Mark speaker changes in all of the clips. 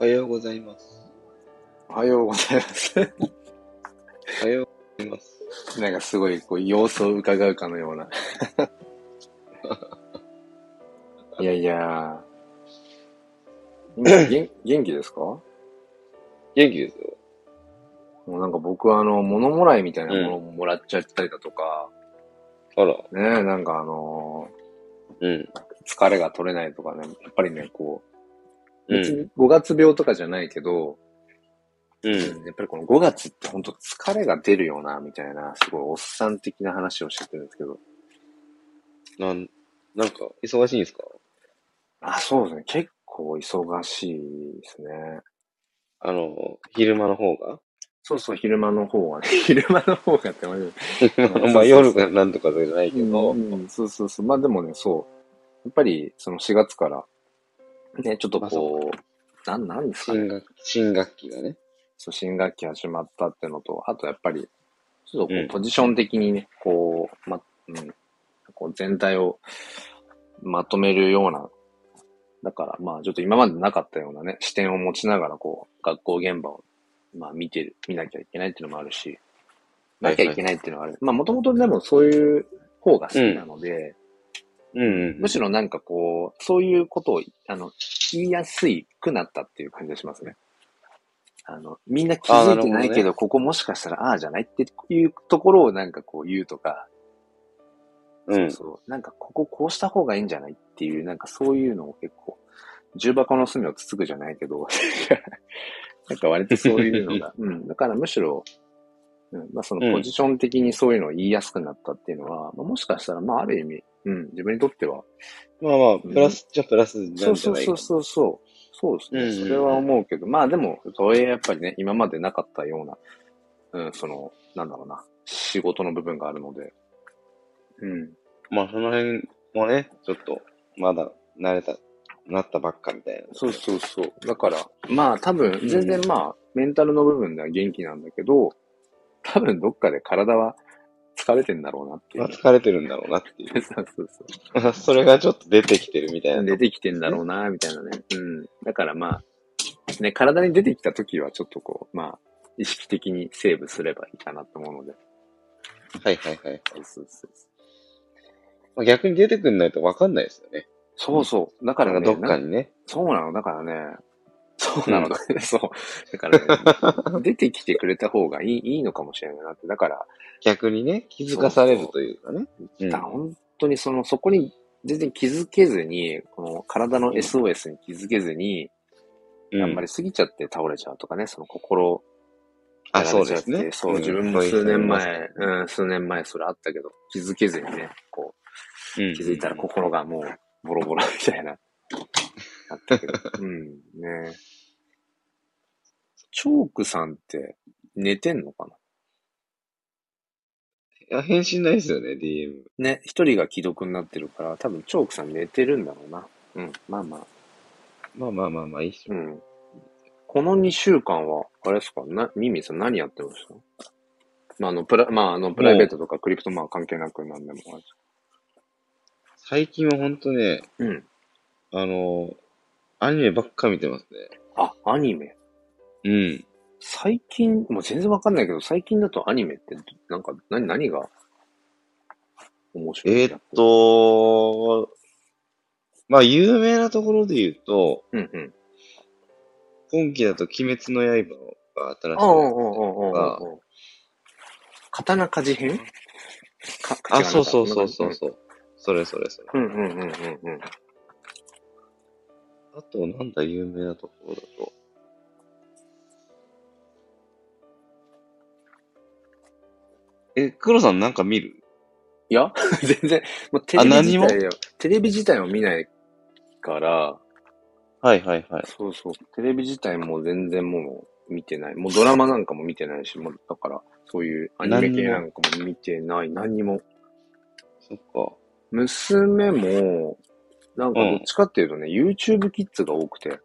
Speaker 1: おはようございます。
Speaker 2: おはようございます。
Speaker 1: おはようございます。
Speaker 2: なんかすごい、こう、様子を伺うかのような。 いやいやー。元元気ですかも
Speaker 1: 元気ですよ。
Speaker 2: うなんか僕はあの、物もらいみたいなものをもらっちゃったりだとか、
Speaker 1: あら、
Speaker 2: ねえなんかあの
Speaker 1: うん。
Speaker 2: ー疲れが取れないとかね、やっぱりね、こう、
Speaker 1: う
Speaker 2: 別
Speaker 1: ん。
Speaker 2: に5月病とかじゃないけど、
Speaker 1: うん。
Speaker 2: やっぱりこの5月って本当疲れが出るよな、みたいな、すごいおっさん的な話をしててるんですけど、
Speaker 1: なん、なんか、忙しいんですか
Speaker 2: あ、そうですね。結構忙しいですね。
Speaker 1: あの、昼間の方が
Speaker 2: そうそう、昼間の方がね。 昼間の方がって思ううん
Speaker 1: まあ夜がなんとかじゃないけ
Speaker 2: け
Speaker 1: ど、
Speaker 2: ど、
Speaker 1: うん。
Speaker 2: うんそうそうそう。まあでもね、そう。やっぱり、その4月から、ね、ちょっと
Speaker 1: まあそ
Speaker 2: こう、なん、なんですか
Speaker 1: 新
Speaker 2: ね。
Speaker 1: 学新学期がね。
Speaker 2: そう、新学期始まったってのと、あとやっぱり、ちょっとこ
Speaker 1: うん
Speaker 2: う、ポジション的にね、こう、ま、うん、こう全体をまとめるような、だから、まあ、ちょっと今までなかったようなね、視点を持ちながら、こう、学校現場を、まあ、見てる、見なきゃいけないっていうのもあるし、
Speaker 1: はいはい
Speaker 2: なきゃいけないっていうのはある。まあ、もともとでもそういう方が好きなので、
Speaker 1: うんうん。
Speaker 2: むしろなんかこう、そういうことを、あの、言いやすいくなったっていう感じがしますね。あの、みんな気づいてな
Speaker 1: あなる
Speaker 2: い
Speaker 1: ほど
Speaker 2: け
Speaker 1: ね
Speaker 2: ど、ここもしかしたらああじゃないっていうところをなんかこう言うとか、
Speaker 1: うん。
Speaker 2: そう、なんかこここうした方がいいんじゃないっていう、なんかそういうのを結構、重箱の隅をつつくじゃないけど、 なんか割とそういう のが、うん、だからむしろ、うんまあ、そのポジション的にそういうのを言いやすくなったっていうのは、まあ、もしかしたら、まあある意味、うん、自分にとっては
Speaker 1: まあまあ、プラスっちゃプラスなんじゃ
Speaker 2: そ
Speaker 1: な
Speaker 2: う
Speaker 1: いか
Speaker 2: そう
Speaker 1: な
Speaker 2: そうそうそう。そうですね、
Speaker 1: うんうんうん
Speaker 2: それは思うけど、まあでも、それやっぱりね、今までなかったような、うん、その、なんだろうな、仕事の部分があるので。うん。
Speaker 1: まあその辺もね、ちょっと、まだ慣れた、なったばっかみたいな。
Speaker 2: そうそうそう。だから、まあ多分、全然まあ、メンタルの部分では元気なんだけど、多分どっかで体は疲れてんだろうなってい
Speaker 1: ま
Speaker 2: う
Speaker 1: あ。疲れてるんだろうなっていう。
Speaker 2: そうそうそ う。
Speaker 1: それがちょっと出てきてるみたいな。
Speaker 2: 出てきてんだろうな、みたいなね。うん。だからまあ、ね、体に出てきた時はちょっとこう、まあ、意識的にセーブすればいいかなと思うので。
Speaker 1: はいはいはい。
Speaker 2: そうそうそう。
Speaker 1: まあ、逆に出てくんないとわかんないですよね。
Speaker 2: そうそう。だから、ね、
Speaker 1: なんかどっか
Speaker 2: な
Speaker 1: にね。
Speaker 2: そうなの、だからね。 そうなの、そう。だから、ね、出 てきてくれた方がいいいいのかもしれないなって。だから、
Speaker 1: 逆にね、気づかされるというかね。うん
Speaker 2: だ本当にその、そこに全然気づけずに、この体の SOS に気づけずに、
Speaker 1: うん
Speaker 2: 頑張りすぎちゃって倒れちゃうとかね、その心
Speaker 1: あ、そうです
Speaker 2: やら
Speaker 1: ね
Speaker 2: れちゃっ。てそう、
Speaker 1: ん
Speaker 2: 自分も数年。前、
Speaker 1: そういう人います
Speaker 2: うん、数年前それあったけど、気づけずにね、こ
Speaker 1: うん
Speaker 2: う、気づいたら心がもう、ボロボロみたいな、あったけ ど。うん、ねチョークさんって、寝てんのか
Speaker 1: いや返信ないですよね、DM。
Speaker 2: なね、一人が既読になってるから、多分チョークさん寝てるんだろうな。うん、まあまあ、
Speaker 1: まあまあまあまあ、いいっしょ。
Speaker 2: うん。この2週間は、あれですか、な、ミミさん何やってましたまあ、あの、プラ、まあ、あの、プライベートとかクリプトまあ関係なくなんでもあれです
Speaker 1: 最近はほんとね、
Speaker 2: けど。うん。
Speaker 1: あの、アニメばっか見てます
Speaker 2: あ、アニメ。
Speaker 1: ね。
Speaker 2: 最近、もう全然わかんないけど、最近だとアニメって、なんか、何、何が面
Speaker 1: うん。
Speaker 2: 白い
Speaker 1: えーっ。と、まあ、有名なところで言うと、
Speaker 2: うんうん。
Speaker 1: 今期だと鬼滅の刃が新し
Speaker 2: ああ、ああ、あ
Speaker 1: い。
Speaker 2: あ、ああ。刀鍛冶編か
Speaker 1: あ、そうそうそうそう。そう。それそれそれ。
Speaker 2: うんうんうんうんうん。
Speaker 1: あと、なんだ、有名なところだと。え、黒さんなんか見る
Speaker 2: いや、 全然、もうテレビ
Speaker 1: あ何
Speaker 2: 自
Speaker 1: も
Speaker 2: 体を、テレビ自体を見ないから、
Speaker 1: はいはいはい。
Speaker 2: そうそう。テレビ自体も全然もう見てない。もうドラマなんかも見てないし、もうだから、そういうアニメ系なんかも見てない。何にも。
Speaker 1: そっか。
Speaker 2: 娘も、なんか
Speaker 1: うん
Speaker 2: どっちかっていうとね、YouTube キッズが多くて。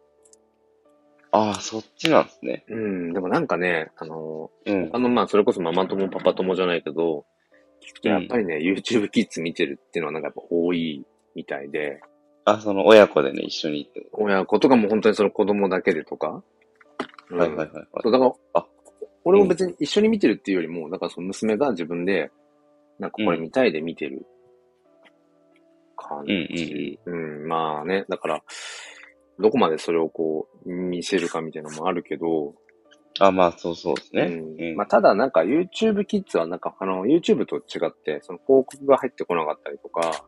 Speaker 1: ああ、そっちなんですね。
Speaker 2: うん、でもなんかね、あの
Speaker 1: うん
Speaker 2: あ。の、まあ、それこそママ友、パパ友じゃないけど、
Speaker 1: うん
Speaker 2: やっぱりね、YouTube キッズ見てるっていうのはなんかやっぱ多いみたいで、
Speaker 1: あ、その親子でね、一緒に行ってこ
Speaker 2: 親子とかも本当にその子供だけでとか。
Speaker 1: と。はいはい
Speaker 2: い。
Speaker 1: はいはい。
Speaker 2: そう、だから、
Speaker 1: あ
Speaker 2: 俺も別に一緒に見てるっていうよりも、だからその娘が自分で、なんかこれ見たいで見てる感じ。うんまあね、だから、どこまでそれをこう、見せるかみたいなのもあるけど、
Speaker 1: あ、まあそうそうですね。
Speaker 2: うん
Speaker 1: うん
Speaker 2: まあ、ただなんか YouTube キッズはなんかあの YouTube と違って、その広告が入ってこなかったりとか、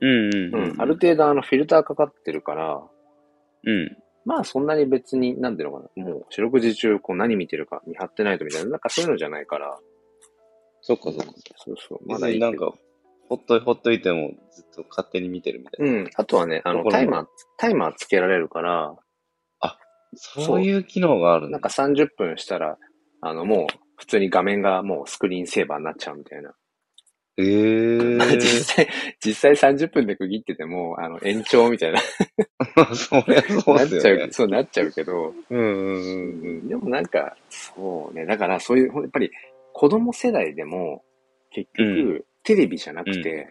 Speaker 1: うんうん
Speaker 2: う
Speaker 1: うんん。
Speaker 2: ある程度あのフィルターかかってるから、
Speaker 1: うん。
Speaker 2: まあそんなに別に、なんていうのかな、もう四六時中こう何見てるか見張ってないとみたいな、なんかそういうのじゃないから、
Speaker 1: そっかそっか。
Speaker 2: そうそう、ま
Speaker 1: 別
Speaker 2: だい
Speaker 1: に
Speaker 2: い
Speaker 1: なん
Speaker 2: けど。
Speaker 1: か、ほっとい、ほっといてもずっと勝手に見てるみたいな。
Speaker 2: うん、あとはね、あの、
Speaker 1: 心
Speaker 2: タイ
Speaker 1: も
Speaker 2: マー、タイマーつけられるから、
Speaker 1: そういう機能があるんだ
Speaker 2: なんか。30分したら、あの、もう、普通に画面がもうスクリーンセーバーになっちゃうみたいな。
Speaker 1: ええー。
Speaker 2: 実際、実際30分で区切ってても、あの、延長みたいな、
Speaker 1: そりゃ そうで
Speaker 2: なっ
Speaker 1: す
Speaker 2: ちゃ
Speaker 1: よ
Speaker 2: う、
Speaker 1: ね。
Speaker 2: そうなっちゃうけど、
Speaker 1: うんうんうんうん。
Speaker 2: でもなんか、そうね、だからそういう、やっぱり、子供世代でも、結
Speaker 1: う
Speaker 2: 局、
Speaker 1: ん
Speaker 2: テレビじゃなくて、
Speaker 1: うん
Speaker 2: やっ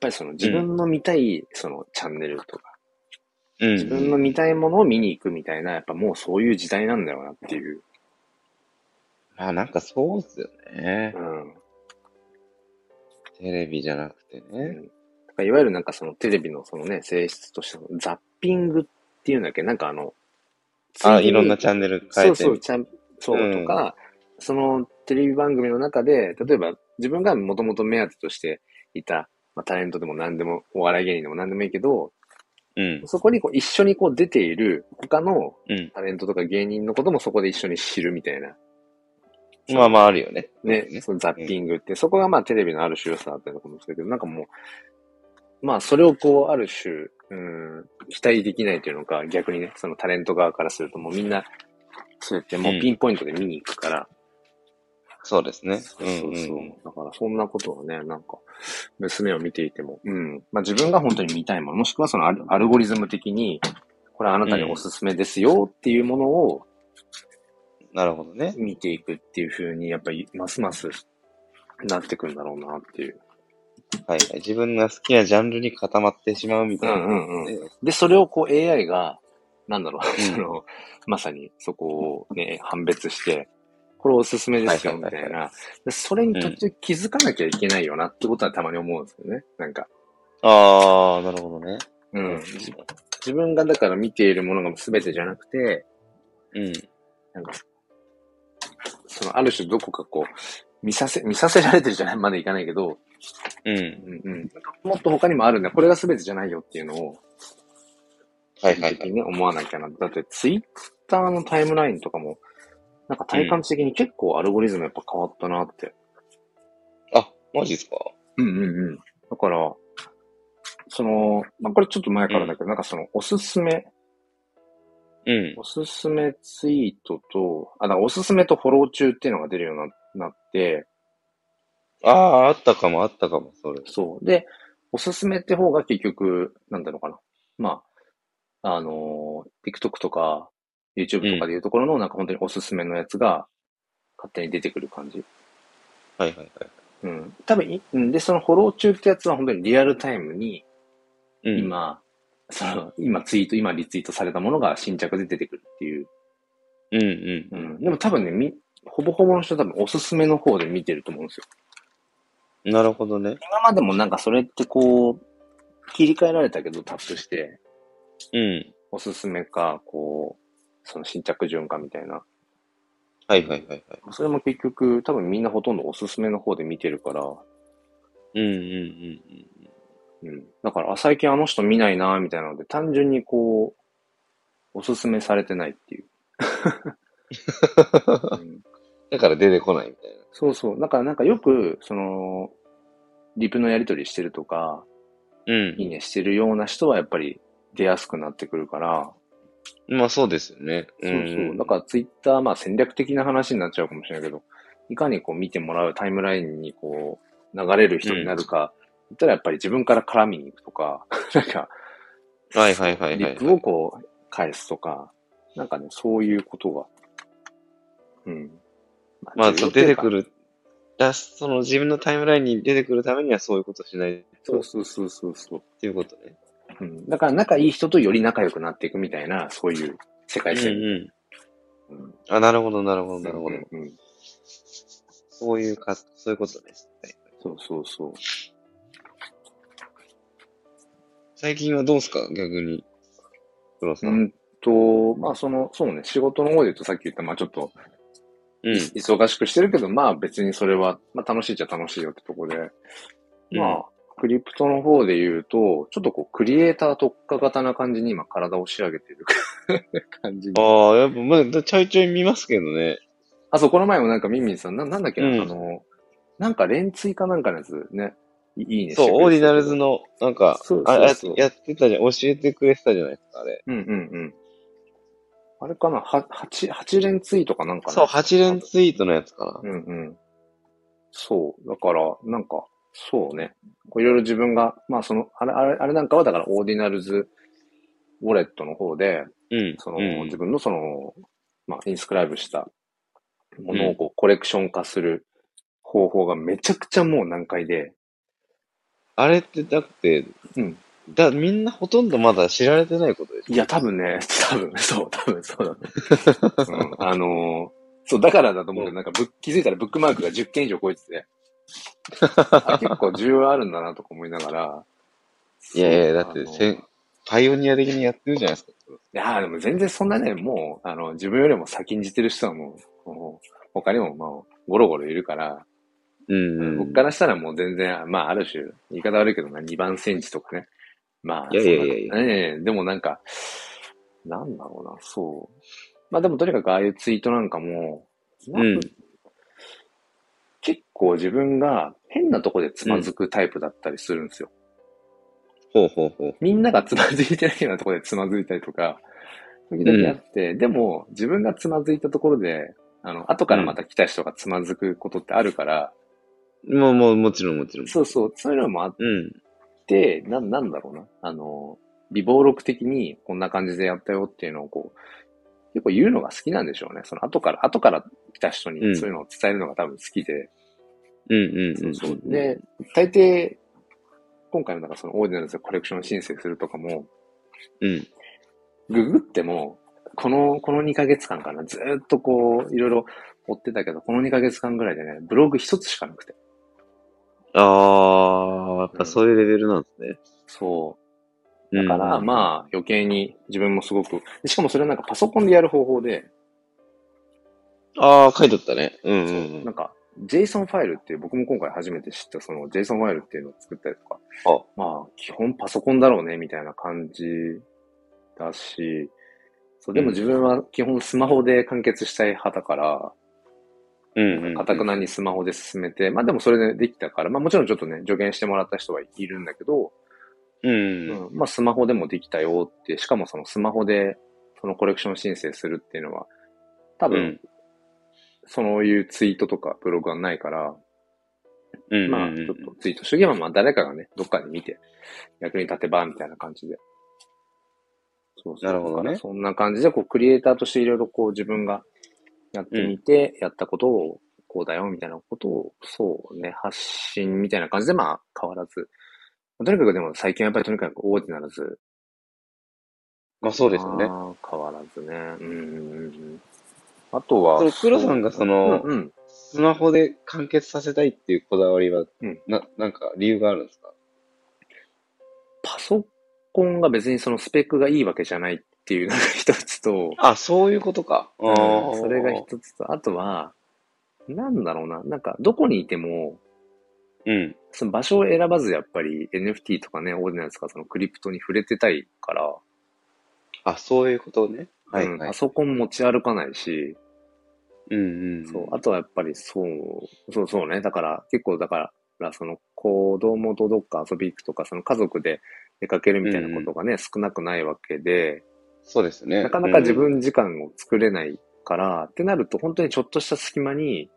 Speaker 2: ぱりその自分の見たい、そのチャンネルとか、
Speaker 1: うん
Speaker 2: 自分の見たいものを見に行くみたいな、やっぱもうそういう時代なんだよなっていう。
Speaker 1: まあなんかそうっすよね
Speaker 2: う。ん。
Speaker 1: テレビじゃなくてね。
Speaker 2: だからいわゆるなんかそのテレビのそのね、性質としてのザッピングっていうんだっけなんかあの、
Speaker 1: あ、いろんな
Speaker 2: ャ
Speaker 1: チャンネル変えて。
Speaker 2: そうそう、ちゃん、そうう、
Speaker 1: ん
Speaker 2: とか、そのテレビ番組の中で、例えば自分がもともと目当てとしていた、まあ、タレントでも何でも、お笑い芸人でも何でもいいけど、
Speaker 1: うん。
Speaker 2: そこにこう一緒にこう出ている他の
Speaker 1: うん。
Speaker 2: タレントとか芸人のこともそこで一緒に知るみたいな。
Speaker 1: まあまああるよね。
Speaker 2: ね、そのザッピングって、そこがまあテレビのある種良さだったりとかもするけど、なんかもう、まあそれをこう、ある種、うん、期待できないというのか、逆にね、そのタレント側からするともうみんな、そうやってもうピンポイントで見に行くから、
Speaker 1: そうですね。
Speaker 2: そうそうそう。
Speaker 1: んんん
Speaker 2: だからそんなことをね、なんか、娘を見ていても、うん、まあ自分が本当に見たいもの、もしくはそのアルアルゴリズム的に、これあなたにおすすめですよっていうものを
Speaker 1: なるほどね。
Speaker 2: 見ていくっていう風に、やっぱりますますなってくんだろうなっていう。
Speaker 1: はいはい。自分が好きなジャンルに固まってしまうみたいな。
Speaker 2: うんうんうん
Speaker 1: ね
Speaker 2: で、それをこう AI が、なんだろう、
Speaker 1: うん
Speaker 2: その、まさにそこをね、判別して、これおすすめですよ、
Speaker 1: はい
Speaker 2: み
Speaker 1: はい
Speaker 2: た
Speaker 1: はい
Speaker 2: いな。でそれに途中気づかなきゃいけないよなってことはたまに思うんですよね。なんか。
Speaker 1: ああ、なるほどね。
Speaker 2: う。
Speaker 1: うん
Speaker 2: 自自分がだから見ているものが全てじゃなくて、
Speaker 1: うん。
Speaker 2: なんか、そのある種どこかこう、見させ、見させられてるじゃないまでいかないけど、
Speaker 1: うん。
Speaker 2: うんうん、もっと他にもあるんだ。これが全てじゃないよっていうのを、
Speaker 1: はいはいは
Speaker 2: 的
Speaker 1: い。
Speaker 2: にね思わなきゃな。だってツイッターのタイムラインとかも、なんか体感的に結構アルゴリズムやっぱ変わったなって。
Speaker 1: あ、マジっすか
Speaker 2: うんうんうん。だから、その、まあ、これちょっと前からだけど、なんかそのおすすめ、
Speaker 1: うん。
Speaker 2: おすすめツイートと、あ、だからおすすめとフォロー中っていうのが出るようにななって、
Speaker 1: ああ、あったかもあったかも、それ。
Speaker 2: そう。で、おすすめって方が結局、なんだろうかな。まあ、あのー TikTok とか YouTube とかでいうところの、なんか本当におすすめのやつが勝手に出てくる感じ。
Speaker 1: はいはいはい。
Speaker 2: うん。多分い、うんで、そのフォロー中ってやつは本当にリアルタイムに、
Speaker 1: うん。
Speaker 2: 今、その、今ツイート、今リツイートされたものが新着で出てくるっていう。
Speaker 1: うんうん。
Speaker 2: うん。でも多分ね、み、ほぼほぼの人多分おすすめの方で見てると思うんですよ。
Speaker 1: なるほどね。
Speaker 2: 今までもなんかそれってこう、切り替えられたけどタップして、
Speaker 1: うん。
Speaker 2: おすすめか、こう、その新着順かみたいな。
Speaker 1: はいはいはいはい。
Speaker 2: それも結局、多分みんなほとんどおすすめの方で見てるから、
Speaker 1: うんうんうんうん。
Speaker 2: うん。だから、あ、最近あの人見ないな、みたいなので、単純にこう、おすすめされてないっていう。うん
Speaker 1: だから出てこないみたい
Speaker 2: そうそう。だからなんかよく、その、リプのやり取りしてるとか、
Speaker 1: な。
Speaker 2: いいねしてるような人はやっぱり出やすくなってくるから、
Speaker 1: うん。まあそうですよね。
Speaker 2: そ
Speaker 1: ん
Speaker 2: うそう。だからツイッター、まあ戦略的な話になっちゃうかもしれないけど、いかにこう見てもらうタイムラインにこう、流れる人になるか、言ったらやっぱり自分から絡みに行くとか、 なんか、
Speaker 1: はいはいはい
Speaker 2: リ
Speaker 1: はい
Speaker 2: ッ。プをこう返すとか、なんかね、そういうことが。うん。
Speaker 1: まあ、そう出てく
Speaker 2: る。
Speaker 1: る、出す、その自分のタイムラインに出てくるためにはそういうことしない
Speaker 2: そうそうそうそうそう。
Speaker 1: っていうことね。
Speaker 2: うん、だから仲いい人とより仲良くなっていくみたいな、そういう世界
Speaker 1: うんう
Speaker 2: 線。
Speaker 1: ん。
Speaker 2: うん
Speaker 1: あ、なるほど、なるほど、なるほど。
Speaker 2: うんうん
Speaker 1: そういうか、そういうことです。
Speaker 2: そうそうそう。
Speaker 1: 最近はどうですか逆に。黒さ。
Speaker 2: うんんと、まあその、そうね、仕事の方で言うとさっき言った、まあちょっと
Speaker 1: うん。
Speaker 2: 忙しくしてるけど、まあ別にそれは、まあ楽しいっちゃ楽しいよってとこで、まあ、クリプトの方で言うと、ちょっとこう、クリエイター特化型な感じに今体を仕上げてる 感じに。
Speaker 1: ああ、やっぱ、まあ、ちょいちょい見ますけどね。
Speaker 2: あ、そう、この前もなんかミンミンさん、ななんだっけな、
Speaker 1: うん
Speaker 2: あの、なんか連追かなんかのやつね、いいいね
Speaker 1: そう、オーディナルズ
Speaker 2: の。
Speaker 1: の、なんか、
Speaker 2: そう
Speaker 1: あ
Speaker 2: そうそう
Speaker 1: あやってたじゃん。教えてくれてたじゃないですか、あれ。
Speaker 2: うんうんうん。あれかな、は八八連ツイートかなんかな
Speaker 1: そう、8連ツイートのやつか
Speaker 2: うんうん。そう。だから、なんか、そうね。こういろいろ自分が、まあその、あれ、あれ、あれなんかはだから、オーディナルズウォレットの方で、
Speaker 1: な。うん。
Speaker 2: その、
Speaker 1: うん
Speaker 2: 自分のその、まあ、インスクライブしたものをこう、コレクション化する方法がめちゃくちゃもう難解で、
Speaker 1: あれって、だって、
Speaker 2: うん
Speaker 1: だ、みんなほとんどまだ知られてないことでしょ
Speaker 2: いや、多分ね、 多分、そう、多分そうだ、うんあのーそう、だからだと思うけど、なんかぶっ、気づいたらブックマークが10件以上超え てて、あ結構需要あるんだなとか思いながら、
Speaker 1: いやいや、だっ
Speaker 2: あ
Speaker 1: て
Speaker 2: の
Speaker 1: せん、パイオニア的にやってるじゃないですか。
Speaker 2: いやーでも全然そんなね、もう、あの、自分よりも先んじてる人はもう、もう他にもまあ、ゴロゴロいるから、
Speaker 1: うんうん。
Speaker 2: 僕からしたらもう全然、まあ、ある種、言い方悪いけどな、2番センチとかね。まあ、
Speaker 1: いやいやいやいや
Speaker 2: そんなねえでもなんか、なんだろうな、そう。まあでもとにかくああいうツイートなんかも、
Speaker 1: うん
Speaker 2: 結構自分が変なとこでつまずくタイプだったりするんですよ。
Speaker 1: ほうほうほう。
Speaker 2: みんながつまずいてないようなところでつまずいたりとか、時々あって、でも自分がつまずいたところで、あの、後からまた来た人がつまずくことってあるから、
Speaker 1: もう、もう、もちろんもちろん。
Speaker 2: そうそう、そういうのもあっ
Speaker 1: うん。
Speaker 2: で、な、なんだろうな。あの、微暴録的にこんな感じでやったよっていうのをこう、結構言うのが好きなんでしょうね。その後から、後から来た人に
Speaker 1: うん
Speaker 2: そういうのを伝えるのが多分好きで。
Speaker 1: うんうんうん。
Speaker 2: そうそう。で、大抵、今回のだからそのオーディナルズでコレクション申請するとかも、
Speaker 1: うん。
Speaker 2: ググっても、この、この2ヶ月間かな、ずーっとこう、いろいろ追ってたけど、この2ヶ月間ぐらいでね、ブログ一つしかなくて。
Speaker 1: ああ、やっぱそういうレベルなんですね。
Speaker 2: そう。
Speaker 1: う
Speaker 2: だ
Speaker 1: ん
Speaker 2: から、まあ、余計に自分もすごく、でしかもそれはなんかパソコンでやる方法で、
Speaker 1: ああ、書いてあったね。うんうんうん。
Speaker 2: な
Speaker 1: あ
Speaker 2: んか、JSON ファイルっていう、僕も今回初めて知った、その JSON ファイルっていうのを作ったりとか、まあ、基本パソコンだろうね、みたいな感じだし、そう、でも
Speaker 1: うん
Speaker 2: 自分は基本スマホで完結したい派だから、
Speaker 1: うんうん。
Speaker 2: かたくなにスマホで進めて、まあでもそれでできたから、まあもちろんちょっとね、助言してもらった人はいるんだけど、
Speaker 1: うん。うん。
Speaker 2: うんまあスマホでもできたよって、しかもそのスマホでそのコレクション申請するっていうのは、多
Speaker 1: う
Speaker 2: 分、
Speaker 1: ん。
Speaker 2: そういうツイートとかブログはないから、
Speaker 1: うん。
Speaker 2: まあ、ちょっとツイートしとけば、まあ、誰かがね、どっかで見て、役に立てば、みたいな感じで。そうそう
Speaker 1: なるほどね
Speaker 2: だからそんな感じで、こう、クリエイターとしていろいろこう、自分がやってみて、やったことを、こうだよ、みたいなことを、そうね、発信みたいな感じで、まあ、変わらず。とにかくでも、最近はやっぱりとにかく大手ならず。
Speaker 1: まあそうですよね。
Speaker 2: あー変わらずね。うんうんうん。あとは、
Speaker 1: そう、黒さんがその、
Speaker 2: うんうん。
Speaker 1: スマホで完結させたいっていうこだわりは、
Speaker 2: うん
Speaker 1: な、なんか理由があるんですか
Speaker 2: パソコンが別にそのスペックがいいわけじゃないっていうのが一つと、
Speaker 1: あ、そういうことか。あー
Speaker 2: それが一つと、あとは、なんだろうな、なんか、どこにいても、
Speaker 1: うん。
Speaker 2: その場所を選ばず、やっぱり NFT とかね、オーディナルスとか、そのクリプトに触れてたいから、
Speaker 1: あ、そういうことね。はい
Speaker 2: うん
Speaker 1: は
Speaker 2: パ
Speaker 1: い。
Speaker 2: ソコン持ち歩かないし、
Speaker 1: うんうん。
Speaker 2: そう、あとはやっぱりそう、そうそうね、だから、結構だから、その、子供とどっか遊び行くとか、その家族で出かけるみたいなことがね、少なくないわけで、
Speaker 1: そうですね。
Speaker 2: なかなか自分時間を作れないから、ってなると、本当にちょっとした隙間に、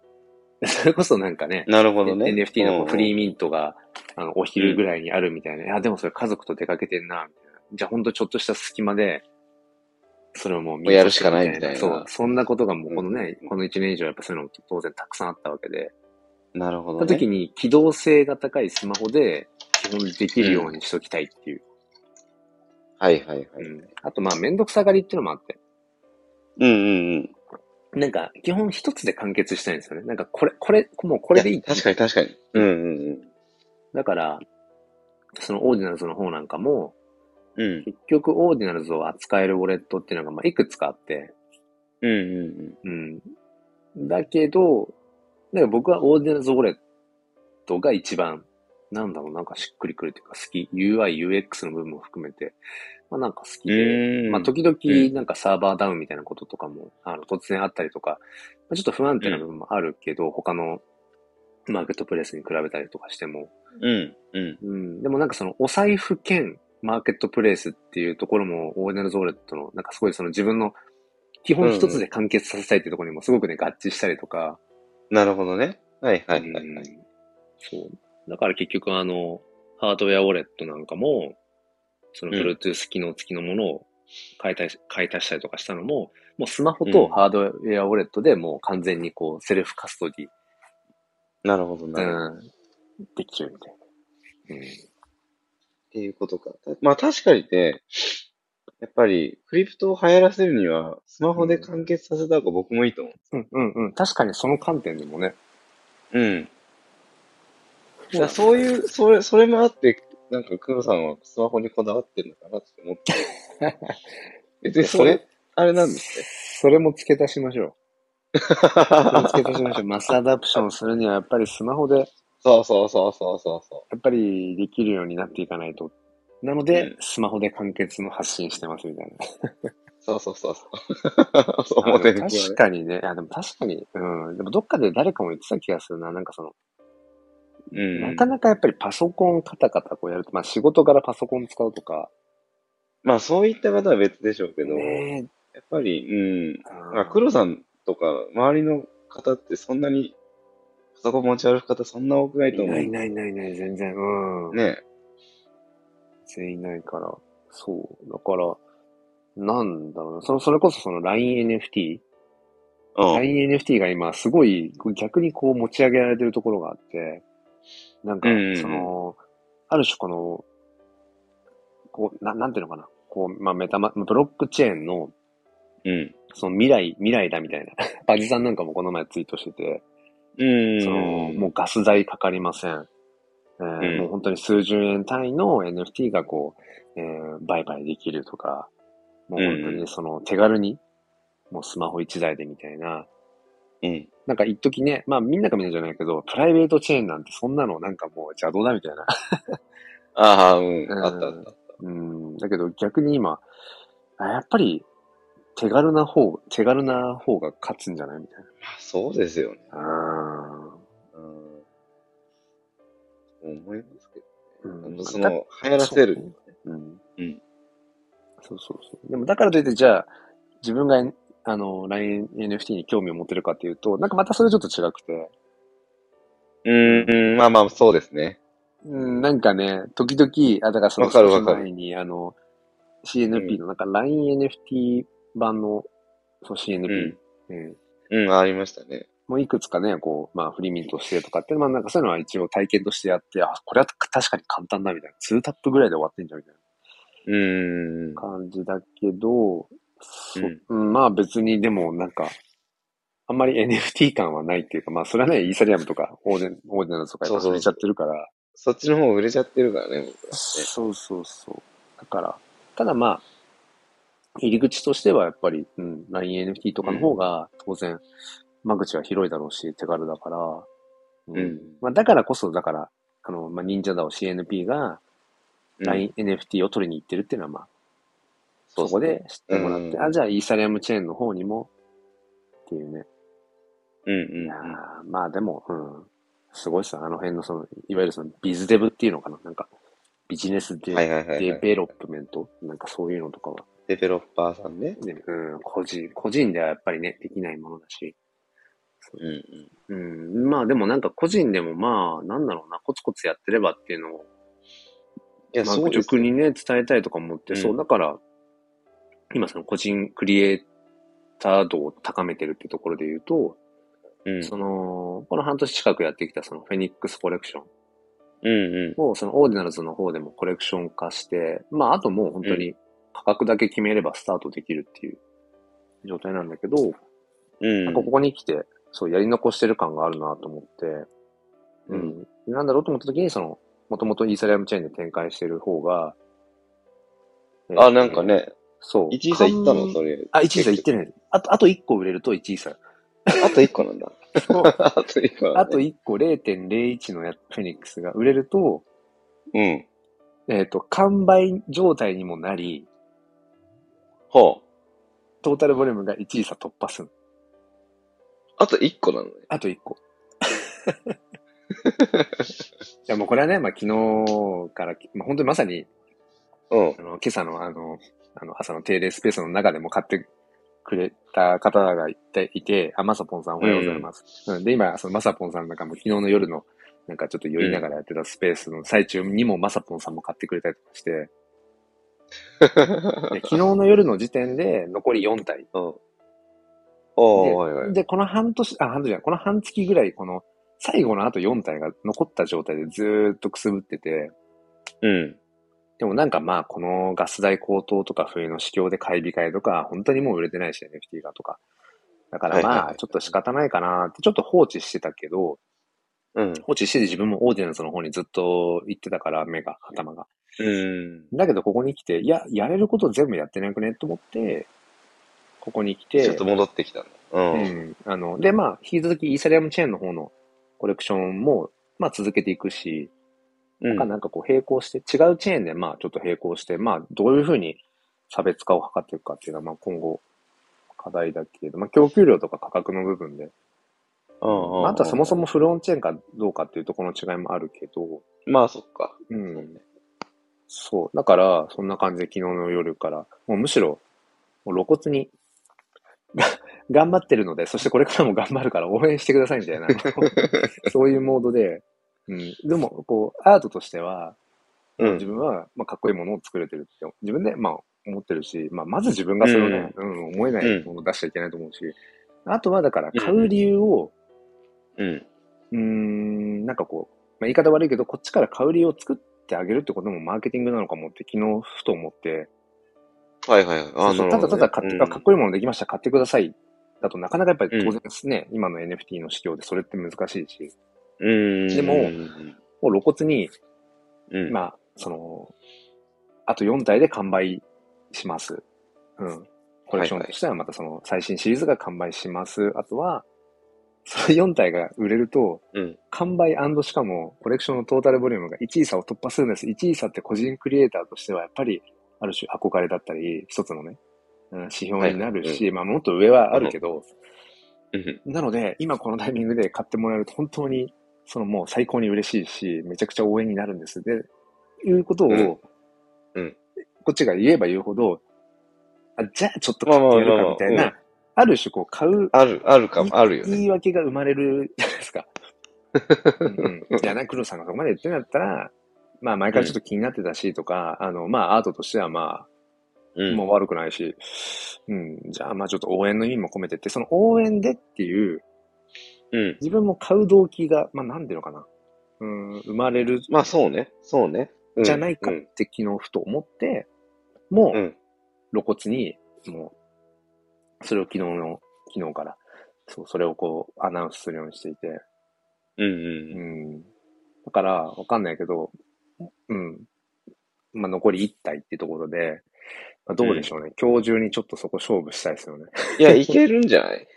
Speaker 2: それこそなんかね、
Speaker 1: うんなるほどね。
Speaker 2: NFT のこうフリー
Speaker 1: ー。
Speaker 2: ミントが、あの、お昼ぐらいにあるみたいな。いや、でもそれ家族と出かけてんな、みたいな。じゃあほんとちょっとした隙間で、それをもう見
Speaker 1: もうやるしかないみたいな
Speaker 2: そう。そんなことがもうこのね、
Speaker 1: うん
Speaker 2: この1年以上やっぱそういうのも当然たくさんあったわけで。
Speaker 1: なるほど
Speaker 2: その
Speaker 1: ね。
Speaker 2: 時に機動性が高いスマホで基本できるようにしときたいっていう。
Speaker 1: はいはいはい。
Speaker 2: うん。あと、まあ、めんどくさがりっていうのもあって。
Speaker 1: うんうんうん。
Speaker 2: なんか、基本一つで完結したいんですよね。なんか、これ、これ、もうこれでいい
Speaker 1: や確かに確かに。うんうん
Speaker 2: だから、そのオーディナルズの方なんかも、
Speaker 1: うん。うん。
Speaker 2: 結局オーディナルズを扱えるウォレットっていうのが、まあ、いくつかあって、
Speaker 1: うんうん
Speaker 2: うん。だけど、なんか僕はオーディナルズウォレットが一番、なんだろう、なんかしっくりくるっていうか、好き、UI、UX の部分も含めて、まあなんか好き
Speaker 1: う
Speaker 2: で、
Speaker 1: ん。
Speaker 2: まあ、時
Speaker 1: う
Speaker 2: 々なんかサーバーダウンみたいなこととかも、あの、突然あったりとか、まあちょっと不安定な部分もあるけど、他のマーケットプレイスに比べたりとかしても、
Speaker 1: うんうん。
Speaker 2: うん、でもなんかそのお財布兼マーケットプレイスっていうところもオーディナルズウォレットのなんかすごいその自分の基本一つで完結させたいっていうところにもすごくね合致したりとか、
Speaker 1: なるほどね。はいは
Speaker 2: はい
Speaker 1: はいはい。
Speaker 2: そう。だから結局あの、ハードウェアウォレットなんかも、その
Speaker 1: うん
Speaker 2: Bluetooth 機能付きのものを買いたい、買い足したりとかしたのも、もうスマホとハードウェアウォレットでもう完全にこうセルフカストディ
Speaker 1: なるほどなるほど。っ
Speaker 2: うん、できるみたいな。うん
Speaker 1: ていうことか。たまあ確かにね、やっぱりクリプトを流行らせるには、スマホで完結させた方が僕もいいと思
Speaker 2: うんうんうん。確かにその観点でもね。
Speaker 1: う。うん。だからそういう、それ、それもあって、なんか黒さんはスマホにこだわってるのかなって思って。別にそ
Speaker 2: いや
Speaker 1: れ、あれなんですね。
Speaker 2: それも付け足しましょう。それも付け足しましょう。マスアダプションするにはやっぱりスマホでや
Speaker 1: そうそうそうそうそうそう。
Speaker 2: っぱりできるようになっていかないと。なので、
Speaker 1: うん
Speaker 2: スマホで完結の発信してますみたいな。
Speaker 1: そうそうそうそう。そう思ってる、ね。
Speaker 2: 確かにね。あ、でも確かに。うん。でもどっかで誰かも言ってた気がするな。なんかその、
Speaker 1: うん。
Speaker 2: なかなかやっぱりパソコンカタカタこうやると、まあ仕事からパソコン使うとか。
Speaker 1: まあそういった方は別でしょうけど、
Speaker 2: ねえ。
Speaker 1: やっぱり、うん。まあ
Speaker 2: あ
Speaker 1: 黒さんとか周りの方ってそんなに、パソコン持ち歩く方そんな多くないと
Speaker 2: い
Speaker 1: 思う。
Speaker 2: ないいないいないいない、全然。うん。
Speaker 1: ね
Speaker 2: 全員いないから。そう。だから、なんだろうな。その、それこそその LINENFT?
Speaker 1: うん。
Speaker 2: LINENFT が今すごい逆にこう持ち上げられてるところがあって、なんか
Speaker 1: うんうんうん、
Speaker 2: その、ある種この、こう、ななんていうのかな。こう、まあ、メタマ、ブロックチェーンの、
Speaker 1: うん。
Speaker 2: その未来、未来だみたいな。 バジさんなんかもこの前ツイートしてて、
Speaker 1: うん。
Speaker 2: その、もうガス代かかりません。えー
Speaker 1: うん
Speaker 2: もう本当に数十円単位の NFT がこう、えー売買できるとか、もう本当
Speaker 1: うんうん
Speaker 2: にその手軽に、もうスマホ一台でみたいな、
Speaker 1: うん。
Speaker 2: なんか一時ね、まあみんながみんなじゃないけど、プライベートチェーンなんてそんなのなんかもう邪道だみたいな。
Speaker 1: ああ、うん。
Speaker 2: うん
Speaker 1: あったあった。
Speaker 2: うん、だけど逆に今、あやっぱり手軽な方、手軽な方が勝つんじゃないみたい
Speaker 1: まあそうですよね。
Speaker 2: な。あ
Speaker 1: うん。思いますけ
Speaker 2: う
Speaker 1: ど、ね。
Speaker 2: ん
Speaker 1: その、流行らせる。
Speaker 2: うん。
Speaker 1: うん
Speaker 2: そうそうそう。でもだからといって、じゃあ、自分が、あの、LINE NFT に興味を持てるかっていうと、なんかまたそれちょっと違くて、
Speaker 1: うん、うん、まあまあ、そうですね。
Speaker 2: うん、なんかね、時々、あ、だからその
Speaker 1: わかるわかる
Speaker 2: 少し前に、あの、CNP の、なんか LINE NFT 版の、そう CNP、うん
Speaker 1: うん、ありましたね。
Speaker 2: もういくつかね、こう、まあ、フリーミントしてとかって、まあなんかそういうのは一応体験としてやって、あ、これは確かに簡単だみたいな、2タップぐらいで終わってんじゃんみたいな。
Speaker 1: うん。
Speaker 2: 感じだけど、そ
Speaker 1: うん
Speaker 2: うんまあ別にでもなんか、あんまり NFT 感はないっていうか、まあそれはね、イーサリアムとかオーデン、オーデナルズとかやっぱ
Speaker 1: そうそう
Speaker 2: れちゃってるから、
Speaker 1: そっちの方売れちゃってるからね、僕はね。
Speaker 2: そうそうそう。だから、ただまあ、入り口としてはやっぱり、うん、LINENFT とかの方が当然、間口は広いだろうし、手軽だから、うん
Speaker 1: うん
Speaker 2: まあだからこそ、だから、あの、まあ、忍者だお CNP が
Speaker 1: うん
Speaker 2: LINENFT を取りに行ってるっていうのは、まあ、
Speaker 1: そう
Speaker 2: そこで知ってもらって、
Speaker 1: うん
Speaker 2: あ、じゃあイーサリアムチェーンの方にも、っていうね。
Speaker 1: うん
Speaker 2: い
Speaker 1: うん
Speaker 2: やーまあでも、うん。すごいっすよ。あの辺のその、いわゆるそのビズデブっていうのかななんか、ビジネス
Speaker 1: う
Speaker 2: デ,、
Speaker 1: ん。はいはいはい、は
Speaker 2: デ
Speaker 1: い。
Speaker 2: ベロップメントなんかそういうのとかは、
Speaker 1: デベロッパーさんね。
Speaker 2: ね、うん、個人、個人ではやっぱりね、できないものだし。
Speaker 1: うんうん。
Speaker 2: うん、まあでもなんか個人でもまあ、なんだろうな、コツコツやってればっていうのを、
Speaker 1: いや、
Speaker 2: まあ
Speaker 1: そうです
Speaker 2: 塾。にね、伝えたいとか思っ
Speaker 1: う
Speaker 2: て、
Speaker 1: ん
Speaker 2: そう、だから、今その個人クリエイター度を高めてるってところで言うと、
Speaker 1: うん。
Speaker 2: その、この半年近くやってきたそのフェニックスコレクション
Speaker 1: うんう
Speaker 2: を、そのオーディナルズの方でもコレクション化して、まあ、あともう本当に価格だけ決めればスタートできるっていう状態なんだけど、
Speaker 3: うん。
Speaker 2: なんかここに来て、そう、やり残してる感があるなと思って、うん。なんだろうと思った時に、その、もともとイーサリアムチェーンで展開してる方が、えー
Speaker 3: あ、なんか。ね、
Speaker 2: そう。
Speaker 3: 一時さん行った
Speaker 2: かん
Speaker 3: のそれ。
Speaker 2: あ、1位さん行ってない。あと、あと1個売れると1位さん。
Speaker 3: あと一個 なんだ。あと一個なんだ。
Speaker 2: あと1個0.01のやフェニックスが売れると、
Speaker 3: うん。
Speaker 2: えっ、と、完売状態にもなり、
Speaker 3: は
Speaker 2: トータルボリュームが1位差突破する。
Speaker 3: あ。あと一個なのね。
Speaker 2: あと1個。 いや、もうこれはね、まあ昨日から、まあ本当にまさに、
Speaker 3: うん
Speaker 2: あ。の、今朝のあの、あの、朝の定例スペースの中でも買ってくれた方がいて、いてあ、まさぽんさんおはようございます。うん、で、今、そのまさぽんさんなんかも昨日の夜の、なんかちょっと酔いながらやってたスペースの最中にもまさぽんさんも買ってくれたりとかして、で昨日の夜の時点で残り4体。
Speaker 3: うん。 ああ、はいはい。
Speaker 2: で、この半年、あ、半年じゃない、この半月ぐらい、この最後のあと4体が残った状態でずーっとくすぶってて、
Speaker 3: うん。
Speaker 2: でもなんかまあ、このガス代高騰とか冬の市況で買い控えとか、本当にもう売れてないし、NFT がとか。だから
Speaker 3: はいはい
Speaker 2: ま
Speaker 3: は
Speaker 2: あ、
Speaker 3: い
Speaker 2: ちょっと仕方ないかなって、ちょっと放置してたけど、
Speaker 3: うん。
Speaker 2: 放置してて自分もオーディエンスの方にずっと行ってたから、目が、頭が。
Speaker 3: うん。
Speaker 2: だけどここに来て、いや、やれること全部やってなくねと思って、ここに来て、
Speaker 3: ちょっと戻ってきたんだ。う。
Speaker 2: うんん。あの、で、まあ、引き続きイーサリアムチェーンの方のコレクションも、まあ、続けていくし、
Speaker 3: う
Speaker 2: なんか
Speaker 3: ん。
Speaker 2: なんかこう、並行して、違うチェーンで、まあ、ちょっと並行して、まあ、どういうふうに差別化を図っていくかっていうのは、まあ、今後、課題だけど、まあ、供給量とか価格の部分で、
Speaker 3: うん
Speaker 2: まあ、あとはそもそ
Speaker 3: も。
Speaker 2: もフロンチェーンかどうかっていうところの違いもあるけど、
Speaker 3: まあ、そっか。
Speaker 2: うん。そう。だから、そんな感じで昨日の夜から、もうむしろ、もう露骨に、 が頑張ってるので、そしてこれからも頑張るから応援してくださいみた いな、そういうモードで、うん。でも、こう、アートとしては、
Speaker 3: う
Speaker 2: 自
Speaker 3: ん。
Speaker 2: 分は、まあ、かっこいいものを作れてるって、自分で、まあ、思ってるし、まあ、まず自分がそれをね、うん、思えないものを出しちゃいけないと思うし、あとは、だから、買う理由を、
Speaker 3: うん。
Speaker 2: うーん、なんかこう、まあ、言い方悪いけど、こっちから買う理由を作ってあげるってこともマーケティングなのかもって、昨日ふと思って、
Speaker 3: はいはいはい。
Speaker 2: そう
Speaker 3: あ、
Speaker 2: そ
Speaker 3: な
Speaker 2: う
Speaker 3: る
Speaker 2: た
Speaker 3: ほど
Speaker 2: だた
Speaker 3: ね。
Speaker 2: だ買って、
Speaker 3: うん
Speaker 2: あかっこいいものできました、買ってください。だとなかなかやっぱり
Speaker 3: うん
Speaker 2: 当然ですね、今の NFT の市況でそれって難しいし、
Speaker 3: うん。
Speaker 2: でももう露骨に、
Speaker 3: うん、
Speaker 2: まあ、その、あと4体で完売します。うん。コレクションとしてはまたその最新シリーズが完売します。あとは、その4体が売れると、
Speaker 3: うん。
Speaker 2: 完売しかもコレクションのトータルボリュームが1位差を突破するんです。1位差って個人クリエイターとしてはやっぱりある種憧れだったり、一つのね、うん指標になるし、まあもっと上はあるけど、
Speaker 3: うん。
Speaker 2: なので今このタイミングで買ってもらえると本当にそのもう最高に嬉しいし、めちゃくちゃ応援になるんです。で、いうことを、
Speaker 3: うんうん
Speaker 2: こっちが言えば言うほど、あじゃあちょっと買ってやるかみた
Speaker 3: まあまあまあ
Speaker 2: い
Speaker 3: まあ
Speaker 2: な、ある種こう買う
Speaker 3: ある、あるかも、あるよね。
Speaker 2: 言い訳が生まれるじゃないですか。うんうん、じゃあな、黒さんがそこまで言ってんだったら、まあ前からちょっと気になってたしとか、あの、まあアートとしてはま
Speaker 3: う
Speaker 2: あ、
Speaker 3: ん。
Speaker 2: もう悪くないし、うん、じゃあまあちょっと応援の意味も込めてって、その応援でっていう、
Speaker 3: うん。
Speaker 2: 自分も買う動機が、まあなんていうのかな、うん、生まれる
Speaker 3: まあ、そうね。そうね。うん
Speaker 2: じゃないか
Speaker 3: う
Speaker 2: っ
Speaker 3: ん。
Speaker 2: て昨日ふと思って、も
Speaker 3: う。
Speaker 2: うん露骨に、もう、それを昨日の、昨日から、そう、それをこうアナウンスするようにしていて、
Speaker 3: うん。
Speaker 2: う
Speaker 3: うん
Speaker 2: ん。だから、わかんないけど、うん。まあ、残り1体ってところで、まあ、どうでしょうね、今日中にちょっとそこ勝負したいですよね。
Speaker 3: いや、いけるんじゃない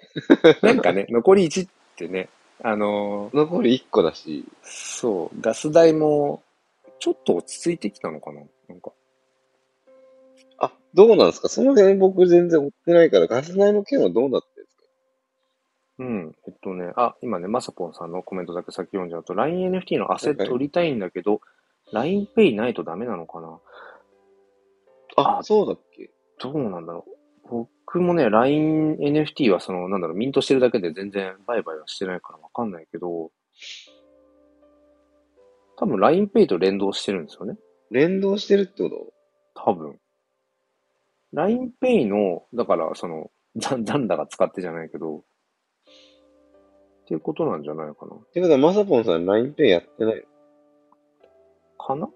Speaker 2: なんかね、残り1ってね、あのー
Speaker 3: 残り一個だし。
Speaker 2: そう、ガス代も、ちょっと落ち着いてきたのかななんか。
Speaker 3: あ、どうなんですかその辺僕全然追ってないから、ガス代の件はどうなってるんですか
Speaker 2: うん。えっとね、あ、今ね、まさぽんさんのコメントだけ先読んじゃうと、LINENFT のアセット売りたいんだけど、LINEPay ないとダメなのかな
Speaker 3: あ、
Speaker 2: あ
Speaker 3: そうだっけ
Speaker 2: どうなんだろう。僕もね、LINE NFT はその、なんだろう、ミントしてるだけで全然売買はしてないからわかんないけど、多分 LINEPay と連動してるんですよね。
Speaker 3: 連動してるってこと
Speaker 2: 多分。LINEPay の、だからその、残残高使ってじゃないけど、っていうことなんじゃないかな。
Speaker 3: ってことは、まさぽんさん LINEPay やってないっ
Speaker 2: かな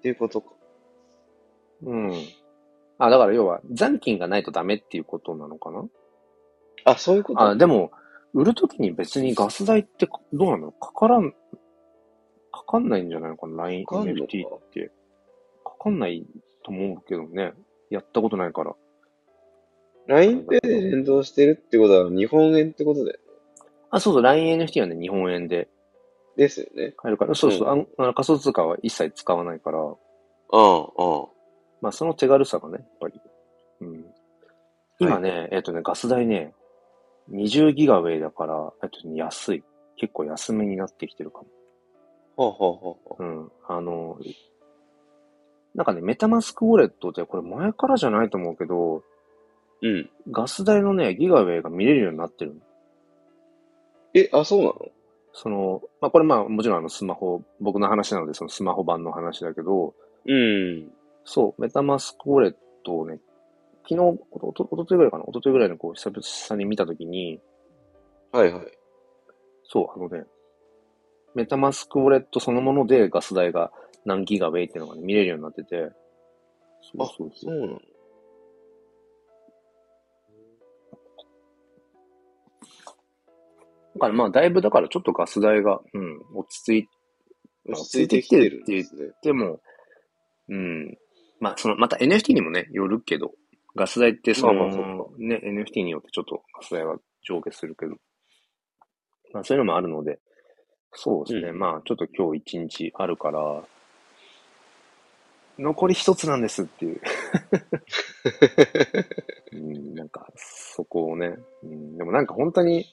Speaker 3: ていうことか。
Speaker 2: うん。あ、だから要は残金がないとダメっていうことなのかな
Speaker 1: あ、そういうこと
Speaker 2: あ、でも、売るときに別にガス代ってかどうなのかからん、かかんないんじゃないのかな ?LINE
Speaker 1: かかんのか
Speaker 2: NFT って。かかんないと思うけどね。やったことないから。
Speaker 1: LINEPay で連動してるってことは日本円ってことだよ。
Speaker 2: あ、そうそう、LINENFT はね、日本円で
Speaker 1: ですよね。
Speaker 2: 買えるから、そうそう、あのあの仮想通貨は一切使わないから、
Speaker 1: うん、うん。
Speaker 2: まあその手軽さがね、やっぱり。うん、今ね、えっとね、ガス代ね、20ギガウェイだから、えっとね、安い。結構安めになってきてるかも。
Speaker 1: ほうほうほうほ
Speaker 2: うん。あの、なんかね、メタマスクウォレットってこれ前からじゃないと思うけど、
Speaker 1: う。うん。
Speaker 2: ガス代のね、ギガウェイが見れるようになってるの
Speaker 1: え、あ、そうなの
Speaker 2: その、まあこれまあもちろんあのスマホ、僕の話なのでそのスマホ版の話だけど、
Speaker 1: うん。
Speaker 2: そう、メタマスクウォレットをね、昨日、おと、おとといぐらいかなおとといぐらいのこう久々に見たときに、
Speaker 1: はいはい。
Speaker 2: そう、あのね、メタマスクウォレットそのものでガス代が何ギガウェイっていうのがね、見れるようになってて、そうそうそう
Speaker 1: そうなの
Speaker 2: だからまあ、だいぶだからちょっとガス代が、うん、落ち着い
Speaker 1: 落ち着いてきてるんですね。
Speaker 2: ても、うん、まあ、その、また NFT にもね、よるけど、ガス代ってそ
Speaker 1: そうそう
Speaker 2: の、ね、NFT によってちょっとガス代は上下するけど、まあ、そういうのもあるので、そうですね、
Speaker 1: うん
Speaker 2: まあ、ちょっと今日一日あるから、残り一つなんですって いう。うん、なんか、そこをね、うん、でもなんか本当に、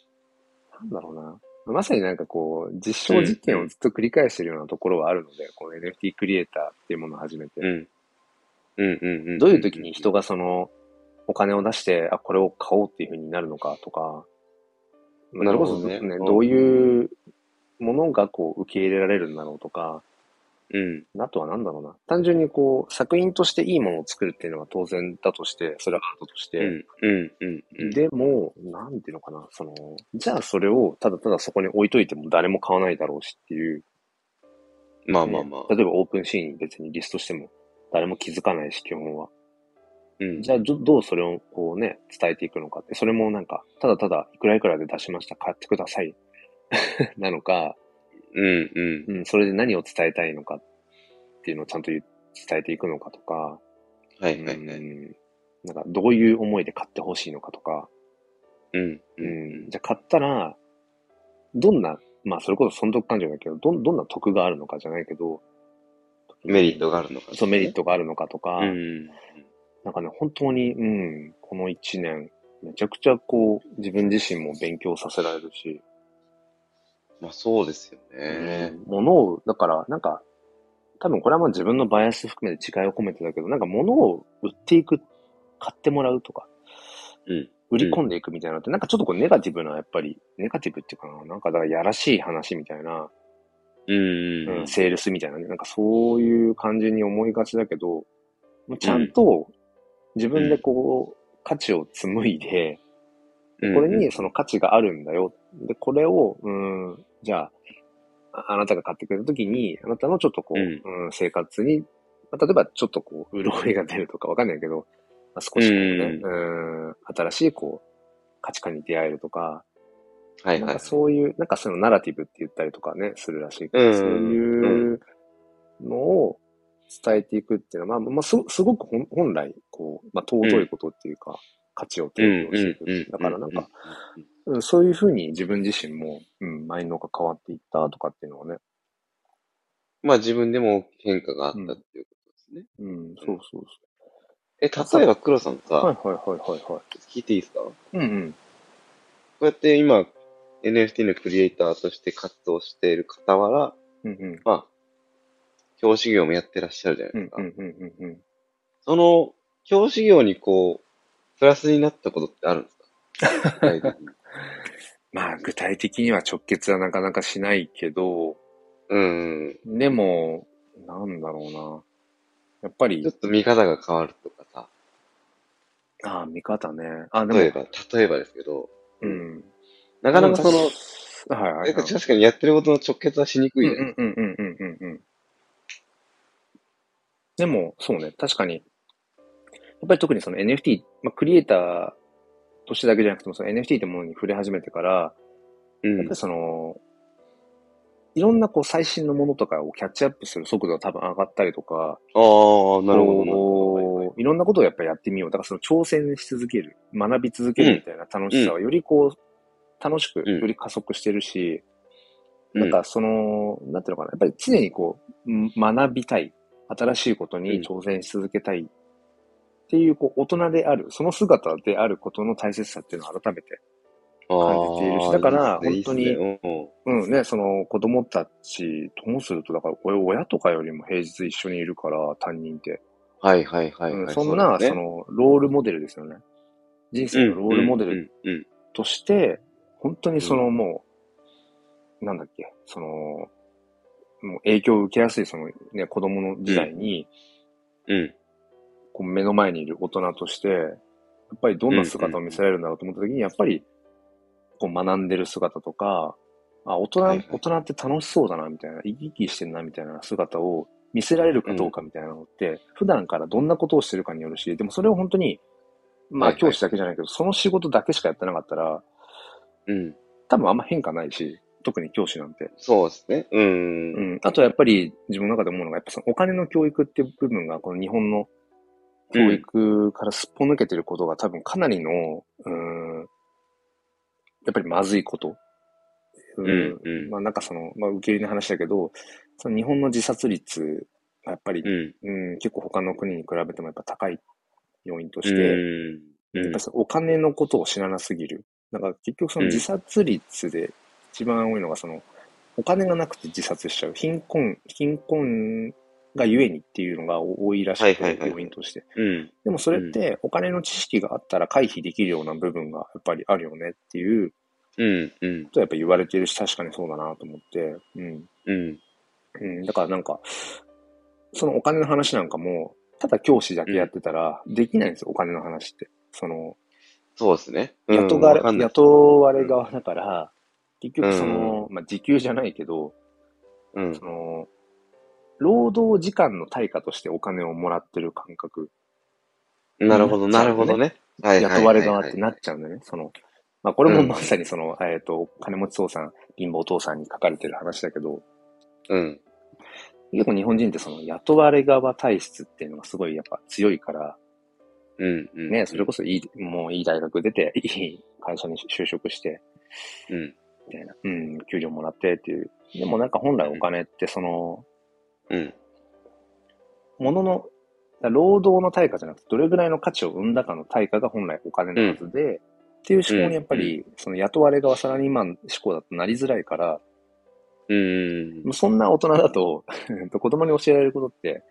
Speaker 2: なんだろうな。まさになんかこう、実証実験をずっと繰り返してるようなところはあるので、この NFT クリエイターっていうものを始めて、
Speaker 1: うん。うんうんうん。
Speaker 2: どういう時に人がその、お金を出して、あ、これを買おうっていうふうになるのかとか、まあ
Speaker 1: なるほどね
Speaker 2: それこそ
Speaker 1: うん
Speaker 2: どういうものがこう、受け入れられるんだろうとか、
Speaker 1: うん。
Speaker 2: あとはなんだろうな。単純にこう、作品としていいものを作るっていうのは当然だとして、それはアートとして、
Speaker 1: うんうんうんうん。
Speaker 2: でも、なんていうのかな、その、じゃあそれをただただそこに置いといても誰も買わないだろうしっていう、
Speaker 1: まあまあまあ。
Speaker 2: 例えばオープンシーンに別にリストしても誰も気づかないし、基本は。
Speaker 1: うん
Speaker 2: じゃあどどうそれをこうね、伝えていくのかって、それもなんか、ただただいくらいくらで出しました、買ってください。 なのか、
Speaker 1: うんうん。
Speaker 2: うん、それで何を伝えたいのかっていうのをちゃんと言う伝えていくのかとか、
Speaker 1: はいはいは
Speaker 2: う
Speaker 1: い。
Speaker 2: ん、なんかどういう思いで買ってほしいのかとか、
Speaker 1: うんう。
Speaker 2: うんん、じゃあ買ったら、どんな、まあそれこそ損得感情だけど、どんどんな得があるのかじゃないけど、
Speaker 1: メリットがあるのか。
Speaker 2: そうメリットがあるのかとか、
Speaker 1: うん。
Speaker 2: なんかね、本当に、うん、この一年、めちゃくちゃこう、自分自身も勉強させられるし、
Speaker 1: まあそうですよね。
Speaker 2: うん物を、だから、なんか、多分これはまあ自分のバイアス含めて違いを込めてだけど、なんか物を売っていく、買ってもらうとか、
Speaker 1: うん。
Speaker 2: 売り込んでいくみたいなのって、なんかちょっとこうネガティブな、やっぱり、ネガティブっていうかな、なんかだからやらしい話みたいな、
Speaker 1: うんうん
Speaker 2: うん、セールスみたいなね、なんかそういう感じに思いがちだけど、もうちゃんと自分でこう、価値を紡いで、
Speaker 1: うん。
Speaker 2: これにその価値があるんだよ。で、これを、うん、じゃあ、ああなたが買ってくれた時に、あなたのちょっとこう、
Speaker 1: う
Speaker 2: うん生活に、まあ例えばちょっとこう、潤いが出るとかわかんないけど、まあ、少しこうね、うん、新しいこう、価値観に出会えるとか、
Speaker 1: はい
Speaker 2: な
Speaker 1: は
Speaker 2: ん
Speaker 1: い
Speaker 2: か。そういう、なんかそのナラティブって言ったりとかね、するらしいから、
Speaker 1: うん
Speaker 2: そういううのを伝えていくっていうのは、まあ、まあ、すすごく本本来、こう、まあ、尊いことっていうか、価値を提供していく。だからなんか、、うんそういうふうに自分自身も、うん、マインドが変わっていったとかっていうのはね、
Speaker 1: まあ自分でも変化があったっていうことですね。
Speaker 2: うん、そうそう
Speaker 1: え、例えば黒さん
Speaker 2: そう。はい
Speaker 1: さ、
Speaker 2: はいはいはいは
Speaker 1: 聞いていいですかこ
Speaker 2: い。うんうん。
Speaker 1: うやって今、NFT のクリエイターとして活動している傍ら、
Speaker 2: うんうん。
Speaker 1: まあ、教師業もやってらっしゃるじゃない
Speaker 2: う
Speaker 1: で
Speaker 2: ん
Speaker 1: すか。
Speaker 2: うんうんうんうん。
Speaker 1: その、教師業にこう、プラスになったことってあるんですか具体的に
Speaker 2: まあ、具体的には直結はなかなかしないけど、
Speaker 1: うんうん。
Speaker 2: でも、なんだろうな。やっぱり
Speaker 1: ちょ、っと見方が変わるとかさ、
Speaker 2: ああ、見方ね。あ、
Speaker 1: 例え
Speaker 2: でも、
Speaker 1: ば、例えばですけど、
Speaker 2: うん。
Speaker 1: なかなかその、
Speaker 2: の、はいは
Speaker 1: ないん
Speaker 2: は
Speaker 1: か
Speaker 2: い。
Speaker 1: 確かにやってることの直結はしにく
Speaker 2: う
Speaker 1: いじ
Speaker 2: ん
Speaker 1: ゃない、
Speaker 2: うんうんうんうんうんうん。でも、そうね、確かに、っぱり特にその NFT、まあ、クリエイターとしてだけじゃなくても、その NFT ってものに触れ始めてから、
Speaker 1: う
Speaker 2: やっぱ
Speaker 1: ん
Speaker 2: り。その、いろんなこう最新のものとかをキャッチアップする速度が多分上がったりとか、
Speaker 1: ああ、なるほどな。
Speaker 2: こういろんなことをやっぱりやってみよう。だからその挑戦し続ける、学び続けるみたいな楽しさはよりこう、楽しく、
Speaker 1: うん
Speaker 2: より加速してるし、
Speaker 1: うん
Speaker 2: なんかその、なんていうのかな、やっぱり常にこう、学びたい、新しいことに挑戦し続けたいっていう、こう、大人である、その姿であることの大切さっていうのを改めて、感じているしだから
Speaker 1: あーいいっすね
Speaker 2: 本当
Speaker 1: い
Speaker 2: に
Speaker 1: いっすねうん
Speaker 2: うんね、その子供たちともすると、だからこれ親とかよりも平日一緒にいるから、担任って。
Speaker 1: はいはいはい
Speaker 2: うん
Speaker 1: はい。
Speaker 2: そんな、
Speaker 1: うです
Speaker 2: そ
Speaker 1: ね
Speaker 2: の、ロールモデルですよね。人生のロールモデル。
Speaker 1: うんうん
Speaker 2: として、本当にそのもう、なんだっけ、その、もう影響を受けやすいそのね、子供の時代に、
Speaker 1: うんうん。
Speaker 2: こう目の前にいる大人として、やっぱりどんな姿を見せられるんだろうと思った時に、やっぱり、こう学んでる姿とか、あ、大人、
Speaker 1: はいはい
Speaker 2: 大人って楽しそうだな、みたいな、生き生きしてんな、みたいな姿を見せられるかどうかみたいなのって、普段からどんなことをしてるかによるし、でもそれを本当に、
Speaker 1: は
Speaker 2: まあ
Speaker 1: いはい
Speaker 2: 教師だけじゃないけど、その仕事だけしかやってなかったら、
Speaker 1: うん。
Speaker 2: 多分あんま変化ないし、特に教師なんて。
Speaker 1: そうですね。う。
Speaker 2: うんん。あとはやっぱり自分の中で思うのが、やっぱそのお金の教育っていう部分が、この日本の教育からすっぽ抜けてることが多分かなりの、うん、やっぱりまずいこと。
Speaker 1: う
Speaker 2: う
Speaker 1: ん。うん。
Speaker 2: まあなんかその、まあ受け入れの話だけど、その日本の自殺率がやっぱり、
Speaker 1: うん。
Speaker 2: うん、結構他の国に比べてもやっぱ高い要因と
Speaker 1: う
Speaker 2: して、
Speaker 1: ん。う
Speaker 2: やっ
Speaker 1: ん
Speaker 2: ぱり。そのお金のことを知らなすぎる。なんか結局その自殺率で一番多いのがそのお金がなくて自殺しちゃう。貧困、貧困がゆえにっていうのが多いらしく
Speaker 1: はいはい
Speaker 2: て、
Speaker 1: はい
Speaker 2: 要因として。
Speaker 1: うん。
Speaker 2: でもそれってお金の知識があったら回避できるような部分がやっぱりあるよねっていう
Speaker 1: うん。うん
Speaker 2: ことはやっぱ言われてるし、確かにそうだなと思って。うん。
Speaker 1: うん。
Speaker 2: うん、だからなんか、そのお金の話なんかも、ただ教師だけやってたらできないんですよ、お金の話って。その、
Speaker 1: そうですね。うん
Speaker 2: 雇われ
Speaker 1: わかんない
Speaker 2: 雇われ側だから、結局その、まあ、時給じゃないけど、
Speaker 1: うん
Speaker 2: そ。の、労働時間の対価としてお金をもらってる感覚、
Speaker 1: なるほど、なるほどね。はいはいはいはい。
Speaker 2: 雇われ側ってなっちゃうんだよね。その、まあ、これも
Speaker 1: うん
Speaker 2: まさにその、えっ、と、金持ち父さん、貧乏父さんに書かれてる話だけど、
Speaker 1: うん。
Speaker 2: 結構日本人ってその雇われ側体質っていうのがすごいやっぱ強いから、
Speaker 1: うん。うん。
Speaker 2: ね、それこそいい、もういい大学出て、いい会社に就職して、
Speaker 1: うん。
Speaker 2: みたいな。うん、給料もらってっていう。でもなんか本来お金ってその、
Speaker 1: うん。
Speaker 2: ものの、労働の対価じゃなくて、どれぐらいの価値を生んだかの対価が本来お金のはずで、っていう思考にやっぱり、その雇われ側サラリーマン思考だとなりづらいから、
Speaker 1: うん。
Speaker 2: そんな大人だと、 子供に教えられることって、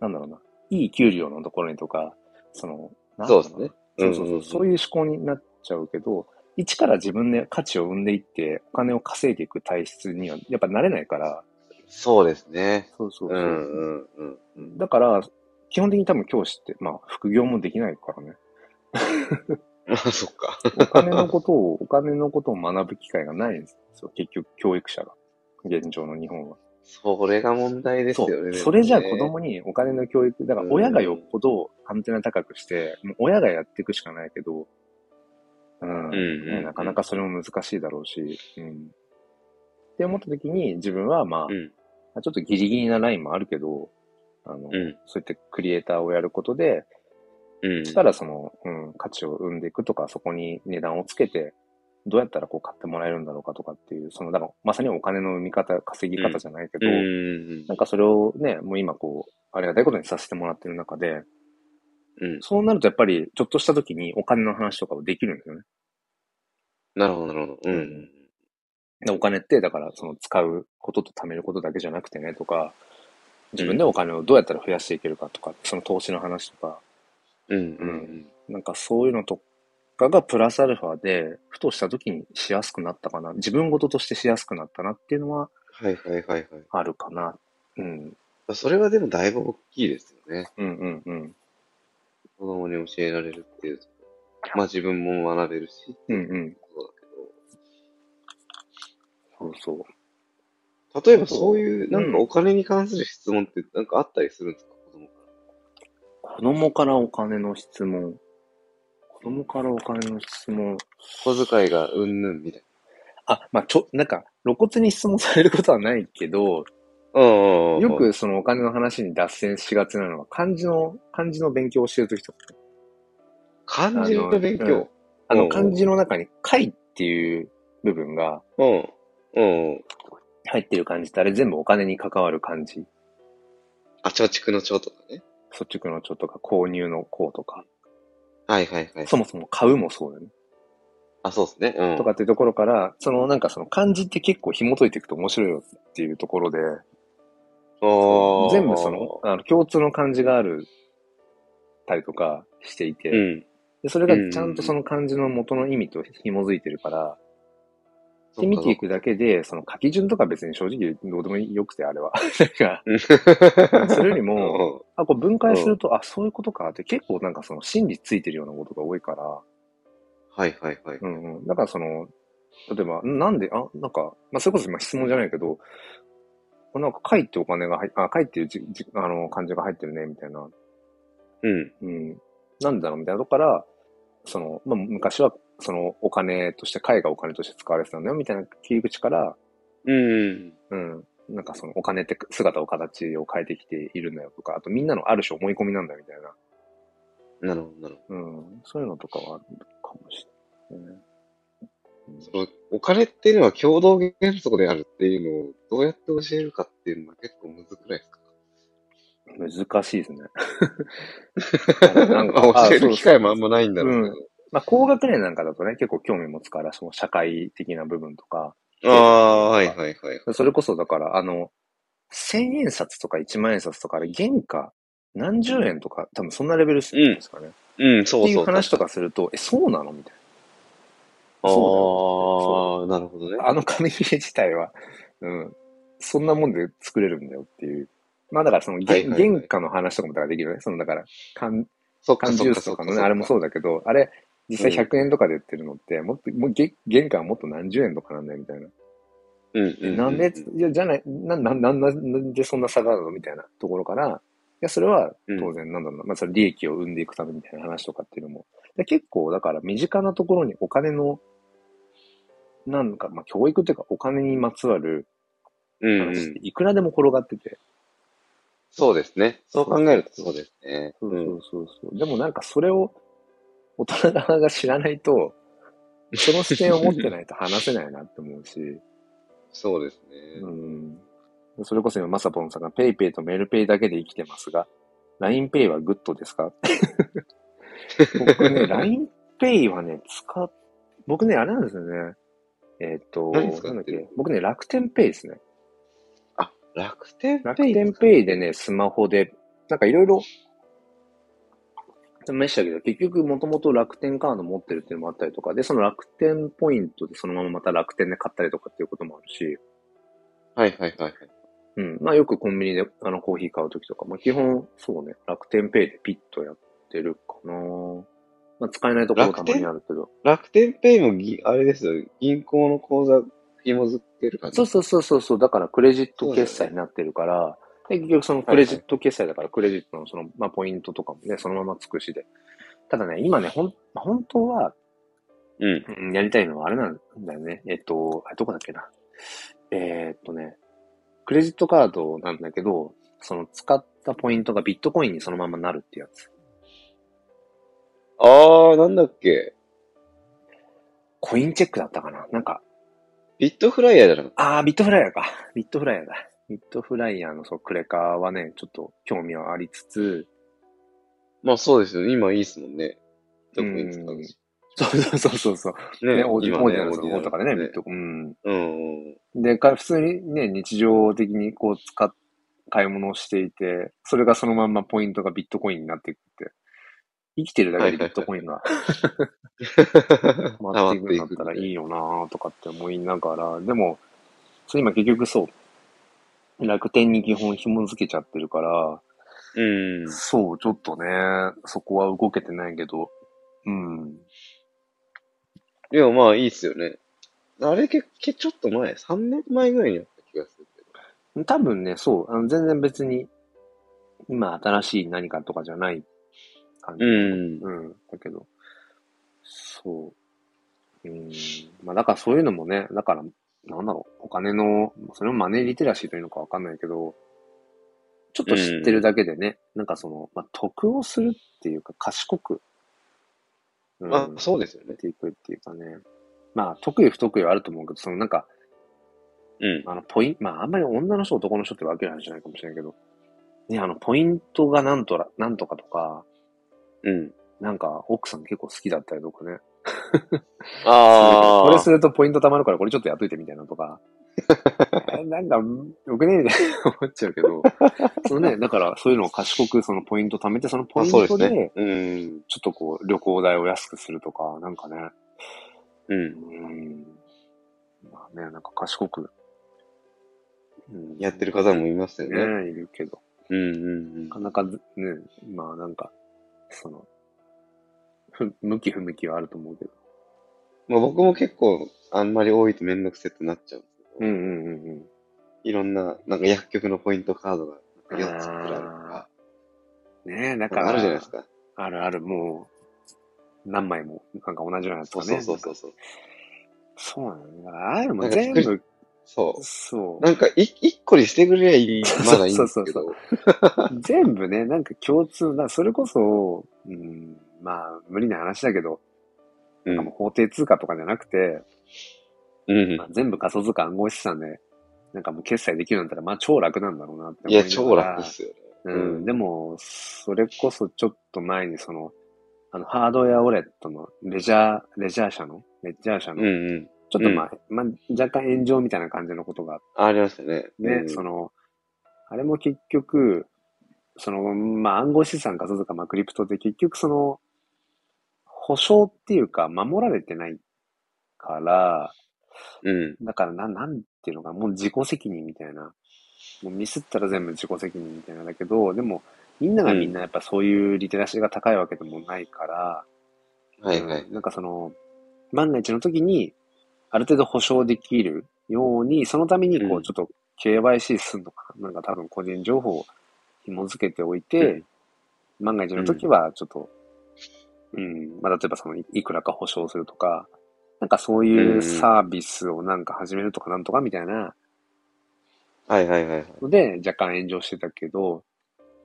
Speaker 2: なんだろうな、いい給料のところにとか、その、なんだ
Speaker 1: そ
Speaker 2: ろ
Speaker 1: うですね。
Speaker 2: そうそうそう、そう
Speaker 1: い
Speaker 2: いう思考になっちゃうけど、一から自分で価値を生んでいって、お金を稼いでいく体質にはやっぱなれないから、
Speaker 1: そうですね。
Speaker 2: そうそう
Speaker 1: う
Speaker 2: そう。
Speaker 1: ん。うん。うん。
Speaker 2: だから、基本的に多分教師って、まあ、副業もできないからね。
Speaker 1: あ、そっか。
Speaker 2: お金のこと を、お金のことを学ぶ機会がないんですよ。結局、教育者が。現状の日本は。
Speaker 1: それが問題ですよ
Speaker 2: そう。
Speaker 1: ね。
Speaker 2: それじゃあ
Speaker 1: で
Speaker 2: 子
Speaker 1: もね
Speaker 2: 供にお金の教育、だから
Speaker 1: うん
Speaker 2: 親がよっぽどアンテナ高くして、もう親がやっていくしかないけど、うん。
Speaker 1: んうん
Speaker 2: ねなかなかそれも難しいだろうし、うん。って思った時に、自分はま
Speaker 1: うん。
Speaker 2: あ、ちょっとギリギリなラインもあるけど、あの、
Speaker 1: うん。
Speaker 2: そうやってクリエイターをやることで、
Speaker 1: うん。
Speaker 2: したらその、うん、価値を生んでいくとか、そこに値段をつけて、どうやったらこう買ってもらえるんだろうかとかっていう、その、だからまさにお金の生み方、稼ぎ方じゃないけど、
Speaker 1: うん。
Speaker 2: なんかそれをね、もう今こう、ありがたいことにさせてもらってる中で、
Speaker 1: うん。
Speaker 2: そうなるとやっぱり、ちょっとした時にお金の話とかをできるんですよね。
Speaker 1: なるほど、なるほど。うん。
Speaker 2: でお金って、だからその使うことと貯めることだけじゃなくてねとか、自分でお金をどうやったら増やしていけるかとか、その投資の話とか、
Speaker 1: うん。
Speaker 2: なんかそういうのとかがプラスアルファで、ふとした時にしやすくなったかな。自分事としてしやすくなったなっていうのは
Speaker 1: はいはいはいはい。
Speaker 2: あるかな。うん。
Speaker 1: それはでもだいぶ大きいですよね。
Speaker 2: うんうんうん。
Speaker 1: 子供に教えられるっていう。まあ自分も学べるしって
Speaker 2: う
Speaker 1: い
Speaker 2: んうん。
Speaker 1: ことだけど。
Speaker 2: そうそう。
Speaker 1: 例えばそういう、なんか
Speaker 2: うん
Speaker 1: お金に関する質問ってなんかあったりするんですか子供か
Speaker 2: 子子供からお金の質問。子供からお金の質問。
Speaker 1: 小遣いがうんぬんみたい
Speaker 2: あ、まあ、ちょ、なんか、露骨に質問されることはないけど、
Speaker 1: な。うん
Speaker 2: よ、くそのお金の話に脱線しがちなのは、漢字の、漢字の勉強をしてるときとか、
Speaker 1: 漢字の勉強。
Speaker 2: あ
Speaker 1: う
Speaker 2: の
Speaker 1: ん
Speaker 2: 漢字の中に、解っていう部分が
Speaker 1: うん。うん。
Speaker 2: 入ってる漢字って、あれ全部お金に関わる漢字。
Speaker 1: あ、貯蓄の貯とかね。
Speaker 2: 率直のちょとか、購入のこうとか、
Speaker 1: はいはいはい。
Speaker 2: そもそも買うもそうだよね。
Speaker 1: あ、そうですね。うん。
Speaker 2: とかっていうところから、そのなんかその漢字って結構紐解いていくと面白いよっていうところで、
Speaker 1: ああ。
Speaker 2: 全部その、あの共通の漢字があるたりとかしていて、
Speaker 1: うん。
Speaker 2: でそれがちゃんとその漢字の元の意味と紐づいてるから、で見ていくだけで、その書き順とか別に正直どうでもよくて、あれは。 なん か
Speaker 1: く
Speaker 2: それよりも、あ、こう分解すると、あ、そういうことかって結構なんかその真理ついてるようなことが多いから、
Speaker 1: はいはいはい。
Speaker 2: うんうん。だからその、例えば、んなんで、あ、なんか、まあ、それこそ今質問じゃないけど、あなんか、貝ってお金が入っあ、貝っていうじじあの漢字が入ってるね、みたいな。
Speaker 1: うん。
Speaker 2: うん。なんでだろう、みたいなとこから、その、まあ、昔は、その、お金として、貝がお金として使われてたんだよ、みたいな切り口から、
Speaker 1: うん。
Speaker 2: うん。なんかその、お金って姿を形を変えてきているんだよとか、あとみんなのある種思い込みなんだよ、みたいな。
Speaker 1: なるほど、なるほ
Speaker 2: うん。そういうのとかはあるかもしれないね。
Speaker 1: ど。その、お金っていうのは共同原則であるっていうのをどうやって教えるかっていうのが結構むずくないですか
Speaker 2: 難しいですね。
Speaker 1: なんか教える機 会もあん
Speaker 2: ま。
Speaker 1: まないんだろう
Speaker 2: まあ、高学年なんかだとね、結構興味持つから、その社会的な部分とか、
Speaker 1: けど。ああ、はいはいはい。
Speaker 2: それこそだから、あの、千円札とか一万円札とか、あれ、原価何十円とか、多分そんなレベルです
Speaker 1: うん
Speaker 2: かね。
Speaker 1: うん、そう
Speaker 2: ってい
Speaker 1: そうう。
Speaker 2: 話とかすると、え、そうなのみたい
Speaker 1: ああ
Speaker 2: そ
Speaker 1: ー、なるほどね。
Speaker 2: な。あの紙切れ自体は、うん、そんなもんで作れるんだよっていう。まあだからその、げ
Speaker 1: はいはいはい
Speaker 2: 原価の話とかもだからできるよね。そのだから、かん
Speaker 1: そっか
Speaker 2: 缶ジ
Speaker 1: そ
Speaker 2: ュ
Speaker 1: っ
Speaker 2: ー
Speaker 1: か
Speaker 2: ス
Speaker 1: そ
Speaker 2: と
Speaker 1: っ
Speaker 2: か
Speaker 1: か
Speaker 2: の
Speaker 1: そ
Speaker 2: ね、
Speaker 1: っ
Speaker 2: あれも
Speaker 1: か。
Speaker 2: そうだけど、あれ、実
Speaker 1: うん
Speaker 2: 際100円とかで売ってるのって、もっと、もうげ原価はもっと何十円とかなんだよ、みたいな。
Speaker 1: うんう
Speaker 2: え
Speaker 1: ん。
Speaker 2: なんで、いや、じゃない、な、な、な、ななんでそんな差があるのみたいなところから、いや、それは
Speaker 1: うん
Speaker 2: 当然、なんだろうな、まあ、それ利益を生んでいくためみたいな話とかっていうのも、で結構、だから、身近なところにお金の、なんか、まあ、教育っていうか、お金にまつわる
Speaker 1: うんう
Speaker 2: 話って
Speaker 1: ん。
Speaker 2: いくらでも転がってて、
Speaker 1: そうですね。そう考えるとそうですね。
Speaker 2: そう
Speaker 1: うん
Speaker 2: そうそうそう。でもなんかそれを大人側が知らないと、その視点を持ってないと話せないなって思うし、
Speaker 1: そうです
Speaker 2: う
Speaker 1: ね。
Speaker 2: ん。それこそ今、まさぽんさんが PayPay とメルペイだけで生きてますが、LINEPay はグッドで すか僕ね、LINEPay はね、使っ、僕ね、あれなんですよね。えっ、と、
Speaker 1: 何使
Speaker 2: なんだ
Speaker 1: っ
Speaker 2: って
Speaker 1: る
Speaker 2: け、僕ね、楽天 Pay ですね。
Speaker 1: あ、楽天
Speaker 2: 楽
Speaker 1: ペイ
Speaker 2: 天ペイでね、スマホで、なんかいろいろ、試したけど、結局もともと楽天カード持ってるっていうのもあったりとか、で、その楽天ポイントでそのまままた楽天で買ったりとかっていうこともあるし、
Speaker 1: はいはいはいはい。
Speaker 2: うん。まあよくコンビニであのコーヒー買うときとか、まあ基本そうね、楽天ペイでピッとやってるかなまあ使えないところたまにあるけど。
Speaker 1: 楽天ペイもぎ、あれですよ、銀行の口座紐づける感じ。
Speaker 2: そうそうそうそうそう、だからクレジット決済になってるから、で結局そのクレジット決済だからクレジットのその、まあ、ポイントとかもね、そのままつくしで。ただね、今ね、ほん、本当は、
Speaker 1: うん。
Speaker 2: うんやりたいのはあれなんだよね。えっと、あどこだっけな。えーっとね、クレジットカードなんだけど、その使ったポイントがビットコインにそのままなるってやつ。
Speaker 1: あー、なんだっけ。
Speaker 2: コインチェックだったかななんか、
Speaker 1: ビットフライヤーじゃなくて。
Speaker 2: あー、ビットフライヤーか。ビットフライヤーだ。ビットフライヤーのそうクレカはね、ちょっと興味はありつつ、
Speaker 1: まあそうですよね。今いいっすもんね。どこに使うし。
Speaker 2: そうそうそうそうそう。
Speaker 1: ね
Speaker 2: ね、オーディ
Speaker 1: 今
Speaker 2: オーディナ
Speaker 1: オ
Speaker 2: ル
Speaker 1: ー
Speaker 2: ズ
Speaker 1: ディ
Speaker 2: の
Speaker 1: ナル
Speaker 2: 方
Speaker 1: ズ
Speaker 2: とかでね、ビ
Speaker 1: ね
Speaker 2: ットコイン
Speaker 1: うんうん。
Speaker 2: うん。で、か普通にね、日常的にこう使っ、買い物をしていて、それがそのまんまポイントがビットコインになっていくって、生きてるだけでビットコインが回っていくんだったらいいよなぁとかって思いながら、でも、そう今結局そう、楽天に基本紐づけちゃってるから、
Speaker 1: うん。
Speaker 2: そう、ちょっとね、そこは動けてないけど、うん。
Speaker 1: でもまあいいっすよね。あれけ、け、ちょっと前、3年前ぐらいにやった気がするけど。
Speaker 2: 多分ね、そう、あの全然別に、今新しい何かとかじゃない感じ。
Speaker 1: うん。
Speaker 2: うん。だけど、そう。うん。まあ、だからそういうのもね、だから、なんだろう、お金の、それもマネーリテラシーというのかわかんないけど、ちょっと知ってるだけでね、なんかその、まあ、得をするっていうか、賢く、うん、
Speaker 1: まあ、そうですよね
Speaker 2: っ。ていくっていうかね。まあ、得意不得意はあると思うけど、そのなんか、
Speaker 1: うん。
Speaker 2: あの、ポイント、まあ、あんまり女の人、男の人って分ける話じゃないかもしれないけど、ね、あの、ポイントがなんとら、なんとかとか、
Speaker 1: うん。
Speaker 2: なんか、奥さん結構好きだったりとかね。
Speaker 1: ああ。
Speaker 2: これするとポイント貯まるから、これちょっとやっといてみたいなとか。 えなんか、よくねみたいな思っちゃう けど、そのね、だから、そういうのを賢く、そのポイント貯めて、そのポイン
Speaker 1: まあそ
Speaker 2: ト
Speaker 1: うです
Speaker 2: で、
Speaker 1: うん。
Speaker 2: ちょっとこう、旅行代を安くするとか、なんかね、
Speaker 1: うん。
Speaker 2: うん。まあね、なんか賢く、うん
Speaker 1: やってる方もいますよ
Speaker 2: ね
Speaker 1: ね。、
Speaker 2: いるけど。
Speaker 1: うんうん
Speaker 2: なかなかずね、まあなんか、その、 ふ、向き不向きはあると思うけど。
Speaker 1: まあ僕も結構、あんまり多いとめんどくせえってなっちゃうんですけど、
Speaker 2: うんうんうんうん。
Speaker 1: いろんな、なんか薬局のポイントカードが4つくらいとか
Speaker 2: あ、ねえ、だ
Speaker 1: なん
Speaker 2: か、
Speaker 1: からあるじゃないですか。
Speaker 2: あるある、もう、何枚も、なんか同じようなやつ
Speaker 1: そう
Speaker 2: とか
Speaker 1: そ
Speaker 2: ね。
Speaker 1: うそうそうそう。
Speaker 2: そうなんだ。ああいうのも
Speaker 1: なんか
Speaker 2: 全部、
Speaker 1: そ。
Speaker 2: そう
Speaker 1: なんか、い一個にしてくれりゃいい、まだいいんです
Speaker 2: そう
Speaker 1: け
Speaker 2: そう
Speaker 1: ど。
Speaker 2: う。全部ね、なんか共通な、それこそ、うん、まあ、無理な話だけど、
Speaker 1: う。
Speaker 2: なんかもうん法定通貨とかじゃなくて、
Speaker 1: うん
Speaker 2: まあ、。全部仮想通貨暗号資産で、なんかもう決済できるんだったら、まあ超楽なんだろうなって思
Speaker 1: い
Speaker 2: な
Speaker 1: や、
Speaker 2: がら
Speaker 1: 超楽っすよね。
Speaker 2: うん、
Speaker 1: うん
Speaker 2: でも、それこそちょっと前にその、あの、ハードウェアウォレットのレジャー、レジャー社の、レジャー社
Speaker 1: う
Speaker 2: の、
Speaker 1: んうん。
Speaker 2: ちょっとまあ、まあ、若干炎上みたいな感じのことがあっ
Speaker 1: ありましたね。
Speaker 2: て、
Speaker 1: うん
Speaker 2: その、あれも結局、その、まあ、暗号資産仮想通貨、まあ、クリプトって結局その、保証っていうか、守られてないから、
Speaker 1: うん。
Speaker 2: だからな、なんていうのかな、もう自己責任みたいな。もうミスったら全部自己責任みたいなんだけど、でも、みんながみんなやっぱそういうリテラシーが高いわけでもないから、
Speaker 1: はいはい
Speaker 2: うん。なんかその、万が一の時に、ある程度保証できるように、そのためにこ
Speaker 1: うん
Speaker 2: う、ちょっと KYC すんのかな、なんか多分個人情報を紐付けておいて、万が一の時はちょっと、うん、まあ、例えばその、いいくらか保証するとか、なんかそういうサービスをなんか始めるとかなんとかみたいな
Speaker 1: はいはいはいはい。
Speaker 2: ので、若干炎上してたけど、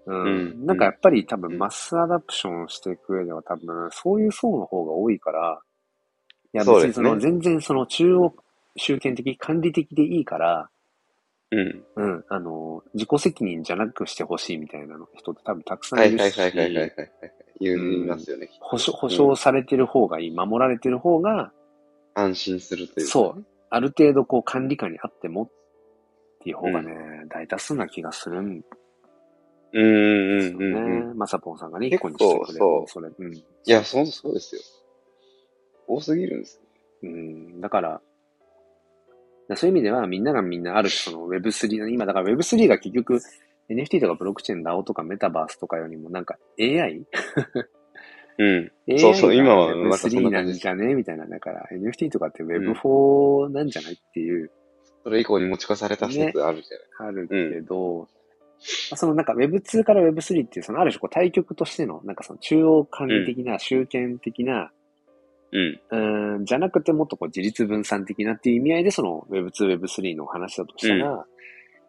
Speaker 2: うん、
Speaker 1: うん
Speaker 2: なんかやっぱり多
Speaker 1: う
Speaker 2: 分
Speaker 1: ん
Speaker 2: マスアダプションをしていく上では多分、そういう層の方が多いから、いや別
Speaker 1: そうで
Speaker 2: に
Speaker 1: す
Speaker 2: そ
Speaker 1: ね
Speaker 2: の、全然その中央集権的、管理的でいいから、
Speaker 1: うん。
Speaker 2: うん、あの、自己責任じゃなくしてほしいみたいな人って多分たくさ
Speaker 1: は
Speaker 2: ん
Speaker 1: い
Speaker 2: いる
Speaker 1: はいはいはいはいはい
Speaker 2: し、
Speaker 1: はい。言いますよね。きっと
Speaker 2: 保証、保
Speaker 1: う
Speaker 2: 証
Speaker 1: ん
Speaker 2: されてる方がいい、守られてる方が、
Speaker 1: 安心するというか。
Speaker 2: そう、ある程度こう管理下にあってもっていう方がね、大多数な気がするん
Speaker 1: うんう
Speaker 2: ですよ
Speaker 1: んうんうん。
Speaker 2: ね。まさぽんさんがね、一
Speaker 1: 結
Speaker 2: 個
Speaker 1: 構
Speaker 2: にしてくれる。
Speaker 1: そう
Speaker 2: それ。うん。
Speaker 1: いや、そう、そうですよ。多すぎるんですよ。
Speaker 2: うん、だから、そういう意味ではみんながみんなある種その Web3 の、今だから Web3 が結局 NFT とかブロックチェーン、DAO とかメタバースとかよりもなんか AI?
Speaker 1: うん。
Speaker 2: AI
Speaker 1: そうそう
Speaker 2: が
Speaker 1: 今はなんかそん
Speaker 2: Web3
Speaker 1: な
Speaker 2: な
Speaker 1: 感じ
Speaker 2: んじゃねみたいな。だから、NFT とかって
Speaker 1: ん
Speaker 2: Web4 なんじゃないっていう、
Speaker 1: それ以降に持ち越された説あるじ
Speaker 2: あるけど、まあそのなんか Web2 から Web3 っていう、そのある種こう対局としての、なんかその中央管理的な、集権的な、
Speaker 1: ゃない。
Speaker 2: うん、じゃなくてもっとこう自立分散的なっていう意味合いで、その Web2、Web3 の話だとしたら、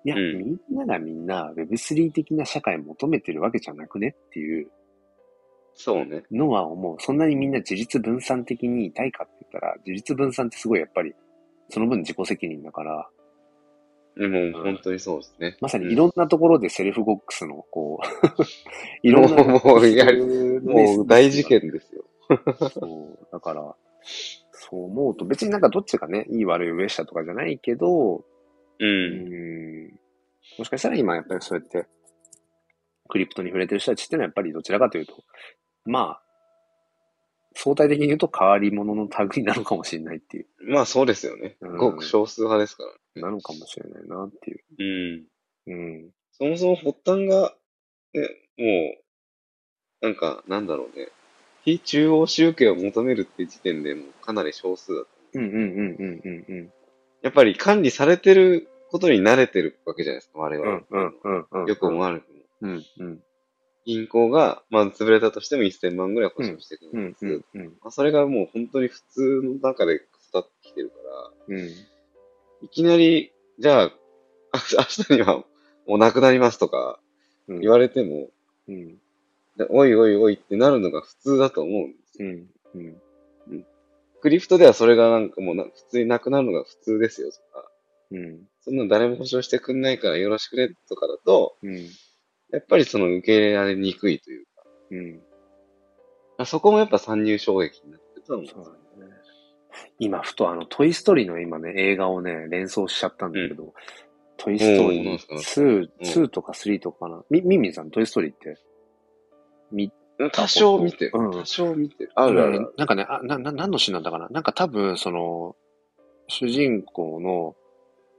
Speaker 2: いや、
Speaker 1: うん
Speaker 2: みんながみんな Web3 的な社会求めてるわけじゃなくねっていう
Speaker 1: そうね。
Speaker 2: のは思う。そんなにみんな自立分散的にいたいかって言ったら、自立分散ってすごいやっぱり、その分自己責任だから、
Speaker 1: でも、本当にそうですね。
Speaker 2: まさに
Speaker 1: うん
Speaker 2: いろんなところでセルフボックスの、こ う、いろんな。
Speaker 1: もういや
Speaker 2: も
Speaker 1: もう大事。件ですよ。
Speaker 2: そう、だから、そう思うと、別になんかどっちがね、いい悪い上下とかじゃないけど、
Speaker 1: う
Speaker 2: うー
Speaker 1: ん。
Speaker 2: ん、もしかしたら今やっぱりそうやって、クリプトに触れてる人たちってのはやっぱりどちらかというと、まあ、相対的に言うと変わり者の類なのかもしれないっていう、
Speaker 1: まあ、そうですよね。
Speaker 2: うん
Speaker 1: ごく少数派ですから。
Speaker 2: なのかもしれないなっていう。
Speaker 1: うん。
Speaker 2: うん。
Speaker 1: そもそも発端が、ね、もう、なんか、なんだろうね。非中央集権を求めるって時点でもうかなり少数だと。
Speaker 2: うんうんうんうんうんうん。
Speaker 1: やっぱり管理されてることに慣れてるわけじゃないですか、我
Speaker 2: う
Speaker 1: 々
Speaker 2: ん。うんうんうん。
Speaker 1: よく思われても。
Speaker 2: うんうん。
Speaker 1: 銀行が、まあ、潰れたとしても1000万ぐらい保証してく
Speaker 2: う
Speaker 1: れるん
Speaker 2: ん
Speaker 1: で、す。
Speaker 2: うん、うん、
Speaker 1: まあ、それがもう本当に普通の中で育ってきてるから、
Speaker 2: うん。
Speaker 1: いきなり、じゃあ、あ明日にはもうなくなりますとか
Speaker 2: うん
Speaker 1: 言われても、
Speaker 2: うん、
Speaker 1: でおいおいおいってなるのが普通だと思うんです
Speaker 2: う
Speaker 1: よ。
Speaker 2: ん、うん。
Speaker 1: クリプトではそれがなんかもうな普通になくなるのが普通ですよとか、
Speaker 2: うん、
Speaker 1: そんなの誰も保証してくんないからよろしくねとかだと、
Speaker 2: うん、
Speaker 1: やっぱりその受け入れられにくいというか、
Speaker 2: うん。
Speaker 1: まあそこもやっぱ参入障壁になってるとは思うん
Speaker 2: そ
Speaker 1: で
Speaker 2: う
Speaker 1: すよ。
Speaker 2: だね。今、ふとあの、トイストーリーの今ね、映画をね、連想しちゃったんだけど、トイストーリ
Speaker 1: おーなん
Speaker 2: ー
Speaker 1: すかなん
Speaker 2: 2、
Speaker 1: うん
Speaker 2: 2とか3とかかな。み、みみんさん、トイストーリーって、み、
Speaker 1: うん多少見てる。
Speaker 2: うん
Speaker 1: 多少見てる。あるあるある。
Speaker 2: なんかね、あ、な、な、何のシーンなんだかななんか多分、その、主人公の、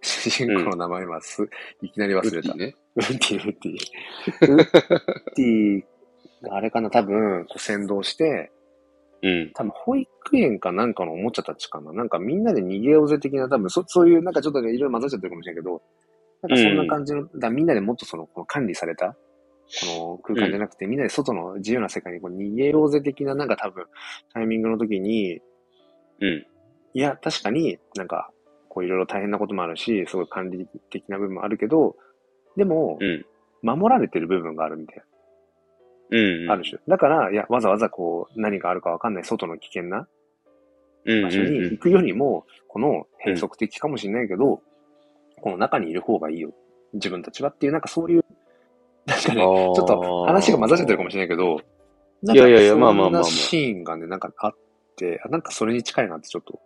Speaker 2: 主人公の名前はす、いきなり忘
Speaker 1: ウ
Speaker 2: れ
Speaker 1: ッデ
Speaker 2: た
Speaker 1: ィ。ね。
Speaker 2: ウッディ、ウッディ。ウッディがあれかな多分、こう先導して、
Speaker 1: うん。
Speaker 2: 多分保育園かなんかのおもちゃたちかな。なんかみんなで逃げようぜ的な、多分そそういう、なんかちょっとね、いろいろ混ざっちゃってるかもしれないけど、なんかそんな感じの、だからみんなでもっとその、この管理された、この空間じゃなくて、みんなで外の自由な世界にこう逃げようぜ的な、なんか多分、タイミングの時に、
Speaker 1: うん。
Speaker 2: いや、確かになんか、こういろいろ大変なこともあるし、すごい管理的な部分もあるけど、でも、
Speaker 1: うん。
Speaker 2: 守られてる部分があるみたいな。
Speaker 1: うん。
Speaker 2: ある種。だから、いや、わざわざこう、何があるかわかんない外の危険な
Speaker 1: うん。
Speaker 2: 場
Speaker 1: うん
Speaker 2: 所に
Speaker 1: う
Speaker 2: 行
Speaker 1: ん。
Speaker 2: くよりも、この閉塞的かもしれないけど、この中にいる方がいいよ。自分たちはっていう、なんかそういう、なんかね、ち
Speaker 1: あー
Speaker 2: ょっと話が混ざっちゃってるかもしれないけど、なん
Speaker 1: いやいやいやまあ
Speaker 2: そん
Speaker 1: まあまあまあ
Speaker 2: なシーンがね、なんかあって、あなんかそれに近いなってちょっと、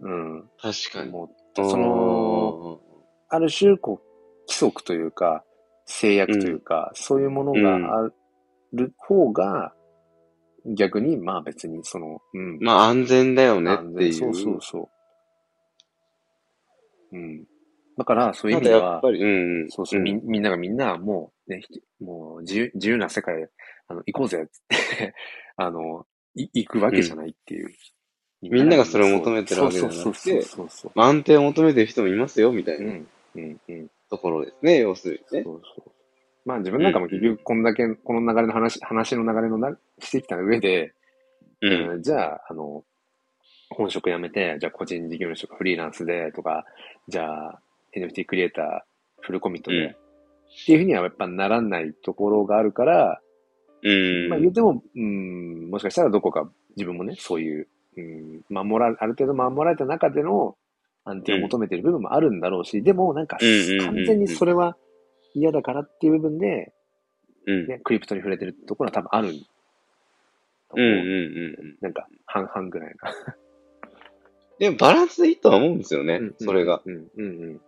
Speaker 2: うん、
Speaker 1: 確かに。
Speaker 2: 思った。その、ある種、こう、規則というか、制約というか、そういうものがある方が、逆に、まあ別に、その、うん、
Speaker 1: まあ安全だよね
Speaker 2: 安
Speaker 1: って
Speaker 2: 全
Speaker 1: いう。
Speaker 2: そうそうそう。うん。だから、そういう意
Speaker 1: た
Speaker 2: 味
Speaker 1: だ
Speaker 2: で
Speaker 1: や
Speaker 2: は
Speaker 1: っぱ、り、うんん。
Speaker 2: そうそう、
Speaker 1: ん
Speaker 2: みみんながみんな、もう、ね、ひもう自由、自由な世界、あの、行こうぜ、つって、 あの、い行くわけじゃないっていう。
Speaker 1: みんながそれを求めてるわけじゃなくて
Speaker 2: そうそうそうそう
Speaker 1: まあ安定を求めてる人もいますよ、みた
Speaker 2: そう。、
Speaker 1: いうなん
Speaker 2: うん、うん。
Speaker 1: ところですね、要するに
Speaker 2: そう
Speaker 1: ね。
Speaker 2: そう。まあ自分なんかも結局こんだけ、この流れの話、話の流れのな、してきた上で、
Speaker 1: うん。
Speaker 2: うんじゃあ、あの、本職辞めて、じゃあ個人事業主とかフリーランスでとか、じゃあ NFT クリエイターフルコミットで、
Speaker 1: うん
Speaker 2: っていうふうにはやっぱならないところがあるから、
Speaker 1: うん。
Speaker 2: まあ言うても、うん、もしかしたらどこか自分もね、そういう、うん、守ら、ある程度守られた中での安定を求めている部分もあるんだろうし、でもなんか
Speaker 1: うんうんうんうん
Speaker 2: 完全にそれは嫌だからっていう部分で、
Speaker 1: うん。
Speaker 2: ね、クリプトに触れてるところは多分ある。
Speaker 1: うんうんうんうん。
Speaker 2: なんか半々ぐらいな。
Speaker 1: でもバランスいいとは思うんですよね
Speaker 2: うん、
Speaker 1: それが。。
Speaker 2: うんうんうん。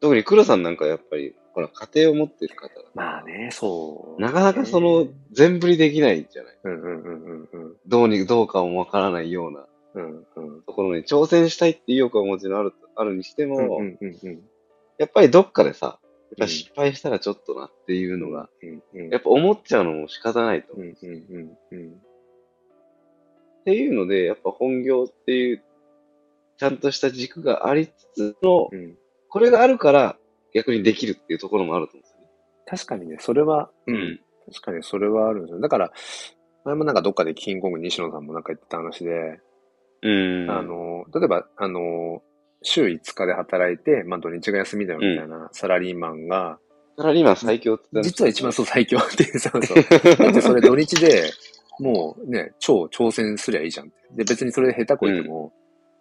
Speaker 1: 特に黒さんなんかやっぱり、ほら、家庭を持ってる方だから
Speaker 2: まあね、そう。
Speaker 1: なかなかその、全振りできないじゃない。
Speaker 2: うんうんうんうんうん。
Speaker 1: どうに、どうかもわからないような
Speaker 2: うんうん。
Speaker 1: ところに挑戦したいっていう意欲はもちろんある、あるにしても、
Speaker 2: うんうんうん。
Speaker 1: やっぱりどっかでさ、やっぱ
Speaker 2: うん
Speaker 1: 失敗したらちょっとなっていうのが、
Speaker 2: うんうん。
Speaker 1: やっぱ思っちゃうのも仕方ないと
Speaker 2: う
Speaker 1: 思う。
Speaker 2: んうんうんうん。
Speaker 1: っていうので、やっぱ本業っていう、ちゃんとした軸がありつつの、
Speaker 2: うん
Speaker 1: これがあるから逆にできるっていうところもあると思うんですよね。
Speaker 2: 確かにね、それは、う。
Speaker 1: うん
Speaker 2: 確かにそれはあるんですよ。だから、前もなんかどっかでキングコング西野さんもなんか言ってた話で、
Speaker 1: うん。
Speaker 2: あ、の、例えば、あの、週5日で働いて、まあ土日が休みだよみたいなサラリーマンが、
Speaker 1: サラリーマン最強って言って
Speaker 2: 実は一番そう最強っていう、そう そう。だってそれ土日で、もうね、超挑戦すりゃいいじゃんって。で、別にそれで下手こいても、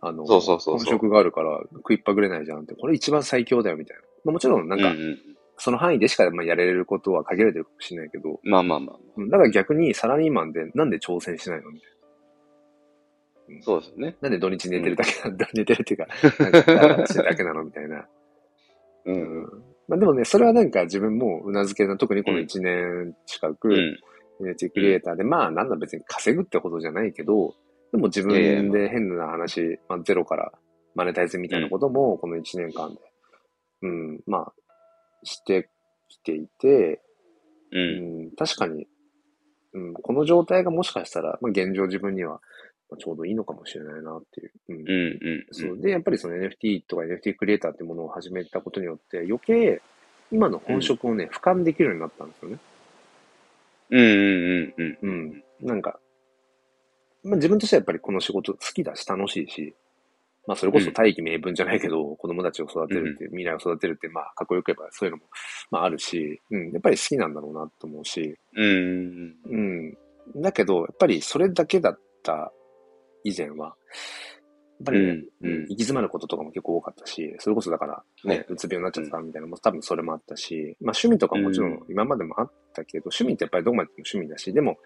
Speaker 2: あの、
Speaker 1: そうそうそうそう
Speaker 2: 本職があるから食いっぱぐれないじゃんって。これ一番最強だよみたいな。まあ、もちろんなん
Speaker 1: う
Speaker 2: か
Speaker 1: ん、うん。
Speaker 2: その範囲でしかまあやれることは限られてるかもしれないけど、
Speaker 1: まあまあまあま
Speaker 2: うんだから逆にサラリーマンでなんで挑戦しないのみたい
Speaker 1: あ。そうですよね。
Speaker 2: な。なんで土日寝てるだけなんだ、寝てるっていうか、なんかダラダラしてるだけなのみたいな。
Speaker 1: う。
Speaker 2: うんまあ、でもね、それはなんか自分もうなずけな、特にこの1年近く、
Speaker 1: うん。うん。
Speaker 2: NFT クリエイターで、まあ、なんだ別に稼ぐってほどじゃないけど、でも自
Speaker 1: いやい
Speaker 2: 分
Speaker 1: や
Speaker 2: で変な話、まあ、ゼロからマネタイズみたいなことも、この1年間で、うん、まあ、してきていて、
Speaker 1: う。
Speaker 2: うんん、確かに、うん、この状態がもしかしたら、まあ、現状自分にはまあちょうどいいのかもしれないなっていう。うん
Speaker 1: うん。うん。
Speaker 2: そう。で、やっぱりその NFT とか NFT クリエイターってものを始めたことによって、余計、今の本職をね、俯瞰できるようになったんですよね。
Speaker 1: うんうんうんうん。
Speaker 2: うん。なんか、まあ、自分としてはやっぱりこの仕事好きだし楽しいし、まあそれこそ大義名分じゃない けど、子供たちを育てるって、未来を育てるって、まあかっこよく言えばそういうのも、まああるし、うん、やっぱり好きなんだろうなと思うし、
Speaker 1: うん
Speaker 2: うん。だけど、やっぱりそれだけだった以前は、やっぱ
Speaker 1: うんう
Speaker 2: りね、
Speaker 1: ん。うんうん
Speaker 2: 行き詰まることとかも結構多かったし、それこそだから、
Speaker 1: はい
Speaker 2: ね、うつ病になっちゃったみたいなのも多分それもあったし、まあ趣味とかももちろ
Speaker 1: うん
Speaker 2: ん今までもあったけど、趣味ってやっぱりどこまでも趣味だし、でも、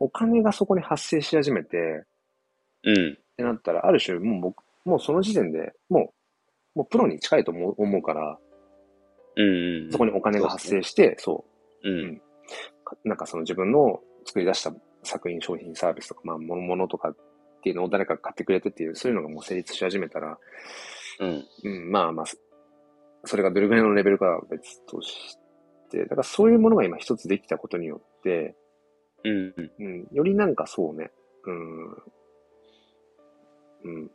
Speaker 2: お金がそこに発生し始めて、っ
Speaker 1: うん。
Speaker 2: てなったら、ある種、もう僕、もうその時点でもう、もうプロに近いと思う思うから、
Speaker 1: うんうん。
Speaker 2: そこにお金が発生して、そう
Speaker 1: うん。
Speaker 2: かなんかその自分の作り出した作品、商品、サービスとか、まあ、ものものとかっていうのを誰かが買ってくれてっていう、そういうのがもう成立し始めたら、
Speaker 1: うん。
Speaker 2: うん、まあまあ、そそれがどれぐらいのレベルかは別として、だからそういうものが今一つできたことによって、
Speaker 1: うんうん。
Speaker 2: うん、よりなんかそうね、うん、うん、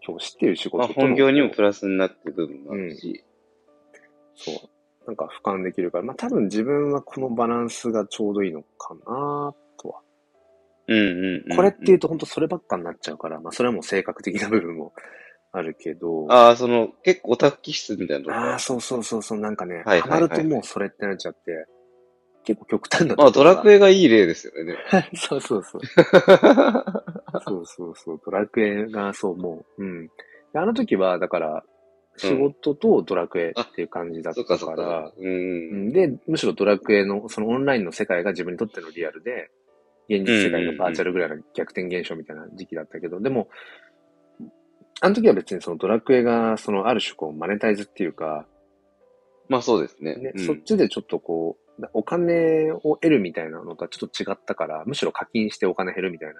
Speaker 2: 教師っていう仕
Speaker 1: ま
Speaker 2: 事
Speaker 1: あ
Speaker 2: との
Speaker 1: 本業にもプラスになってる部分もあるし。
Speaker 2: そう、なんか俯瞰できるから、まあ多分自分はこのバランスがちょうどいいのかなとは
Speaker 1: うんうんうん。
Speaker 2: これって言うと本当そればっかになっちゃうから、まあそれはもう性格的な部分もあるけど、
Speaker 1: ああ、その、結構オタク気質みたいなの
Speaker 2: あー、そうそうそうそう、なんかね、
Speaker 1: はい
Speaker 2: ハ
Speaker 1: はい
Speaker 2: マ
Speaker 1: はい
Speaker 2: るともうそれってなっちゃって、結構極端なとこ
Speaker 1: まあドラク
Speaker 2: エ
Speaker 1: エがいい例ですよね。でも
Speaker 2: そうそう そう。そうそうそう、ドラクエがそう、もう、うん。であの時は、だから、仕事とドラクエっていう感じだっ
Speaker 1: そったかそ
Speaker 2: か、。
Speaker 1: っからう。
Speaker 2: うんん、で、むしろドラクエの、そのオンラインの世界が自分にとってのリアルで、現実世界のバーチャルぐらいの逆転現象みたいな時期だったけど、でも、あの時は別にそのドラクエが、そのある種こうマネタイズっていうか、
Speaker 1: まあそうですね。
Speaker 2: ね
Speaker 1: うん
Speaker 2: そっちでちょっとこう、お金を得るみたいなのとはちょっと違ったから、むしろ課金してお金減るみたい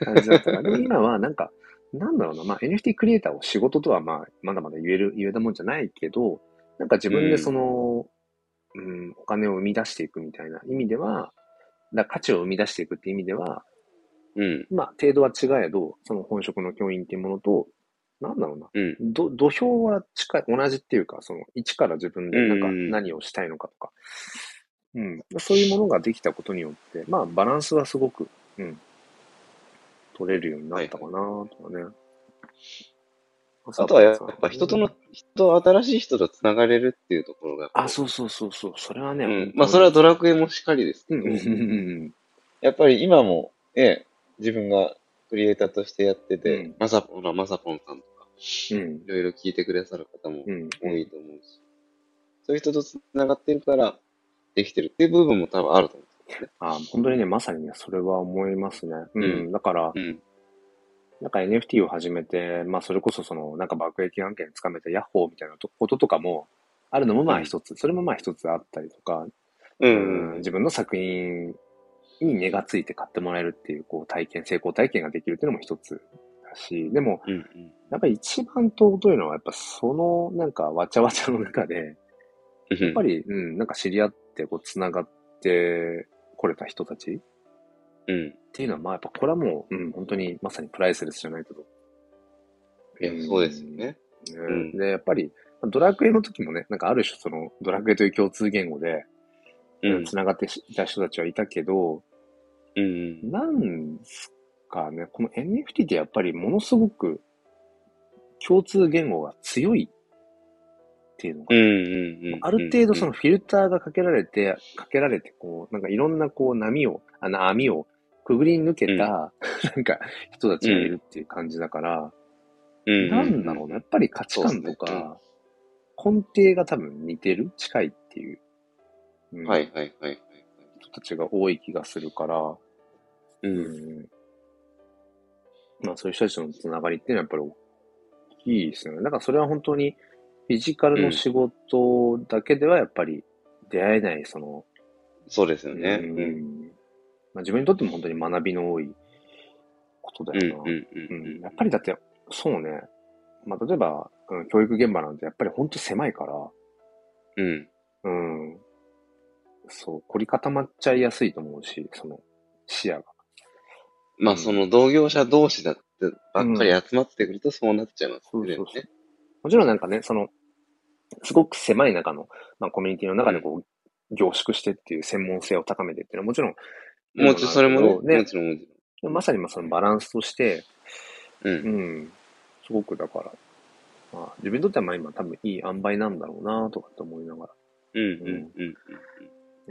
Speaker 2: な 感じだったから、でも今はなんか、なんだろうな、まあ NFT クリエイターを仕事とはまあ、まだまだ言える、言えたもんじゃないけど、なんか自分でその、うん、お金を生み出していくみたいな意味では、だから価値を生み出していくって意味では、
Speaker 1: うん。
Speaker 2: まあ程度は違えど、その本職の教員っていうものと、なんだろうな、
Speaker 1: うん。
Speaker 2: ど土俵は近い、同じっていうか、その、一から自分でなんか
Speaker 1: うんうんうん
Speaker 2: 何をしたいのかとか、うん、そういうものができたことによって、まあ、バランスはすごく、うん、取れるようになったかな、とかね。
Speaker 1: あとはやっぱ人との、人と新しい人と繋がれるっていうところが。
Speaker 2: あ、そうそうそうそう、それはね、
Speaker 1: う
Speaker 2: 本当
Speaker 1: ん
Speaker 2: に。
Speaker 1: まあそれはドラクエもしっかりですけ
Speaker 2: うん、
Speaker 1: ど
Speaker 2: うん、う、ん、
Speaker 1: やっぱり今も、ええ、自分がクリエイターとしてやって
Speaker 2: う
Speaker 1: て
Speaker 2: ん、
Speaker 1: まさほら、まさぽんさんとか、
Speaker 2: うん
Speaker 1: い、ろいろ聞いてくださる方も
Speaker 2: うん、
Speaker 1: 多いと思うし、そういう人と繋がってるから、できてるっていう部分も多分あると思
Speaker 2: あ、本当にね、まさにね、それは思いますね。うん、
Speaker 1: うん
Speaker 2: だから、
Speaker 1: う。うん。
Speaker 2: なんか NFT を始めて、まあそれこそその、なんか爆撃案件つかめてヤッホーみたいなとこととかも、あるのもまあ一つ、それもまあ一つあったりとか、
Speaker 1: う
Speaker 2: うん
Speaker 1: ん。
Speaker 2: 自分の作品に値がついて買ってもらえるっていう、こう体験、成功体験ができるっていうのも一つだし、でも、
Speaker 1: うん。
Speaker 2: やっぱり一番尊いのは、やっぱその、なんかわちゃわちゃの中で、
Speaker 1: や
Speaker 2: やっぱ、り、うん、なんか知り合って、こう、繋がってこれた人たちっ
Speaker 1: うん。
Speaker 2: ていうのは、まあやっぱこれはもう、うん、本当にまさにプライスレスじゃないけど、
Speaker 1: いや、そうですよね。
Speaker 2: ね
Speaker 1: うん
Speaker 2: で、やっぱり、ドラクエの時もね、なんかある種その、ドラクエという共通言語で、
Speaker 1: うん。
Speaker 2: 繋がっていた人たちはいたけど、
Speaker 1: うん。
Speaker 2: なんすかね、この NFT ってやっぱりものすごく共通言語が強いっていうの
Speaker 1: う
Speaker 2: が、
Speaker 1: ん。うん。
Speaker 2: ある程度その、フィルターがかけられて、かけられて、こう、なんかいろんなこう波を、あの網をくぐり抜けた、
Speaker 1: うん
Speaker 2: なんか人たちがいるっていう感じだから、
Speaker 1: うん。
Speaker 2: なんだろうな、やっぱり価値観
Speaker 1: そ
Speaker 2: と
Speaker 1: うっ
Speaker 2: か、根底が多分似てる近いっていう、うん
Speaker 1: はいはいはいはい。
Speaker 2: 人たちが多い気がするから、
Speaker 1: う。
Speaker 2: うんんまあそういう人たちのつながりっていうのはやっぱり大きいですよね。だからそれは本当にフィジカルの仕事だけではやっぱり出会えない、その、
Speaker 1: そうですよね。
Speaker 2: うん
Speaker 1: うん。
Speaker 2: まあ、自分にとっても本当に学びの多いことだ
Speaker 1: うん。
Speaker 2: よな。
Speaker 1: うん。
Speaker 2: う
Speaker 1: うんん。
Speaker 2: やっぱりだって、そうね。まあ、例えば、うん教育現場なんてやっぱり本当狭いから、
Speaker 1: うん。
Speaker 2: うん。そう、凝り固まっちゃいやすいと思うし、その、視野が。
Speaker 1: まあ、その同業者同士だってばっかり集まってくるとそうなっちゃいます
Speaker 2: そ
Speaker 1: よ
Speaker 2: う
Speaker 1: ね。
Speaker 2: そうそう。もちろんなんかね、その、すごく狭い中の、まあ、コミュニティの中でこう、凝縮してっていう専門性を高めてっていうのはもちろん、
Speaker 1: もちろん、それもね。
Speaker 2: ね
Speaker 1: もちろん、もち
Speaker 2: まさにまあそのバランスとして、
Speaker 1: ろん。う。
Speaker 2: うんん、すごくだから、まあ、自分にとってはまあ今多分いい塩梅なんだろうなとかって思いながら、
Speaker 1: うん、うん、うんうん。
Speaker 2: ね、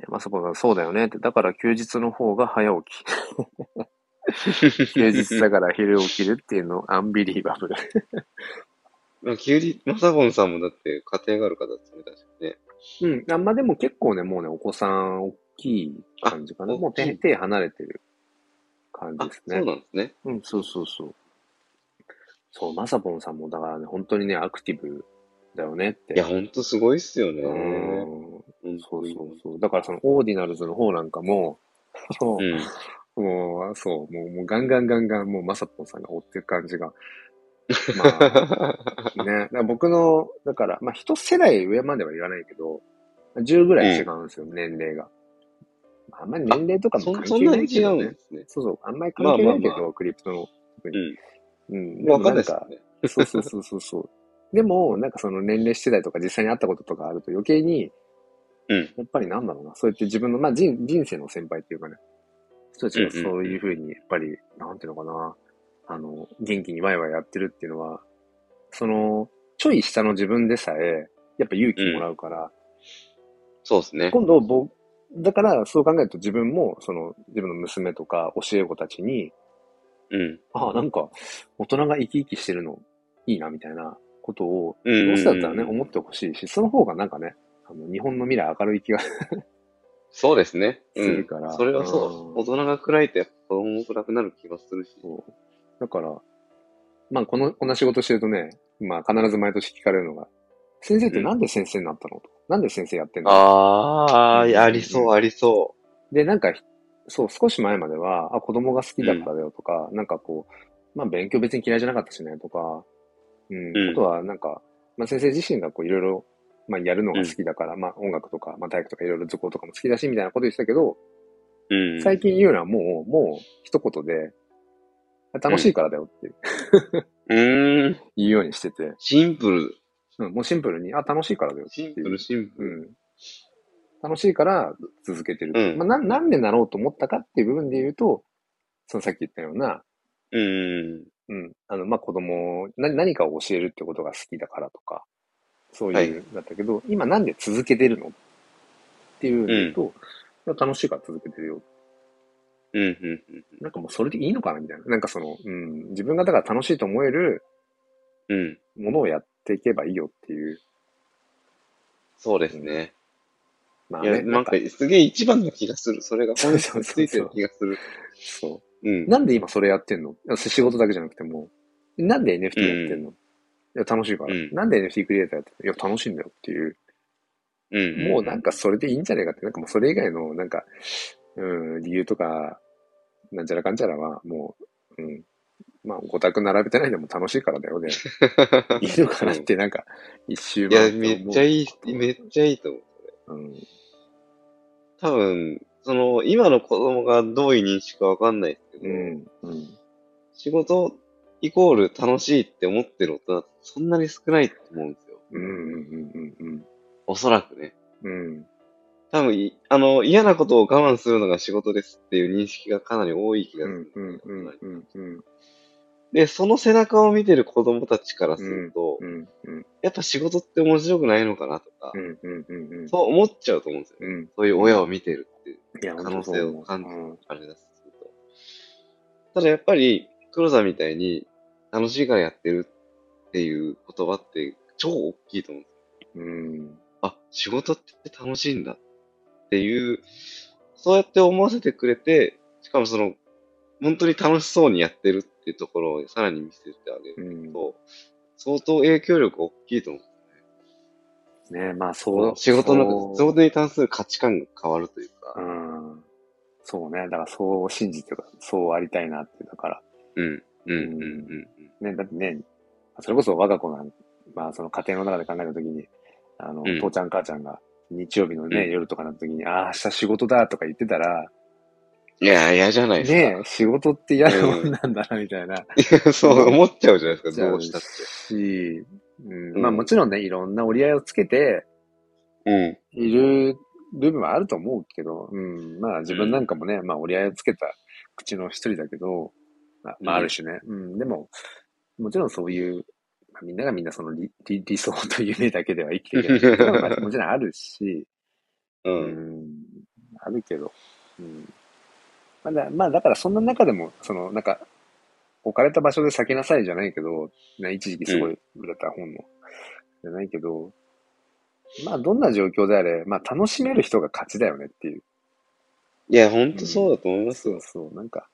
Speaker 2: まさこさんそうだよねって、だから休日の方が早起 き。休日だから昼起きるっていうの、アンビリーバブル。
Speaker 1: まあ、急に、まさこんさんもだって家庭がある方ですね、確かにね。
Speaker 2: うん。あまあでも結構ね、もうね、お子さん大きい感じかな。
Speaker 1: あ
Speaker 2: もう
Speaker 1: 大き
Speaker 2: 手
Speaker 1: い
Speaker 2: 手離れてる感
Speaker 1: あ、
Speaker 2: じです
Speaker 1: そ
Speaker 2: ね
Speaker 1: う。なんですね。
Speaker 2: うん、そうそうそう。そう、まさぽんさんもだからね、本当にね、アクティブだよねって。
Speaker 1: いや、ほんとすごいっすよね。
Speaker 2: うん
Speaker 1: うん
Speaker 2: そうそうそう。だからその、オーディナルズの方なんかも、そうう、
Speaker 1: ん。
Speaker 2: もう、そう、もう、もうガンガンガンガン、もう、まさぽんさんが追ってる感じが。 まあ、ね。だから僕の、だから、まあ、一世代上までは言わないけど、10ぐらい違うんですよ、年齢が。まああんまり年齢とかも
Speaker 1: そ
Speaker 2: 関
Speaker 1: そ
Speaker 2: 係
Speaker 1: んな
Speaker 2: な
Speaker 1: に
Speaker 2: いけ
Speaker 1: 違う
Speaker 2: ど
Speaker 1: ん
Speaker 2: ね。
Speaker 1: ですね。
Speaker 2: そうそう、あんまり関係ないけど、
Speaker 1: まあまあ
Speaker 2: クリプトの。特に
Speaker 1: うん。
Speaker 2: うん。
Speaker 1: わかんないっす
Speaker 2: か
Speaker 1: よね。
Speaker 2: そうそうそうそうそう。でも、なんかその年齢世代とか実際に会ったこととかあると余計に、
Speaker 1: うん
Speaker 2: やっぱりなんだろうな、そうやって自分の、まあ人人生の先輩っていうかね、人たちがそういうふうに、やっぱり、なんていうのかな、あの、元気にワイワイやってるっていうのは、その、ちょい下の自分でさえ、やっぱ勇気もらうから、
Speaker 1: そうですね。
Speaker 2: 今度僕、だからそう考えると自分も、その自分の娘とか教え子たちに、
Speaker 1: うん。
Speaker 2: ああ、なんか、大人が生き生きしてるの、いいな、みたいなことを、
Speaker 1: うんうんうん
Speaker 2: どうせだったらね、思ってほしいし、その方がなんかね、あの日本の未来明るい気がす
Speaker 1: そうですね。う
Speaker 2: る
Speaker 1: ん
Speaker 2: から。。
Speaker 1: それはそう。大
Speaker 2: ん
Speaker 1: 人が暗いとやっぱ子供も暗くなる気がするし。
Speaker 2: そうだから、まあ、この、こんな仕事してるとね、まあ、必ず毎年聞かれるのが、先生ってなんで先生になったのと。なんで先生やってんの
Speaker 1: あ
Speaker 2: うん
Speaker 1: あ、ありそう、ありそ
Speaker 2: で、なんか、そう、少し前までは、あ、子供が好きだからだよとか、なんかこう、まあ勉強別に嫌いじゃなかったしねとか、うん、
Speaker 1: うん
Speaker 2: あとはなんか、まあ先生自身がこういろいろ、まあやるのが好きだから、まあ音楽とか、まあ体育とかいろいろ図工とかも好きだしみたいなこと言ってたけど、
Speaker 1: う。うん。
Speaker 2: 最近言うのはもう、もう一言で、あ楽しいからだよって
Speaker 1: うーん。
Speaker 2: 言うようにしてて、
Speaker 1: シンプル。
Speaker 2: うん、もうシンプルに、あ、楽しいからだよって
Speaker 1: シ
Speaker 2: い
Speaker 1: ン
Speaker 2: う。
Speaker 1: プル、シンプ
Speaker 2: う
Speaker 1: ル。
Speaker 2: ん。楽しいから続けてる。
Speaker 1: うん
Speaker 2: まあ、ななんでなろうと思ったかっていう部分で言うと、そのさっき言ったような、
Speaker 1: うん。
Speaker 2: うん。あの、まあ、子供な、何かを教えるってことが好きだからとか、そう、
Speaker 1: はいいう
Speaker 2: だったけど、今なんで続けてるのっていうので言うと、いや楽しいから続けてるよ。
Speaker 1: うん。うん。
Speaker 2: なんかもうそれでいいのかなみたいな。なんかその、うん、自分がだから楽しいと思える
Speaker 1: うん。うん。
Speaker 2: ものをやっていけばいいよっていう。
Speaker 1: そうですね。
Speaker 2: まあ
Speaker 1: いや、
Speaker 2: ね、な
Speaker 1: なんん
Speaker 2: か
Speaker 1: か、すげえ一番の気がする。それが本質についてる気がする。
Speaker 2: そうう。
Speaker 1: ん。
Speaker 2: なんで今それやってんの仕事だけじゃなくても、なんで NFT やってんの、いや、楽しいから。
Speaker 1: うん
Speaker 2: なんで NFT クリエイターやってんのいや、楽しいんだよっていう。
Speaker 1: うん。
Speaker 2: もうなんかそれでいいんじゃねえかって、なんかもうそれ以外の、なんか、うん、理由とか、なんちゃらかんちゃらは、もう、うん、まあ、ごたく並べてないでも楽しいからだよね。いいのかなって、なんか、一周
Speaker 1: いや、
Speaker 2: 回て
Speaker 1: めっちゃいい、めっちゃいいと思う。
Speaker 2: うん、
Speaker 1: 多分、その、今の子供がどういう認識かわかんないですけ
Speaker 2: う
Speaker 1: ど、
Speaker 2: ん、うん。
Speaker 1: 仕事イコール楽しいって思ってる大人、そんなに少ないと思うんですよ。
Speaker 2: うん、うん、うん、うん、
Speaker 1: おそらくね。
Speaker 2: うん。
Speaker 1: 多分、いあの、嫌なことを我慢するのが仕事ですっていう認識がかなり多い気
Speaker 2: う
Speaker 1: がす
Speaker 2: ん
Speaker 1: る、。
Speaker 2: うん、うん、うん、うん、
Speaker 1: で、その背中を見てる子供たちからすると、
Speaker 2: うん、うん、うん、
Speaker 1: やっぱ仕事って面白くないのかなとか、
Speaker 2: うん、うん、
Speaker 1: そう思っちゃうと思うんですよね。
Speaker 2: うん。
Speaker 1: そういう親を見てるっていう、
Speaker 2: いや、
Speaker 1: 可能性を感じ
Speaker 2: る。うん
Speaker 1: あれだとすると。ただやっぱり、黒さんみたいに、楽しいからやってるっていう言葉って超大きいと思うんですよ。
Speaker 2: うん、
Speaker 1: あ、仕事って楽しいんだっていう、そうやって思わせてくれて、しかもその、本当に楽しそうにやってるっていうところをさらに見せてあげ
Speaker 2: う
Speaker 1: る
Speaker 2: ん。
Speaker 1: と、相当影響力大きいと思う。
Speaker 2: ねまあ、そう。
Speaker 1: 仕事
Speaker 2: そう
Speaker 1: の、仕事に関する価値観が変わるという
Speaker 2: う
Speaker 1: か、
Speaker 2: ん。そうね。だからそう信じてる、そうありたいなって。だか
Speaker 1: うん、うん、うん、
Speaker 2: ら、ね、だってね、それこそ我が子なん、まあその家庭の中で考えたときに、あの、
Speaker 1: うん
Speaker 2: 父ちゃん母ちゃんが日曜日のね、
Speaker 1: うん
Speaker 2: 夜とかの時に、ああ、明日仕事だとか言ってたら、
Speaker 1: うん。いや、嫌じゃない
Speaker 2: ね
Speaker 1: ですか。
Speaker 2: え仕事って嫌なもんなんだな、みたいな。
Speaker 1: そう思っちゃうじゃないです
Speaker 2: じ
Speaker 1: か、
Speaker 2: ゃ
Speaker 1: ど
Speaker 2: あ
Speaker 1: うしたっ
Speaker 2: し、うん、
Speaker 1: うん
Speaker 2: まあもちろんね、いろんな折り合いをつけて
Speaker 1: て。
Speaker 2: いる部分はあると思うけど、うん、まあ自分なんかもね、まあ折り合いをつけた口の一人だけど、まあ、まあ、
Speaker 1: うん
Speaker 2: ある種ね、うん、でも、もちろんそういう、まあみんながみんなその理理理想と夢だけでは生きていけないっていうのがもちろんあるし、
Speaker 1: う。
Speaker 2: うんん、あるけど、うん。まあだ、まあ、だからそんな中でも、その、なんか、置かれた場所で咲きなさいじゃないけど、ね、一時期すごい売れた本の、じゃないけど、まあ、どんな状況であれ、まあ、楽しめる人が勝ちだよねっていう。
Speaker 1: いや、ほんとそうだと思います
Speaker 2: そ
Speaker 1: よ
Speaker 2: う。そう、なんか、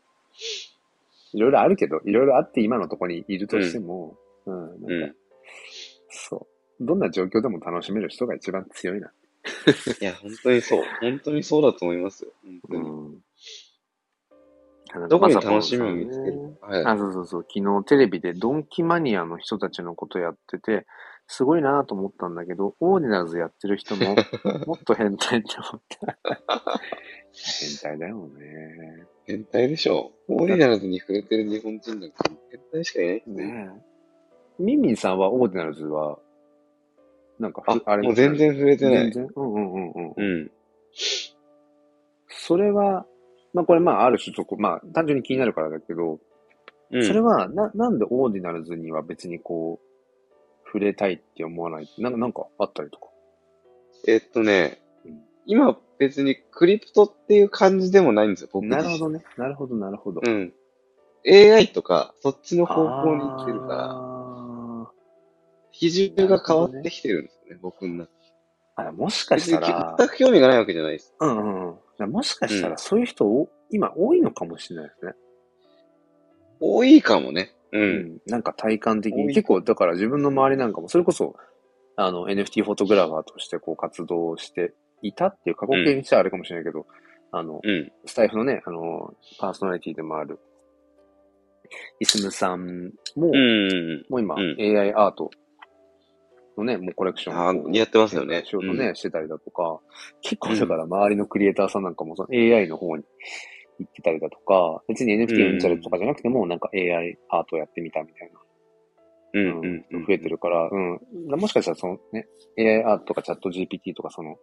Speaker 2: いろいろあるけど、いろいろあって今のところにいるとしても、うん、
Speaker 1: う
Speaker 2: なん
Speaker 1: ん。
Speaker 2: か、そう。どんな状況でも楽しめる人が一番強いな。
Speaker 1: いや、本当にそう。本当にそうだと思いますよ。本当に。
Speaker 4: ん。
Speaker 1: どこに
Speaker 4: まさぽん
Speaker 1: 楽し
Speaker 4: さん
Speaker 1: み
Speaker 4: ね
Speaker 1: を見つけるか。はい。
Speaker 4: あ、そうそうそう。昨日テレビでドンキマニアの人たちのことやってて、すごいなぁと思ったんだけど、オーディナーズやってる人 も、もっと変態って思って。
Speaker 2: 変態だよね。
Speaker 1: 変態でしょう。オーディナルズに触れてる日本人なんか変態しかいないですね。
Speaker 2: ねえ。ミンミンさんはオーディナルズは、なんかふ、
Speaker 1: あ、
Speaker 2: れ
Speaker 1: もう全然触れてな
Speaker 2: 全
Speaker 1: い。
Speaker 2: 然。うんうんうんうん。
Speaker 1: うん。
Speaker 2: それは、まあこれまあある種とこ、まあ単純に気になるからだけど、
Speaker 1: うん。
Speaker 2: それはな、なんでオーディナルズには別にこう、触れたいって思わないなんかなんかあったりとか。
Speaker 1: えっとね
Speaker 2: うん、
Speaker 1: 今別にクリプトっていう感じでもないんですよ、僕自
Speaker 2: な
Speaker 1: 身
Speaker 2: るほどね。なるほど、なるほど。
Speaker 1: うん。AI とか、そっちの方向に行ってるから、
Speaker 2: あ
Speaker 1: 比重が変わってきてるんですよね、僕の中で。
Speaker 2: ーあ、もしか
Speaker 1: 別
Speaker 2: した
Speaker 1: に
Speaker 2: ら、
Speaker 1: 全く興味がないわけじゃないです。
Speaker 2: うんうんうん。だからもしかした
Speaker 1: う
Speaker 2: らそういう人を、今多いのかもしれないですね。
Speaker 1: 多いかもね。う。
Speaker 2: うんん、なんか体感的
Speaker 1: 多
Speaker 2: に。
Speaker 1: い
Speaker 2: 結構、だから自分の周りなんかも、それこそ、あの、NFT フォトグラファーとしてこう活動していたっていう過去形にしてはあれかもしれないけど、あの、
Speaker 1: うん。
Speaker 2: スタイフのね、あの、パーソナリティでもある、イスムさんも、
Speaker 1: うん。
Speaker 2: もう今、
Speaker 1: うん
Speaker 2: AI アートのね、もうコレクション
Speaker 1: あ
Speaker 2: をこう
Speaker 1: やってますよね
Speaker 2: 展開しようとね、
Speaker 1: う
Speaker 2: してたりだとか、結構だから周りのクリエイターさんなんかもその AI の方に行ってたりだとか、別に NFT うんちゃらとかじゃなくても、なんか AI アートやってみたみたいな。
Speaker 1: うん。
Speaker 2: う
Speaker 1: うん
Speaker 2: ん。増えてるから、うん。もしかしたらそのね、AI アートとかチャット GPT とかその、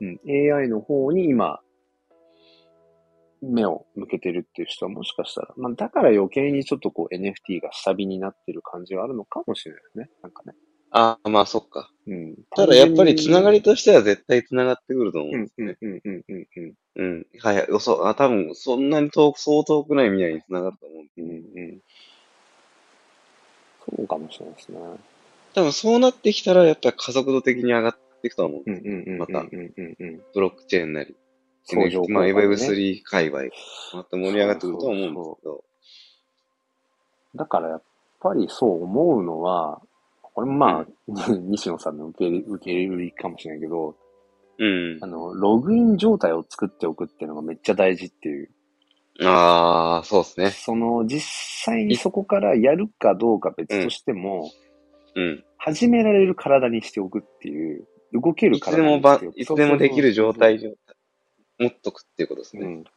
Speaker 2: うん、AI の方に今、目を向けてるっていう人はもしかしたら、まあだから余計にちょっとこう NFT が下火になってる感じはあるのかもしれないね。なんかね。
Speaker 1: あまあそっか。
Speaker 2: うん。
Speaker 1: ただやっぱりつながり
Speaker 2: と
Speaker 1: としては絶対つながってくると思う
Speaker 2: うんん
Speaker 1: で、す
Speaker 2: う
Speaker 1: ね
Speaker 2: ん。、うん、うん、うん、うん。
Speaker 1: うん。はいはい。そう、あ、多分、そんなに遠く、そう遠くない未来に繋がると思うんです
Speaker 2: うん、
Speaker 1: ね。
Speaker 2: うん。そうかもしれないですね。
Speaker 1: 多分、そうなってきたら、やっぱり加速度的に上がっていくと思う。
Speaker 2: うん、うん、うん。
Speaker 1: また
Speaker 2: うん、うん、うん。
Speaker 1: ブロックチェーンなり、
Speaker 2: 相乗
Speaker 1: NFT
Speaker 2: 効
Speaker 1: まあ、
Speaker 2: 果でね
Speaker 1: Web3 界隈、また盛り上がってくるとは思うんですけど。
Speaker 2: だからやっぱりそう思うのは、これもまあ、 西野さんの受け入れ受け入れかもしれないけど、
Speaker 1: うん
Speaker 2: あ。の、ログイン状態を作っておくっていうのがめっちゃ大事っていう。
Speaker 1: ああ、そうですね。
Speaker 2: その、実際にそこからやるかどうか別としても、
Speaker 1: うん。
Speaker 2: 始められる体にしておくっていう、動ける
Speaker 1: いつで
Speaker 2: 体に
Speaker 1: も
Speaker 2: し
Speaker 1: ば
Speaker 2: ておく。、
Speaker 1: いつでもできる状態を持っとくっていうことです
Speaker 2: う
Speaker 1: ね。
Speaker 2: ん。だ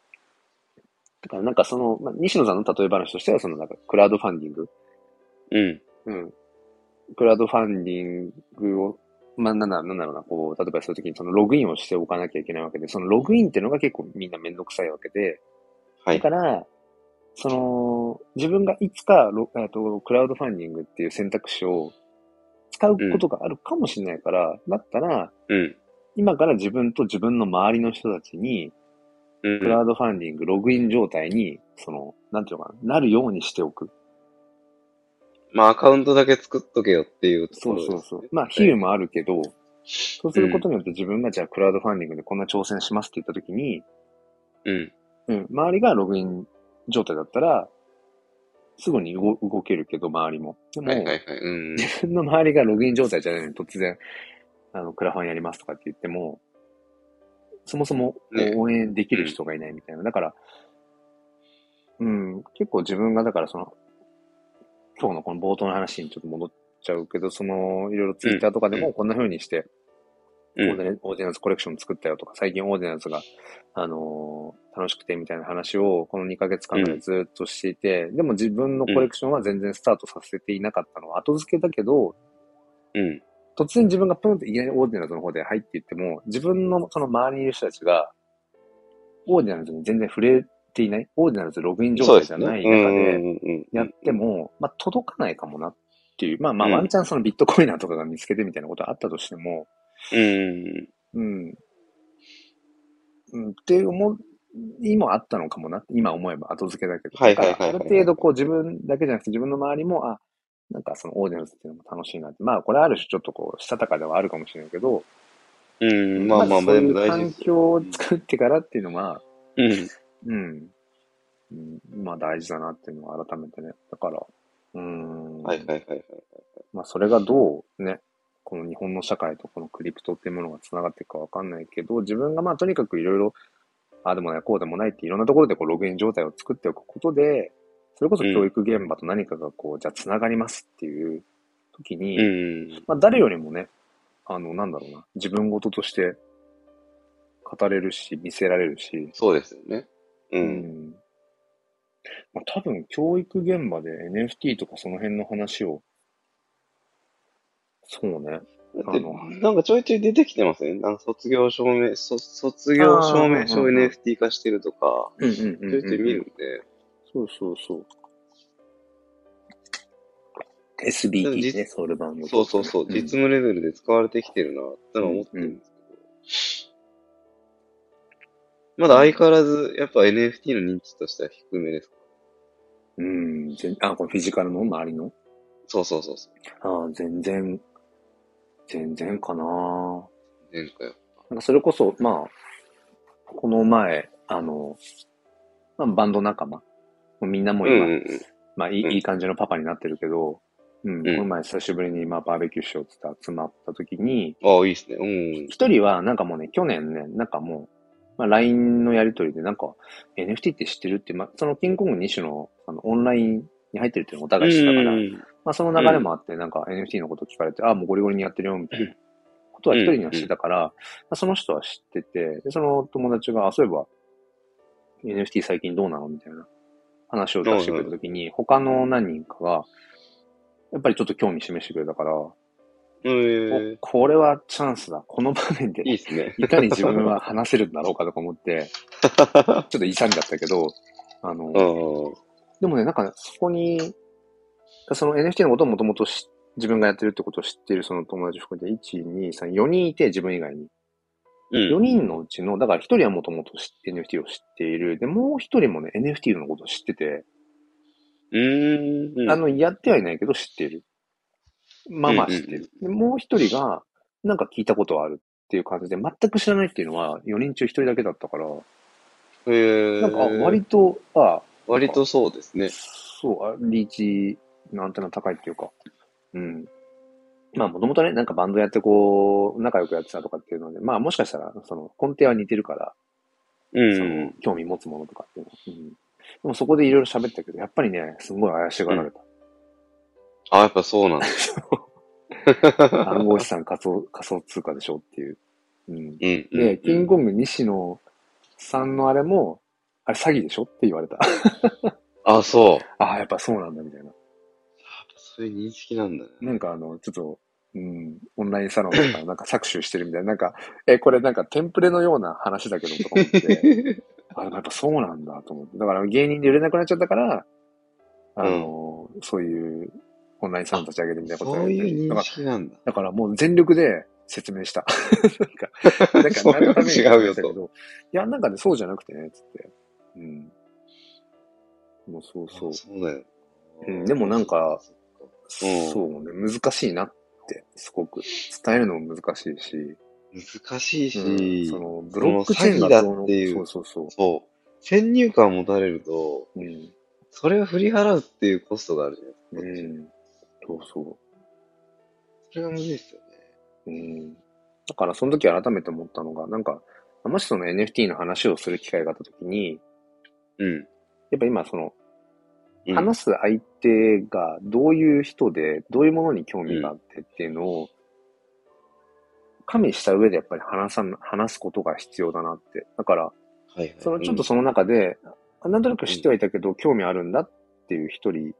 Speaker 2: からなんかその、まあ、西野さんの例え話としては、そのなんかクラウドファンディング
Speaker 1: うん。
Speaker 2: うん。クラウドファンディングを、まあ、なんだ、なんだろうな、こう、例えばそういう時にそのログインをしておかなきゃいけないわけで、そのログインっていうのが結構みんなめんどくさいわけで、
Speaker 1: は
Speaker 2: だ
Speaker 1: い
Speaker 2: か。ら、その、自分がいつかロ、えっと、クラウドファンディングっていう選択肢を使うことがあるかもしれないから、だったら、
Speaker 1: うん。
Speaker 2: 今から自分と自分の周りの人たちに、
Speaker 1: う
Speaker 2: クラ
Speaker 1: ん。
Speaker 2: ウドファンディング、ログイン状態に、その、なんていうのかな、なるようにしておく。
Speaker 1: まあ、アカウントだけ作っとけよっていうとこ
Speaker 2: そう
Speaker 1: ろです、
Speaker 2: そ
Speaker 1: ね。
Speaker 2: うそう。まあ、比喩もあるけど、そうすることによって自分がじゃあクラウドファンディングでこんな挑戦しますって言ったときに、
Speaker 1: うん。
Speaker 2: うん、周りがログイン状態だったら、すぐに動動けるけど、周りも。でも、
Speaker 1: はいはいはい。うん。
Speaker 2: 自分の周りがログイン状態じゃないのに突然、あの、クラファンやりますとかって言っても、そもそもこう
Speaker 1: ね
Speaker 2: 応援できる人がいないみたいな。だから、うん、結構自分がだからその、今日のこの冒頭の話にちょっと戻っちゃうけど、その、いろいろツイッターとかで
Speaker 1: う
Speaker 2: もこんな風にして、
Speaker 1: う
Speaker 2: オー
Speaker 1: ん。
Speaker 2: ディオーディナンスコレクション作ったよとか、最近オーディナンスが、あのー楽しくてみたいな話を、この2ヶ月間ぐらいずっとしていて、でも自分のコレクションは全然スタートさせていなかったのは後付けだけど、
Speaker 1: うん。
Speaker 2: 突然自分がプンっていきなりオーディナルズの方で入っていっても、自分のその周りにいる人たちが、オーディナルズに全然触れていない、オーディナルズログイン状
Speaker 1: そう
Speaker 2: 態
Speaker 1: で
Speaker 2: じ
Speaker 1: す
Speaker 2: ゃ
Speaker 1: ね。
Speaker 2: ない
Speaker 1: うん
Speaker 2: 中で、
Speaker 1: うんうん
Speaker 2: やっても、まあ、届かないかもなっていう、まあまあ、
Speaker 1: うん
Speaker 2: ワンチャンそのビットコイナーとかが見つけてみたいなことあったとしても、
Speaker 1: うん。
Speaker 2: うん。うん、って思いもあったのかもな、今思えば後付けだけど。
Speaker 1: はいはいはいはい
Speaker 2: だからある程度こう自分だけじゃなくて自分の周りも、あ、なんかそのオーディエンスっていうのも楽しいなって。まあこれある種ちょっとこう、したたかではあるかもしれないけど、
Speaker 1: うん。まあまあ、
Speaker 2: そ
Speaker 1: ま
Speaker 2: う
Speaker 1: あ
Speaker 2: い
Speaker 1: で
Speaker 2: う
Speaker 1: も大事
Speaker 2: 環
Speaker 1: ですよ。
Speaker 2: 境を作ってからっていうのは、
Speaker 1: うん。
Speaker 2: うん。うん、まあ大事だなっていうのは改めてね。だから、うん。
Speaker 1: はいはいはいはい。
Speaker 2: まあ、それがどうね、この日本の社会とこのクリプトっていうものがつながっていくかわかんないけど、自分がまあとにかくいろいろ、ああでもない、こうでもないっていろんなところでこうログイン状態を作っておくことで、それこそ教育現場と何かがこう、じゃあつながりますっていう時に、
Speaker 1: うん。
Speaker 2: まあ誰よりもね、あの、なんだろうな、自分事として語れるし、見せられるし、
Speaker 1: そうですよね。う。
Speaker 2: うんまあ、多分教育現場で NFT とかその辺の話を、そうね、
Speaker 1: だって
Speaker 2: あの、
Speaker 1: なんかちょいちょい出てきてますね。なんか卒業証明、そ卒業証明書
Speaker 2: あー
Speaker 1: を
Speaker 2: うんうん
Speaker 1: NFT 化してるとか、
Speaker 2: うんうん
Speaker 1: ちょいちょい見るんで。
Speaker 2: そうそうそう。
Speaker 1: でも
Speaker 2: SBT
Speaker 1: 実
Speaker 2: ね、ソウルバンド。
Speaker 1: そうそうそう、実務レベルで使われてきてるな、ってのは思ってるんですけど。まだ相変わらず、やっぱ NFT の認知としては低めですか
Speaker 2: うん。うん。全あ、このフィジカルの周りの
Speaker 1: そうそうそうそう。
Speaker 2: ああ、全然、全然かな
Speaker 1: 前回は。
Speaker 2: なんかそれこそ、まあ、この前、あの、まあ、バンド仲間。もうみんなも
Speaker 1: う
Speaker 2: うん今、
Speaker 1: うんうん。
Speaker 2: まあいい、
Speaker 1: うん
Speaker 2: いい感じのパパになってるけど、うん、この前久しぶりに、まあ、バーベキューしようって言って集まった時に、
Speaker 1: ああ、いいですね。うん。
Speaker 2: 一人は、なんかもうね、去年ね、なんかもう、まあ、LINE のやりとりで、なんか、NFT って知ってるって、まあ、そのキングコング2種のあのオンラインに入ってるっていうのをお互い知ったから、
Speaker 1: うん
Speaker 2: まあ、その流れもあって、なんか NFT のこと聞かれて、ああ、もうゴリゴリにやってるよ、みたいなことは一人にはしてたから、まあ、その人は知ってて、でその友達が、あ、そういえば、NFT 最近どうなのみたいな話を出してくれたときに、他の何人かが、やっぱりちょっと興味示してくれたから、
Speaker 1: うん
Speaker 2: おこれはチャンスだ。この場面で
Speaker 1: いいですね。
Speaker 2: いかに自分は話せるんだろうかとか思って、ちょっと勇んじゃったけど、あの、
Speaker 1: うん。
Speaker 2: でもね、なんか、そこに、その NFT のことをもともと知自分がやってるってことを知っているその友達含めて、1、2、3、4人いて、自分以外に。
Speaker 1: う
Speaker 2: 4
Speaker 1: ん。
Speaker 2: 人のうちの、だから1人はもともと NFT を知っている。で、もう1人もね、NFT のことを知ってて、
Speaker 1: うんうん。
Speaker 2: あの、やってはいないけど知っている。まあまあ知ってる。でもう一人が、なんか聞いたことはあるっていう感じで、全く知らないっていうのは、4人中1人だけだったから、
Speaker 1: へー、
Speaker 2: なんか、あ割と、あ
Speaker 1: 割とそうですね。
Speaker 2: そう、あリーチのアンテナ高いっていうか、うん。まあ、もともとね、なんかバンドやってこう、仲良くやってたとかっていうので、まあ、もしかしたら、その、根底は似てるから、
Speaker 1: うん
Speaker 2: その、興味持つものとかっていうの。うん。でも、そこでいろいろ喋ったけど、やっぱりね、すごい怪しがられた。
Speaker 1: あ、やっぱそうなんだ。
Speaker 2: 暗号資産仮想 仮想通貨でしょっていう。うん。
Speaker 1: うん。うん
Speaker 2: で、キングコング西野さんのあれも、あれ詐欺でしょって言われた。
Speaker 1: あ、そう。
Speaker 2: ああ、やっぱそうなんだみたいな。
Speaker 1: そういう認識なんだね。
Speaker 2: なんかあの、ちょっと、うん、オンラインサロンとかなんか搾取してるみたいな、なんか、え、これなんかテンプレのような話だけどとか思 って、あ、でもやっぱそうなんだと思って。だから芸人で売れなくなっちゃったから、あの、そういうオンラインサロン立ち上げてみたいなこと
Speaker 1: そう
Speaker 2: やって
Speaker 1: いう認
Speaker 2: だから
Speaker 1: 識なんだ。
Speaker 2: だからもう全力で説 明した。なんか、
Speaker 1: それは違うよ
Speaker 2: だけ
Speaker 1: と。
Speaker 2: ど。いや、なんかね、そうじゃなくてね、つって。うん。もうそうそう。
Speaker 1: そうだよ。
Speaker 2: うんでもなんか
Speaker 1: そっか、
Speaker 2: そうね、難しいなって、すごく。伝えるのも難しいし、
Speaker 1: 難しい
Speaker 2: うん
Speaker 1: し、
Speaker 2: その、ブロックチェーンが
Speaker 1: その詐欺だっていう
Speaker 2: そうそうそ
Speaker 1: そう。先入観を持たれると、
Speaker 2: う。うん。
Speaker 1: それを振り払うっていうコストがあるじゃ
Speaker 2: う
Speaker 1: ないですか。
Speaker 2: ん。そうそ
Speaker 1: それがむずいですよね。
Speaker 2: う。うん。だから、その時改めて思ったのが、なんか、もしその NFT の話をする機会があった時に、
Speaker 1: うん。
Speaker 2: やっぱ今その、
Speaker 1: うん
Speaker 2: 話す相手がどういう人で、どういうものに興味があってっていうのを、加味した上でやっぱり話さん、話すことが必要だなって。だから、
Speaker 1: はいはい。
Speaker 2: そのちょっと
Speaker 1: うん
Speaker 2: その中で、あなんとなく知ってはいたけど、興味あるんだっていう一人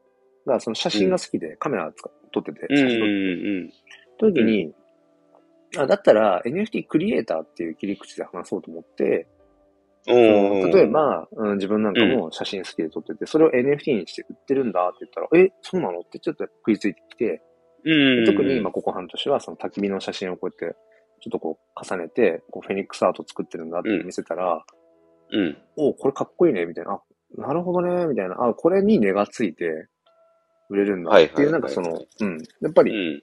Speaker 2: が、その写真が好きで、カメラ使っ撮ってて、
Speaker 1: うん
Speaker 2: 写真撮って
Speaker 1: うん
Speaker 2: た時に、あだったら NFT クリエイターっていう切り口で話そうと思って、
Speaker 1: おー
Speaker 2: 例え、ば、うん、自分なんかも写真好きで撮ってて、それを NFT にして売ってるんだって言ったら、え、そうなのってちょっと食いついてきて、
Speaker 1: うん、
Speaker 2: 特に今ここ半年はその焚き火の写真をこうやって、ちょっとこう重ねて、こうフェニックスアート作ってるんだって見せたら、
Speaker 1: うん。
Speaker 2: おこれかっこいいね、みたいな。あ、なるほどね、みたいな。あ、これに値がついて売れるんだ。
Speaker 1: はいはい
Speaker 2: っていう、なんかその、うん。やっぱ
Speaker 1: う
Speaker 2: り、
Speaker 1: ん。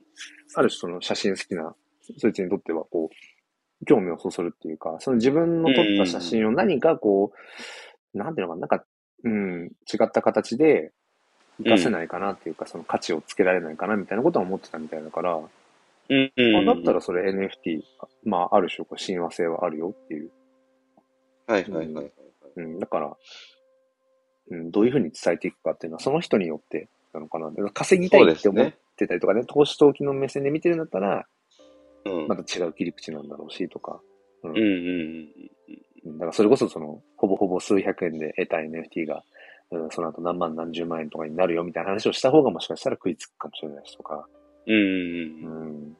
Speaker 2: ある種その写真好きな、そいつにとっては、こう、興味をそそるっていうか、その自分の撮った写真を何かこう、なんていうのかな、なんか、うん、違った形で出せないかなっていうか、その価値をつけられないかなみたいなことは思ってたみたいだから、
Speaker 1: うんうん
Speaker 2: あだったらそれ NFT、まあ、ある種、こう親和性はあるよっていう。
Speaker 1: はいはいはいはい。
Speaker 2: うん、だから、うん、どういうふうに伝えていくかっていうのは、その人によってなのかな。だから稼ぎた
Speaker 1: そう
Speaker 2: い
Speaker 1: で
Speaker 2: って
Speaker 1: す
Speaker 2: 思っ
Speaker 1: ね。
Speaker 2: てたりとかね、投資投機の目線で見てるんだったら、
Speaker 1: うん。うん
Speaker 2: また違う切り口なんだろうしとか、
Speaker 1: うんうん
Speaker 2: うんだからそれこそその、ほぼほぼ数百円で得た NFT が、うん、その後何万何十万円とかになるよみたいな話をした方がもしかしたら食いつくかもしれないしとか、
Speaker 1: うん。うんう
Speaker 2: う
Speaker 1: んうん。
Speaker 2: ん。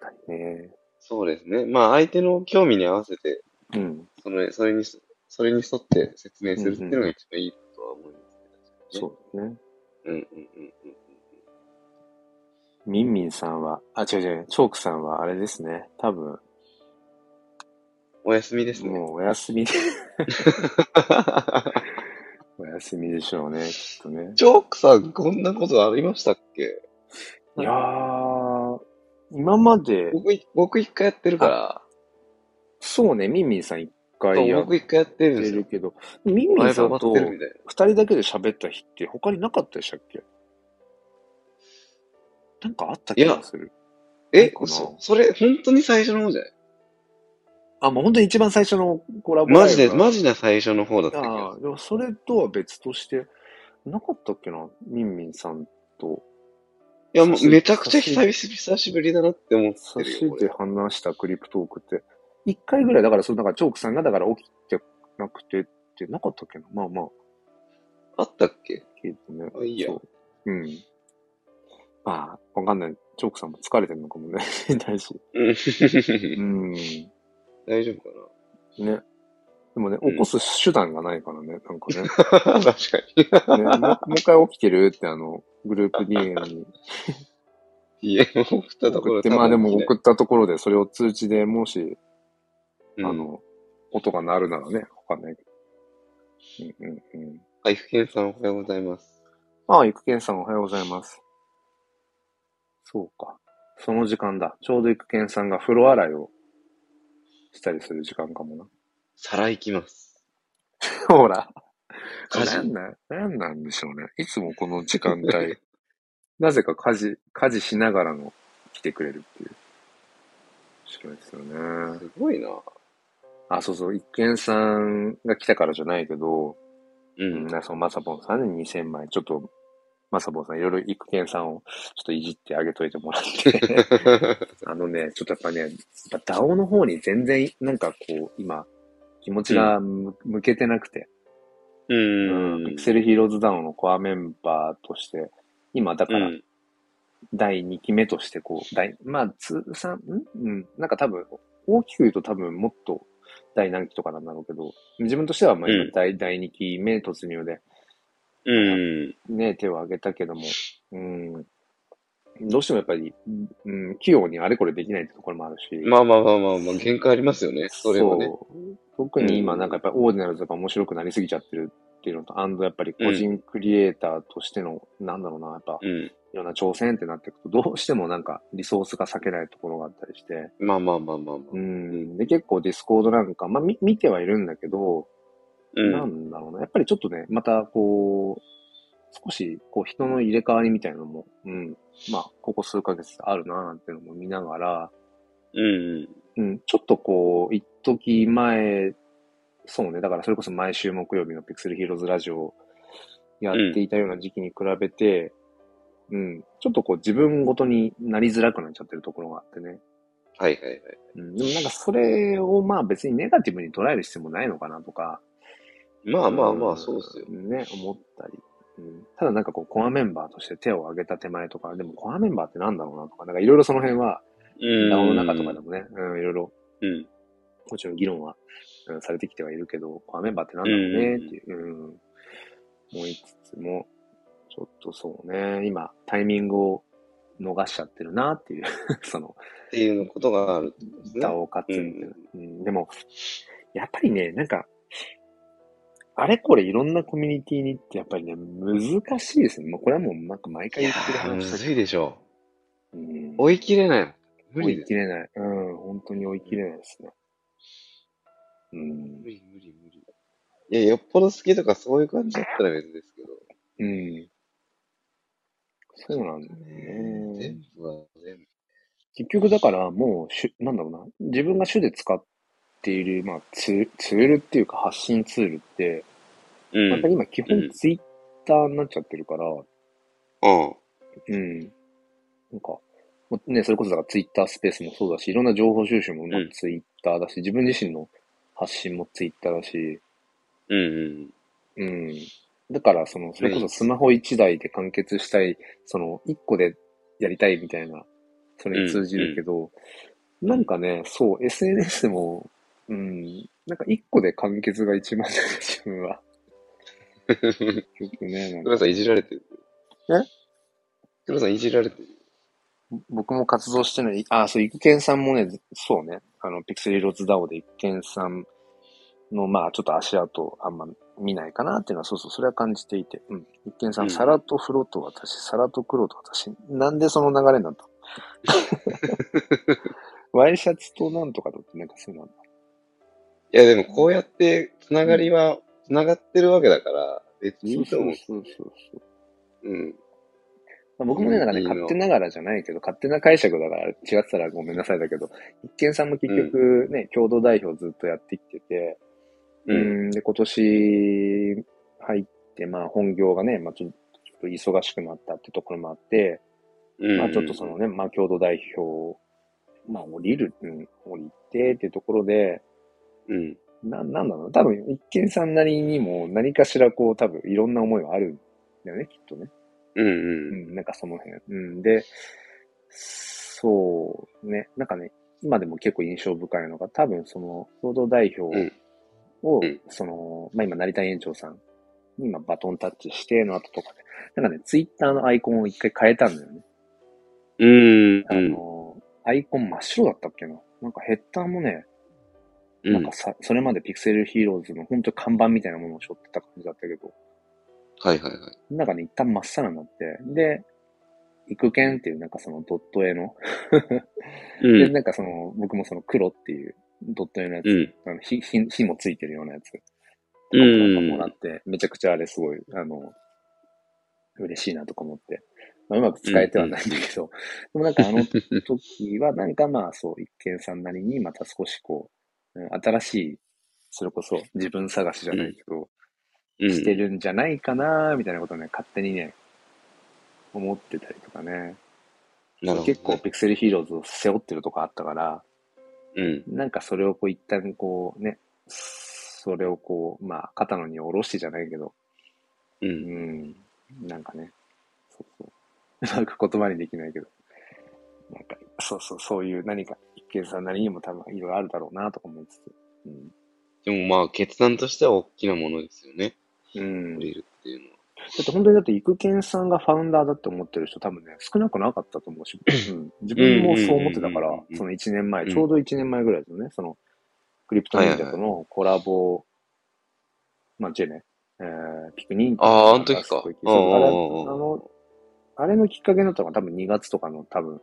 Speaker 2: だね。
Speaker 1: そうですね。まあ、相手の興味に合わせて、
Speaker 2: うん。
Speaker 1: そのそれに、それに沿って説明するっていうのが一番いいとは思いますけど。
Speaker 2: そうですね。
Speaker 1: うんうんうんうん。
Speaker 2: ミンミンさんは、あ、違う違う、チョークさんはあれですね。多分、
Speaker 1: お休みですね。
Speaker 2: もうお休みで、お休みでしょうね、きっとね。
Speaker 1: ジョークさん、こんなことありましたっけ
Speaker 2: いやー、今まで、
Speaker 1: 僕い、僕一回やってるか
Speaker 2: そうね、ミンミンさん一
Speaker 1: ら、
Speaker 2: 回やっ
Speaker 1: 僕一回やってるん
Speaker 2: て
Speaker 1: ですよ
Speaker 2: る。けど、ミンミ
Speaker 1: ラ
Speaker 2: ン
Speaker 1: イブ
Speaker 2: さ
Speaker 1: 終
Speaker 2: ん
Speaker 1: わっ
Speaker 2: と
Speaker 1: てるみ
Speaker 2: 二
Speaker 1: たいな。
Speaker 2: 人だけで喋った日って他になかったでしたっけなんかあった気がする。
Speaker 1: え
Speaker 2: か、な
Speaker 1: そ、それ、本当に最初の方じゃない
Speaker 2: あ、もう本当に一番最初のコラボ
Speaker 1: マジで、
Speaker 2: ジ
Speaker 1: マジな最初の方だった気がする
Speaker 2: ああ、でもそれとは別として、なかったっけな、ミンミンさんと、
Speaker 1: いや、も
Speaker 2: 差し
Speaker 1: うめちゃくちゃ
Speaker 2: 差し
Speaker 1: 久し久しぶりだなって思って
Speaker 2: 差
Speaker 1: る
Speaker 2: し
Speaker 1: よ、俺
Speaker 2: で話したクリプトークって、一回ぐらい、だから、その、だから、チョークさんが、だから、起きてなくてって、なかったっけなまあまあ、
Speaker 1: あったっけ
Speaker 2: 聞いてね。
Speaker 1: あいいや
Speaker 2: そう。うん。まあ、わかんない。チョークさんも疲れてるのかもね。 大事。
Speaker 1: うん
Speaker 2: うん。ね。
Speaker 1: 大丈夫
Speaker 2: でもね、
Speaker 1: うん
Speaker 2: 起こす手段がないからね、なん かね。
Speaker 1: かな 確かに。
Speaker 2: ねもうもう一回起きてるって、あの、グループ DM に
Speaker 1: いや、送ったとこ
Speaker 2: 送
Speaker 1: ろ
Speaker 2: って、まあでも
Speaker 1: 多分
Speaker 2: 送ったところで、それを通知でもし、
Speaker 1: ね
Speaker 2: あ
Speaker 1: うん
Speaker 2: の、音が鳴るならね、わかんないけど。うんうんうん。
Speaker 1: あ、イフケンさんおはようございます。
Speaker 2: ああ、育賢さんおはようございます。そうか。その時間だ。ちょうど育賢さんが風呂洗いをしたりする時間かもな。
Speaker 1: 皿行きます。
Speaker 2: ほら。
Speaker 1: 家事
Speaker 2: なんなん、なんなんでしょうね。いつもこの時間帯。 なぜか家事、家事しながらの来てくれるっていう。面白いですよね。
Speaker 1: すごいな。
Speaker 2: あ、そうそう。一見さんが来たからじゃないけど、
Speaker 1: う
Speaker 2: うん、
Speaker 1: ん。
Speaker 2: なそのマサボンさんで2000枚、ちょっと、マサボンさん、いろいろ育賢さんをちょっといじってあげといてもらって。 あのね、ちょっとやっぱね、やっぱ DAO の方に全然、なんかこう、今、気持ちがむ向けてなくて、
Speaker 1: う
Speaker 2: うん
Speaker 1: ん。
Speaker 2: ピクセルヒーローズ DAO のコアメンバーとして、今、だか
Speaker 1: う
Speaker 2: ら、
Speaker 1: ん。
Speaker 2: 第2期目として、こう、第、まあ、通算、んうん、なんか多分、大きく言うと多分もっと第何期とかなんだろうけど、自分としてはまあ
Speaker 1: う
Speaker 2: 今
Speaker 1: ん
Speaker 2: 第、第2期目突入で、
Speaker 1: うん。
Speaker 2: ね、手を挙げたけども、うん、どうしてもやっぱり、うん、器用にあれこれできないってところもあるし、
Speaker 1: まあまあまあまあまあ、限界ありますよね、それはね。
Speaker 2: そう特に今なんかやっぱりオーディナルズが面白くなりすぎちゃってるっていうのと、アンドやっぱり個人クリエイターとしての、なんだろうな、やっぱ
Speaker 1: うん。
Speaker 2: いろんな挑戦ってなっていくと、どうしてもなんかリソースが避けないところがあったりして、
Speaker 1: まあまあまあまあまあ
Speaker 2: う。ん、で結構ディスコードなんか、まあみ見てはいるんだけど、
Speaker 1: うん。
Speaker 2: なんだろうな、やっぱりちょっとね、またこう、少しこう人の入れ替わりみたいなのも、うん、まあここ数ヶ月あるななんていうのも見ながら、
Speaker 1: うん。
Speaker 2: うん、ちょっとこう、一時前、そうね、だからそれこそ毎週木曜日のピクセルヒーローズラジオをやっていたような時期に比べて、うん、ちょっとこう自分ごとになりづらくなっちゃってるところがあってね。
Speaker 1: はいはいはい。
Speaker 2: うん、でもなんかそれをまあ別にネガティブに捉える必要もないのかなとか、
Speaker 1: まあまあま
Speaker 2: う
Speaker 1: あ、
Speaker 2: ん
Speaker 1: そうっすよ。
Speaker 2: ね、思ったりうん、ただなんかこう、コアメンバーとして手を挙げた手前とか、でもコアメンバーってなんだろうなとか、なんかいろいろその辺は、
Speaker 1: うん。
Speaker 2: ダオの中とかでもね、うん、いろいろ、
Speaker 1: うん。
Speaker 2: もちろん議論は、うん、されてきてはいるけど、コアメンバーってなんだろうねっていう、うん、思いつつも、ちょっとそうね、今、タイミングを逃しちゃってるなっていう、 その、
Speaker 1: っていうのことがあるってことですね
Speaker 2: ダ。オ活みたいな。うん、でも、やっぱりね、なんか、あれこれいろんなコミュニティにってやっぱりね、難しいですね。もうこれはもうなんか毎
Speaker 1: い
Speaker 2: 回
Speaker 1: や
Speaker 2: 言ってる
Speaker 1: ー、む
Speaker 2: 話だけ
Speaker 1: ずいでしょ
Speaker 2: ど、うん
Speaker 1: う。追い切れない。無
Speaker 2: 追
Speaker 1: 理
Speaker 2: い
Speaker 1: です。
Speaker 2: 切れない。うん、本当に追い切れないですね。うん
Speaker 1: 無。理無理無理。いや、よっぽど好きとかそういう感じだったら別ですけど。
Speaker 2: うん。そうなんだよね。
Speaker 1: 全部は全部。
Speaker 2: 結局だからもう主、なんだろうな、自分が主で使っている、まあ、ツーツールっていうか発信ツールって、
Speaker 1: うん。
Speaker 2: また今基
Speaker 1: う
Speaker 2: 本
Speaker 1: ん
Speaker 2: ツイッターになっちゃってるから、
Speaker 1: うん。
Speaker 2: うん。なんか、もうね、それこそだからツイッタースペースもそうだし、いろんな情報収集もまあ
Speaker 1: うん
Speaker 2: ツイッターだし、自分自身の発信もツイッターだし、
Speaker 1: うん。
Speaker 2: うん。だから、その、それこそスマホ1台で完結したい、その、1個でやりたいみたいな、それに通じるけど、なんかね、そう、SNS も、うん、なんか1個で完結が一番だね、自分は。結局ね、なんか
Speaker 1: 黒田さんいじられてる。
Speaker 2: え
Speaker 1: 黒田さんいじられてる。
Speaker 2: 僕も活動してない。あ、そう、イクケンさんもね、そうね。あの、ピクセルローズダオでイクケンさんの、まあ、ちょっと足跡あんま見ないかなっていうのは、そうそう、それは感じていて。うん。イクケンさ、
Speaker 1: うんん
Speaker 2: サラと風呂と私、サラと黒と私。なんでその流れにな ったのワイシャツとなんとかだってなんかそうなんだ。
Speaker 1: いや、でもこうやって、つながりは、つながってるわけだから、別にいいと思う。
Speaker 2: そうそうそう。
Speaker 1: うん。
Speaker 2: まあ僕もね、なんかね、
Speaker 1: いいの
Speaker 2: 勝手ながらじゃないけど、勝手な解釈だから違ってたらごめんなさいだけど、一見さんも結局ね、共同代表ずっとやってきてて、う
Speaker 1: うん。
Speaker 2: ん、で、今年入って、まあ本業がね、まあちょっと、ちょっと忙しくなったってところもあって、
Speaker 1: うん
Speaker 2: まあちょっとその、ね、まあ共同代表、まあ降りる、うん、降りてっていうところで、
Speaker 1: うん。
Speaker 2: な、なんだろう、多分一見さんなりにも何かしらこう多分いろんな思いはあるんだよね、きっとね。
Speaker 1: うん
Speaker 2: う、
Speaker 1: うん
Speaker 2: なんかその辺。うん、で、そうね、なんかね、今でも結構印象深いのが、多分その、共同代表を、
Speaker 1: うんうん
Speaker 2: その、まあ今、成田園長さんに今、バトンタッチしての後とかで、なんかね、ツイッターのアイコンを一回変えたんだよね。
Speaker 1: ん。うん。
Speaker 2: あの、アイコン真っ白だったっけななんかヘッダーもね、
Speaker 1: うん、
Speaker 2: なんかさ、それまでピクセルヒーローズの本当看板みたいなものを背負ってた感じだったけど、
Speaker 1: はいはいはい。
Speaker 2: なんかね、一旦真っさらになって、で、育研っていうなんかそのドット絵の、
Speaker 1: う
Speaker 2: で、
Speaker 1: ん。
Speaker 2: なんかその、僕もその黒っていうドット絵のやつ、
Speaker 1: うん。
Speaker 2: あの火火火もついてるようなやつ、
Speaker 1: うん
Speaker 2: なんかもらって、めちゃくちゃあれすごい、あの、嬉しいなとか思って、まあ、うまく使えてはないんだけど、でもなんかあの時は、なんかまあそう、一見さんなりにまた少しこう、うん新しい、それこそ自分探しじゃないけど、
Speaker 1: うん
Speaker 2: してるんじゃないかなみたいなことをね、勝手にね、思ってたりとかね。
Speaker 1: なるほどね
Speaker 2: 結構、ピクセルヒーローズを背負ってるとこあったから、
Speaker 1: うん。
Speaker 2: なんかそれをこう一旦こうね、それをこう、まあ肩の荷を下ろしてじゃないけど、
Speaker 1: う。
Speaker 2: うんん、なんかね、そうそう。うまく言葉にできないけど、なんか、そうそう、そういう何か、一見さんなりにも多分いろいろあるだろうなとか思いつつ、
Speaker 1: でもまあ、決断としては大きなものですよね。
Speaker 2: うん。う
Speaker 1: 降
Speaker 2: ん。だ
Speaker 1: りるっていうのは。
Speaker 2: って本当にだって、育研さんがファウンダーだって思ってる人多分ね、少なくなかったと思 うし、うん、自分もそう思ってたか
Speaker 1: うんうん
Speaker 2: ら
Speaker 1: うんうん、
Speaker 2: その1年前、
Speaker 1: うん
Speaker 2: ちょうど1年前ぐらいですよね、その、クリプト忍者とのコラボ、まあ、ジェネ、えー、ピクニン
Speaker 1: ああ、あの時か。
Speaker 2: そう
Speaker 1: ああ
Speaker 2: あれあ
Speaker 1: ああ
Speaker 2: の、あれのきっかけになったのが多分2月とかの多分、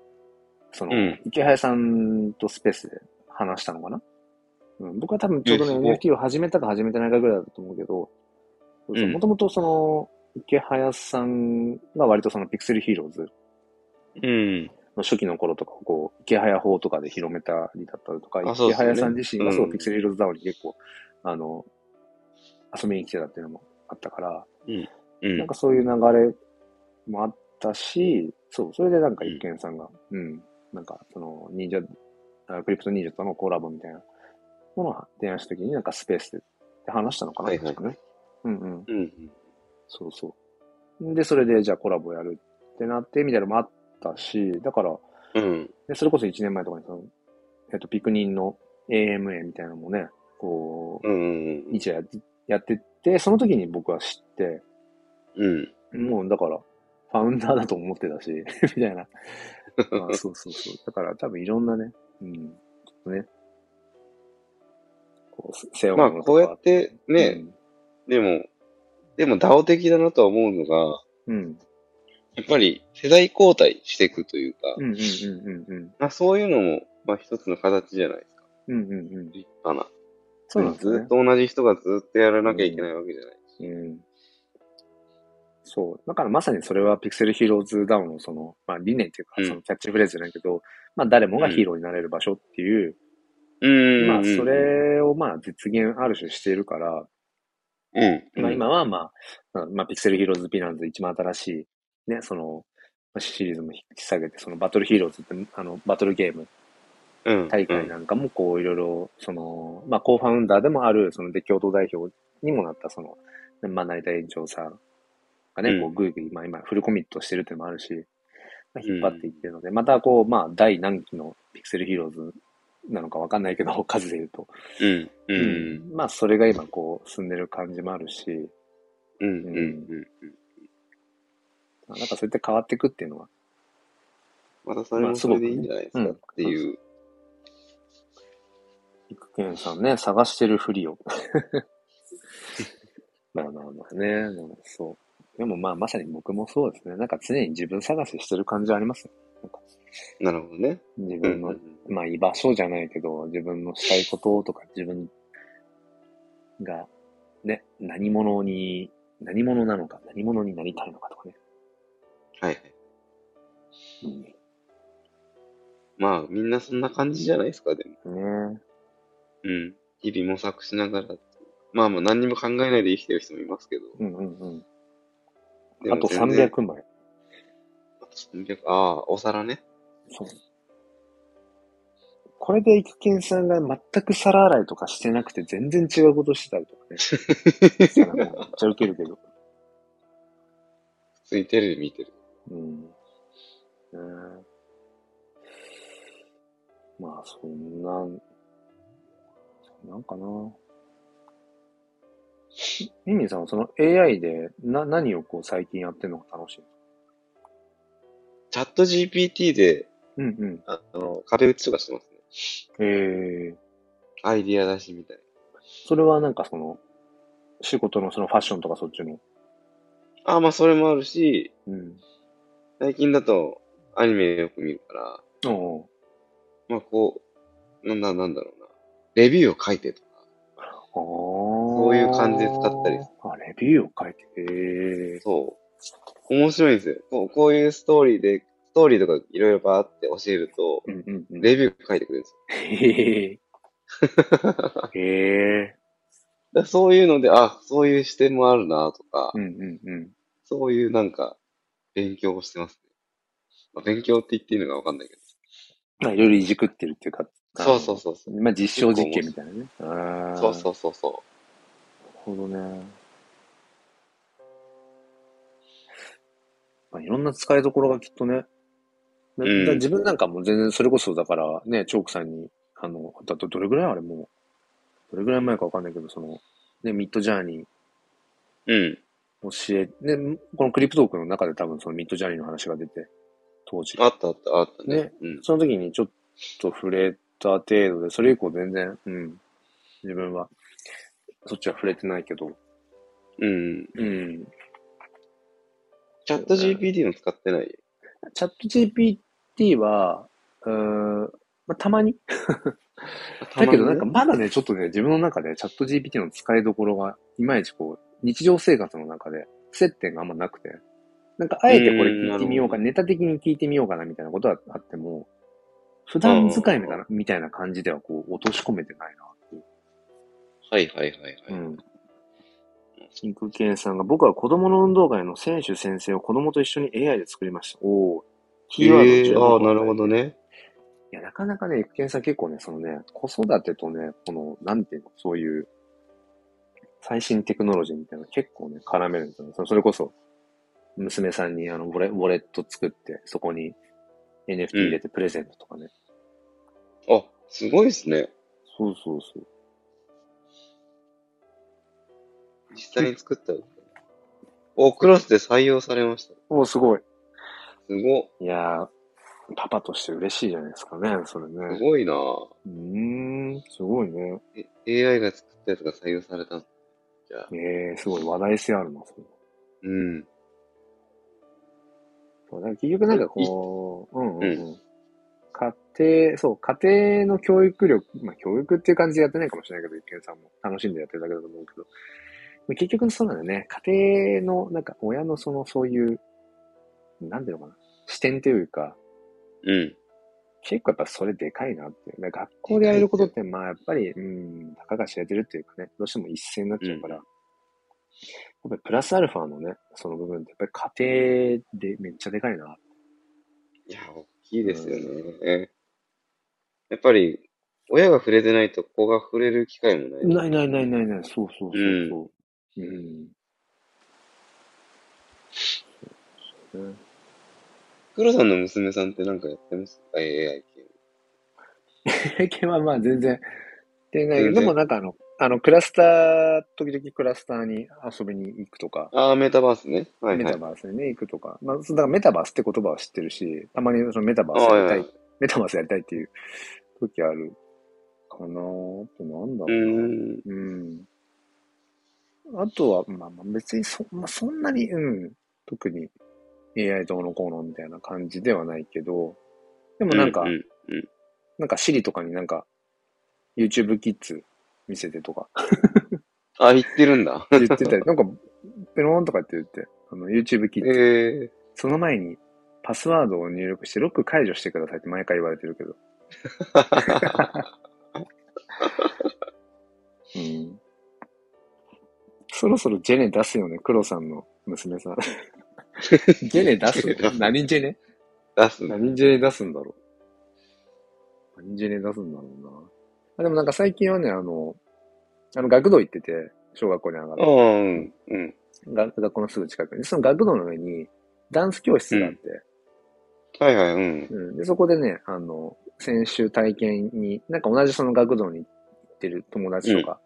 Speaker 2: その、
Speaker 1: うん
Speaker 2: 池早さんとスペースで話したのかな、うん、僕は多分ちょうど
Speaker 1: えす
Speaker 2: ね
Speaker 1: ごい、
Speaker 2: NFT を始めたか始めてないかぐらいだったと思うけど、
Speaker 1: うん
Speaker 2: もともとその、池早さんが割とそのピクセルヒーローズ
Speaker 1: うん。
Speaker 2: の初期の頃とかをこう、池早法とかで広めたりだったりとか、
Speaker 1: あそうですよ
Speaker 2: 池
Speaker 1: ね
Speaker 2: 早さん自身
Speaker 1: う
Speaker 2: が
Speaker 1: ん
Speaker 2: そう、ピクセルヒーローズダウンに結構、あの、遊びに来てたっていうのもあったから、
Speaker 1: う
Speaker 2: なん
Speaker 1: ん。
Speaker 2: かそういう流れもあったし、そう、それでなんか一見さんが、うん、なんかその忍者、あクリプト忍者とのコラボみたいなものを提案した時になんかスペースで話したのかな、
Speaker 1: はいはい
Speaker 2: 確かね。うんうん。
Speaker 1: うん。
Speaker 2: そうそう。で、それで、じゃあコラボやるってなって、みたいなのもあったし、だから、
Speaker 1: うん。
Speaker 2: でそれこそ1年前とかにその、えっと、ピクニンの AMA みたいなのもね、こ
Speaker 1: うんうん
Speaker 2: う、一夜やってやってって、その時に僕は知って、
Speaker 1: うん。うん。
Speaker 2: もうだから、ファウンダーだと思ってたし、 みたいな。まあ、そうそうそう。だから多分いろんなね、うん、ちょっとね、こう、背負
Speaker 1: まあ、こうやってね、、でも、でも、DAO 的だなとは思うのが、
Speaker 2: うん、うん、
Speaker 1: やっぱり世代交代していくというか、
Speaker 2: うん、うん、うん、うん、
Speaker 1: まあ、そういうのも、まあ、一つの形じゃないですか。
Speaker 2: うん、うん、うん。
Speaker 1: 立派な。
Speaker 2: そうなんです
Speaker 1: ず
Speaker 2: ね
Speaker 1: っ。と同じ人がずっとやらなきゃいけないわけじゃない。
Speaker 2: うん。そう。だからまさにそれはピクセルヒーローズダウンのその、まあ理念というか
Speaker 1: う、ん
Speaker 2: そのキャッチフレーズじゃないけど、まあ誰もがヒーローになれる場所っていう、
Speaker 1: うん。
Speaker 2: まあそ、れをまあ実現ある種しているから、
Speaker 1: うん。
Speaker 2: まあ、今は、まあ、うんまあ、ピクセルヒーローズ・ピナンズ一番新しい、ね、その、まあシリーズも引き下げて、そのバトルヒーローズって、あの、バトルゲーム
Speaker 1: うん、
Speaker 2: 大会なんかも、こう、いろいろ、その、まあ、コーファウンダーでもある、その、で、共同代表にもなった、その、まあ、成田園長さんがね、
Speaker 1: うん
Speaker 2: こう、ぐいぐい、まあ、今、フルコミットしてるっていうのもあるし、まあ、引っ張っていってるので、また、こう、まあ、第何期のピクセルヒーローズなのかわかんないけど、数で言うと。
Speaker 1: うん。うん。う
Speaker 2: うん
Speaker 1: ん。
Speaker 2: まあ、それが今、こう、進んでる感じもあるし、
Speaker 1: うん。うん。うん。
Speaker 2: なんかそうやって変わっていくっていうのは、
Speaker 1: またそれもそれでいいんじゃないですか
Speaker 2: まあすごくねうん
Speaker 1: っていう。
Speaker 2: ビッグケンさんね、探してるふりを。 まあまあまあね、でもそう。でもまあまさに僕もそうですね。なんか常に自分探ししてる感じはありますよ。
Speaker 1: なるほどね。
Speaker 2: 自
Speaker 1: う
Speaker 2: 分
Speaker 1: ん。
Speaker 2: の、
Speaker 1: うん
Speaker 2: まあ居場所じゃないけど、自分のしたいこととか自分が、ね、何者に、何者なのか、何者になりたいのかとかね。
Speaker 1: はい。まあ、みんなそんな感じじゃないですか、でも。
Speaker 2: ね
Speaker 1: うん。日々模索しながら。まあまあ、何にも考えないで生きてる人もいますけど。
Speaker 2: うんうんうん。
Speaker 1: で
Speaker 2: あ
Speaker 1: も
Speaker 2: と
Speaker 1: 全然。
Speaker 2: 300枚。
Speaker 1: 300ああ、お皿ね。
Speaker 2: そう。これで育賢さんが全く皿洗いとかしてなくて全然違うことしてたりとかね。したらもうめっちゃウケるけど。
Speaker 1: ついてる見てる。
Speaker 2: うん。ねえまあ、そんな、そんなんかな。ミミンさんはその AI でな何をこう最近やってるのが楽しい
Speaker 1: チャット GPT で、
Speaker 2: うんうん。
Speaker 1: あの、壁打ちとかしてますね。
Speaker 2: ええ
Speaker 1: アイディア出しみたいな。
Speaker 2: それはなんかその、仕事のそのファッションとかそっちの。
Speaker 1: ああ、まあ、それもあるし、
Speaker 2: うん。
Speaker 1: 最近だとアニメよく見るから、
Speaker 2: おう
Speaker 1: まあ、こう、なんだ、なんだろうな。レビューを書いてとか。
Speaker 2: そう
Speaker 1: いう感じで使ったりす
Speaker 2: あ、レビューを書いて。へえ。
Speaker 1: そう。面白いんですよ。こうこういうストーリーで、ストーリーとかいろいろバーって教えると、
Speaker 2: うんうんうん。
Speaker 1: レビュー書いてくれるんですよ。
Speaker 2: へえ。へえ。
Speaker 1: だからそういうので、あ、そういう視点もあるなとか、
Speaker 2: うんうんうん。
Speaker 1: そういうなんか、勉強をしてますね。まあ、勉強って言っていいのかわかんないけど。
Speaker 2: まあ、いろいろいじくってるっていうか。
Speaker 1: そうそうそうそう。
Speaker 2: う。まあ、実証実験みたいなね。ああ。。
Speaker 1: そうそうそうそう
Speaker 2: なるほどね。まあ、いろんな使いどころがきっとね。な
Speaker 1: うん
Speaker 2: だ自分なんかも全然、それこそだから、ね、チョークさんに、あの、だとどれぐらいあれもう、どれぐらい前かわかんないけど、その、ね、ミッドジャーニー、
Speaker 1: う。うん。
Speaker 2: 教え、ね、このクリプトークの中で多分そのミッドジャーニーの話が出て、当時。
Speaker 1: あったあったあったね。
Speaker 2: ね
Speaker 1: うん。
Speaker 2: その時にちょっと触れた程度で、それ以降全然、うん、自分は、そっちは触れてないけど、
Speaker 1: うん。
Speaker 2: うん。
Speaker 1: チャット GPT も使ってない。
Speaker 2: チャット GPT は、うーん、まあ、たまに。だけどなんかまだね、ちょっとね、自分の中でチャット GPT の使いどころが、いまいちこう、日常生活の中で接点があんまなくて、なんかあえてこれ聞いてみようか、
Speaker 1: うん
Speaker 2: ネタ的に聞いてみようかなみたいなことはあっても、普段使いみたいなみたいな感じではこう落とし込めてないなっていう。
Speaker 1: はいはいはいはい。
Speaker 2: うん。真空健さんが、僕は子供の運動会の選手先生を子供と一緒に AI で作りました。おー。キーワード
Speaker 1: えー、ああ、なるほど
Speaker 2: ど。
Speaker 1: ね。
Speaker 2: いや、なかなかね、育賢さん結構ね、そのね、子育てとね、この、なんていうの、そういう、最新テクノロジーみたいなの結構ね、絡めるんですよね。そそれこそ、娘さんにあのウォレウォレット作って、そこに NFT 入れてプレゼントとかね。
Speaker 1: あ、すごいですね。
Speaker 2: そうそうそう。
Speaker 1: 実際に作った。お、クラスで採用されました。
Speaker 2: おすごい。
Speaker 1: すご、
Speaker 2: いやー、パパとして嬉しいじゃないですかね、それ
Speaker 1: す
Speaker 2: ね。
Speaker 1: ごいな
Speaker 2: うーん、すごいね。
Speaker 1: え AI が作ったやつが採用されたのじゃあ。
Speaker 2: えー、すごい話題性あるな、それ
Speaker 1: うん。
Speaker 2: そうだから結局なんかこう、うんうんうん。
Speaker 1: う
Speaker 2: 家庭、そう、家庭の教育力、まあ教育っていう感じでやってないかもしれないけど、一見さんも楽しんでやってるだけだと思うけど、まあ結局そうなんだよね、家庭の、なんか親のその、そういう、なんていうのかな、視点というか、
Speaker 1: うん。
Speaker 2: 結構やっぱそれでかいなって。だから学校でやれることって、まあやっぱり、うん、たかが知れてるっていうかね、どうしても一斉になっちゃうから、やっぱりプラスアルファのね、その部分って、やっぱり家庭でめっちゃでかいな。
Speaker 1: いや、大きいですよね。やっぱり、親が触れてないと子が触れる機会もない。
Speaker 2: ないないないないない、そうそうそうそう。うん。
Speaker 1: 黒さんの娘さんってなんかやってますか ?AI 系。
Speaker 2: 経験はまあ全然、でないけ
Speaker 1: 全
Speaker 2: ど、
Speaker 1: 然
Speaker 2: でもなんかあの、あの、クラスター、時々クラスターに遊びに行くとか、
Speaker 1: ああ、メタバースね。はい
Speaker 2: メ
Speaker 1: は
Speaker 2: タ
Speaker 1: い。
Speaker 2: バースにね、行くとか、まあ、そうだからメタバースって言葉は知ってるし、たまにそのメタバースやりた
Speaker 1: ああはいはい
Speaker 2: い、メタバースやりたいっていう時あるかなぁ。あとなんだ
Speaker 1: う
Speaker 2: ろうな。
Speaker 1: ん。
Speaker 2: うん。あとは、まあ、まあ別にそ,、まあ、そんなに、うん、特に AI どうのこうのみたいな感じではないけど、でもなんか、
Speaker 1: うん
Speaker 2: なんか Siri とかになんか YouTube Kids 見せてとか
Speaker 1: あ、言ってるんだ。
Speaker 2: 言って たり、なんか、ペローンとかって言って、あの YouTube
Speaker 1: え
Speaker 2: Kids、
Speaker 1: え
Speaker 2: その前にパスワードを入力してロック解除してくださいって毎回言われてるけど。うん、そろそろジェネ出すよね、黒さんの娘さん。ジェネ出す
Speaker 1: ジェネ出す
Speaker 2: 何ジェネ
Speaker 1: 出すね。
Speaker 2: 何ジェネ出すんだろう何ジェネ出すんだろうな。あでもなんか最近はね、あの、あの学童行ってて、小学校に上がって
Speaker 1: う、ん。うん。
Speaker 2: が学校のすぐ近くに、その学童の上にダンス教室があって、
Speaker 1: はいはい、うん。
Speaker 2: うん、で、そこでね、あの、先週体験に、なんか同じその学童に行ってる友達とか、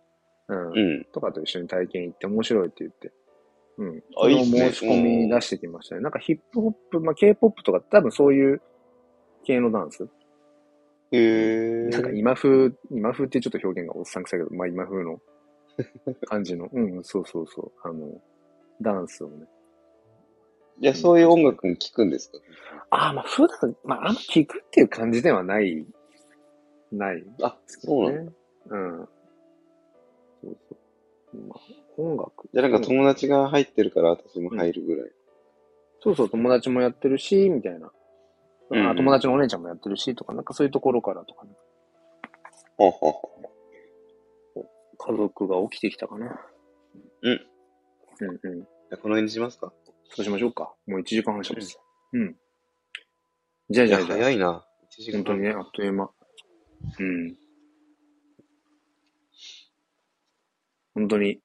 Speaker 2: うん、
Speaker 1: うん。
Speaker 2: とかと一緒に体験行って面白いって言って、うん。
Speaker 1: あいいっすね
Speaker 2: 申し込み出してきましたね。なんかヒップホップ、まあ K-POP とか多分そういう系のダンス。
Speaker 1: へえ
Speaker 2: なんか今風、今風ってちょっと表現がおっさんくさいけど、まあ 今風の感じの、うん、そうそうそう、あの、ダンスをね。
Speaker 1: いや、そういう音楽に聞くんですか
Speaker 2: ああ、まあ普段、まああんま聞くっていう感じではない、ない
Speaker 1: あ、そうなんだ。
Speaker 2: ね。うん。そうそう。まあ、音楽。
Speaker 1: じゃあなんか友達が入ってるから私も入るぐらい。
Speaker 2: そうそう、友達もやってるし、みたいな。
Speaker 1: うんうん
Speaker 2: あ友達のお姉ちゃんもやってるし、とか、なんかそういうところからとかね。
Speaker 1: ほうほうほ
Speaker 2: 家族が起きてきたかな。
Speaker 1: うん。
Speaker 2: うんうん。
Speaker 1: うじゃあこの辺にしますか
Speaker 2: そうしましょうか。もう1時間半しゃべってた。うん。じゃあ
Speaker 1: い
Speaker 2: じゃ
Speaker 1: や、
Speaker 2: あじゃあ
Speaker 1: 早いな。一時間
Speaker 2: 本当にね、あっという間。うん。本当に、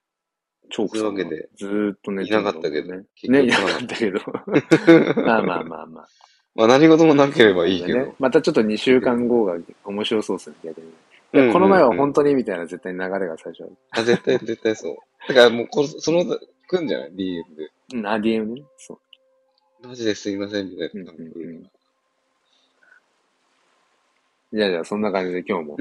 Speaker 2: チョークさん
Speaker 1: というわけで
Speaker 2: はずーっと寝て
Speaker 1: いなかったけど
Speaker 2: ね。
Speaker 1: 結局
Speaker 2: ね、いなかった けど。まあまあまあまあ。
Speaker 1: まあ何事もなければいいけど。
Speaker 2: ねまたちょっと2週間後が面白そうですね、逆に。いや
Speaker 1: うんうんうん
Speaker 2: この前は本当にみたいな絶対流れが最初ある。
Speaker 1: あ、絶対、絶対そう。だからもうこ、その、来んじゃない ?DM で。
Speaker 2: うん、ADM ね。そう。
Speaker 1: マジですいません、みたい
Speaker 2: うん
Speaker 1: な。
Speaker 2: うんうんじゃあじゃあ、そんな感じで今日も。
Speaker 1: は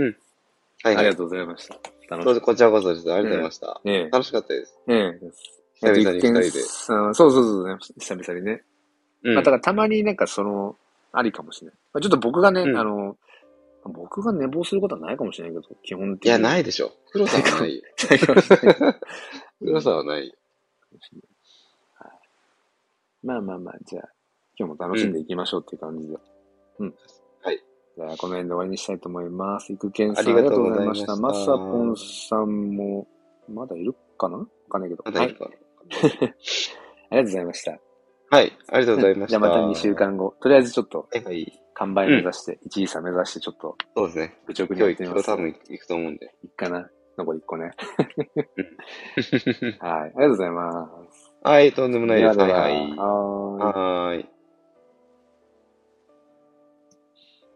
Speaker 2: あ
Speaker 1: い、はい。
Speaker 2: りがとうございました。楽
Speaker 1: ど
Speaker 2: し
Speaker 1: う
Speaker 2: かっ
Speaker 1: ぞこちらこそです。ありがとうございました。
Speaker 2: た。ね
Speaker 1: 楽しかったです。
Speaker 2: え。ねえ。
Speaker 1: 久々に二人で
Speaker 2: あと一見さんそうそうそう、久々にね。
Speaker 1: うん。
Speaker 2: まあ、だからたまになんかその、ありかもしれない。まあ、ちょっと僕がね、
Speaker 1: うん
Speaker 2: あの、僕が寝坊することはないかもしれないけど、基本
Speaker 1: い
Speaker 2: 的に。。
Speaker 1: や、ないいでしょ。黒さんはないよ。
Speaker 2: ないかもしれない。
Speaker 1: 黒さんはないよ。
Speaker 2: まあまあまあ、じゃあ、今日も楽しんでいきましょうっていう感じで。うん。
Speaker 1: はい。
Speaker 2: じゃあ、この辺で終わりにしたいと思います。いくけんさん、
Speaker 1: あ
Speaker 2: あ
Speaker 1: りが
Speaker 2: りが
Speaker 1: と
Speaker 2: と
Speaker 1: うご
Speaker 2: う
Speaker 1: ざ
Speaker 2: ござ
Speaker 1: いま
Speaker 2: いま
Speaker 1: し
Speaker 2: したた。まさぽんさんも、まだいるかなわかんないけど。
Speaker 1: ま
Speaker 2: は
Speaker 1: だ
Speaker 2: い。あ
Speaker 1: い
Speaker 2: り
Speaker 1: るかな。
Speaker 2: がとうございました。
Speaker 1: はい。ありがとうございました。
Speaker 2: じゃあまた2週。間後、とりあえずちょっと、
Speaker 1: はいはい。
Speaker 2: 完売目指して、1位差目指して、ちょっと、
Speaker 1: そうですね。
Speaker 2: 愚直に
Speaker 1: 今日、今
Speaker 2: やってみま
Speaker 1: 日
Speaker 2: す。
Speaker 1: 多分行くと思うんで。
Speaker 2: いっかな。残り1個ね。はい。ありがとうございます。
Speaker 1: はい、とんでもないです。はいはい。
Speaker 2: はーい。
Speaker 1: はーい。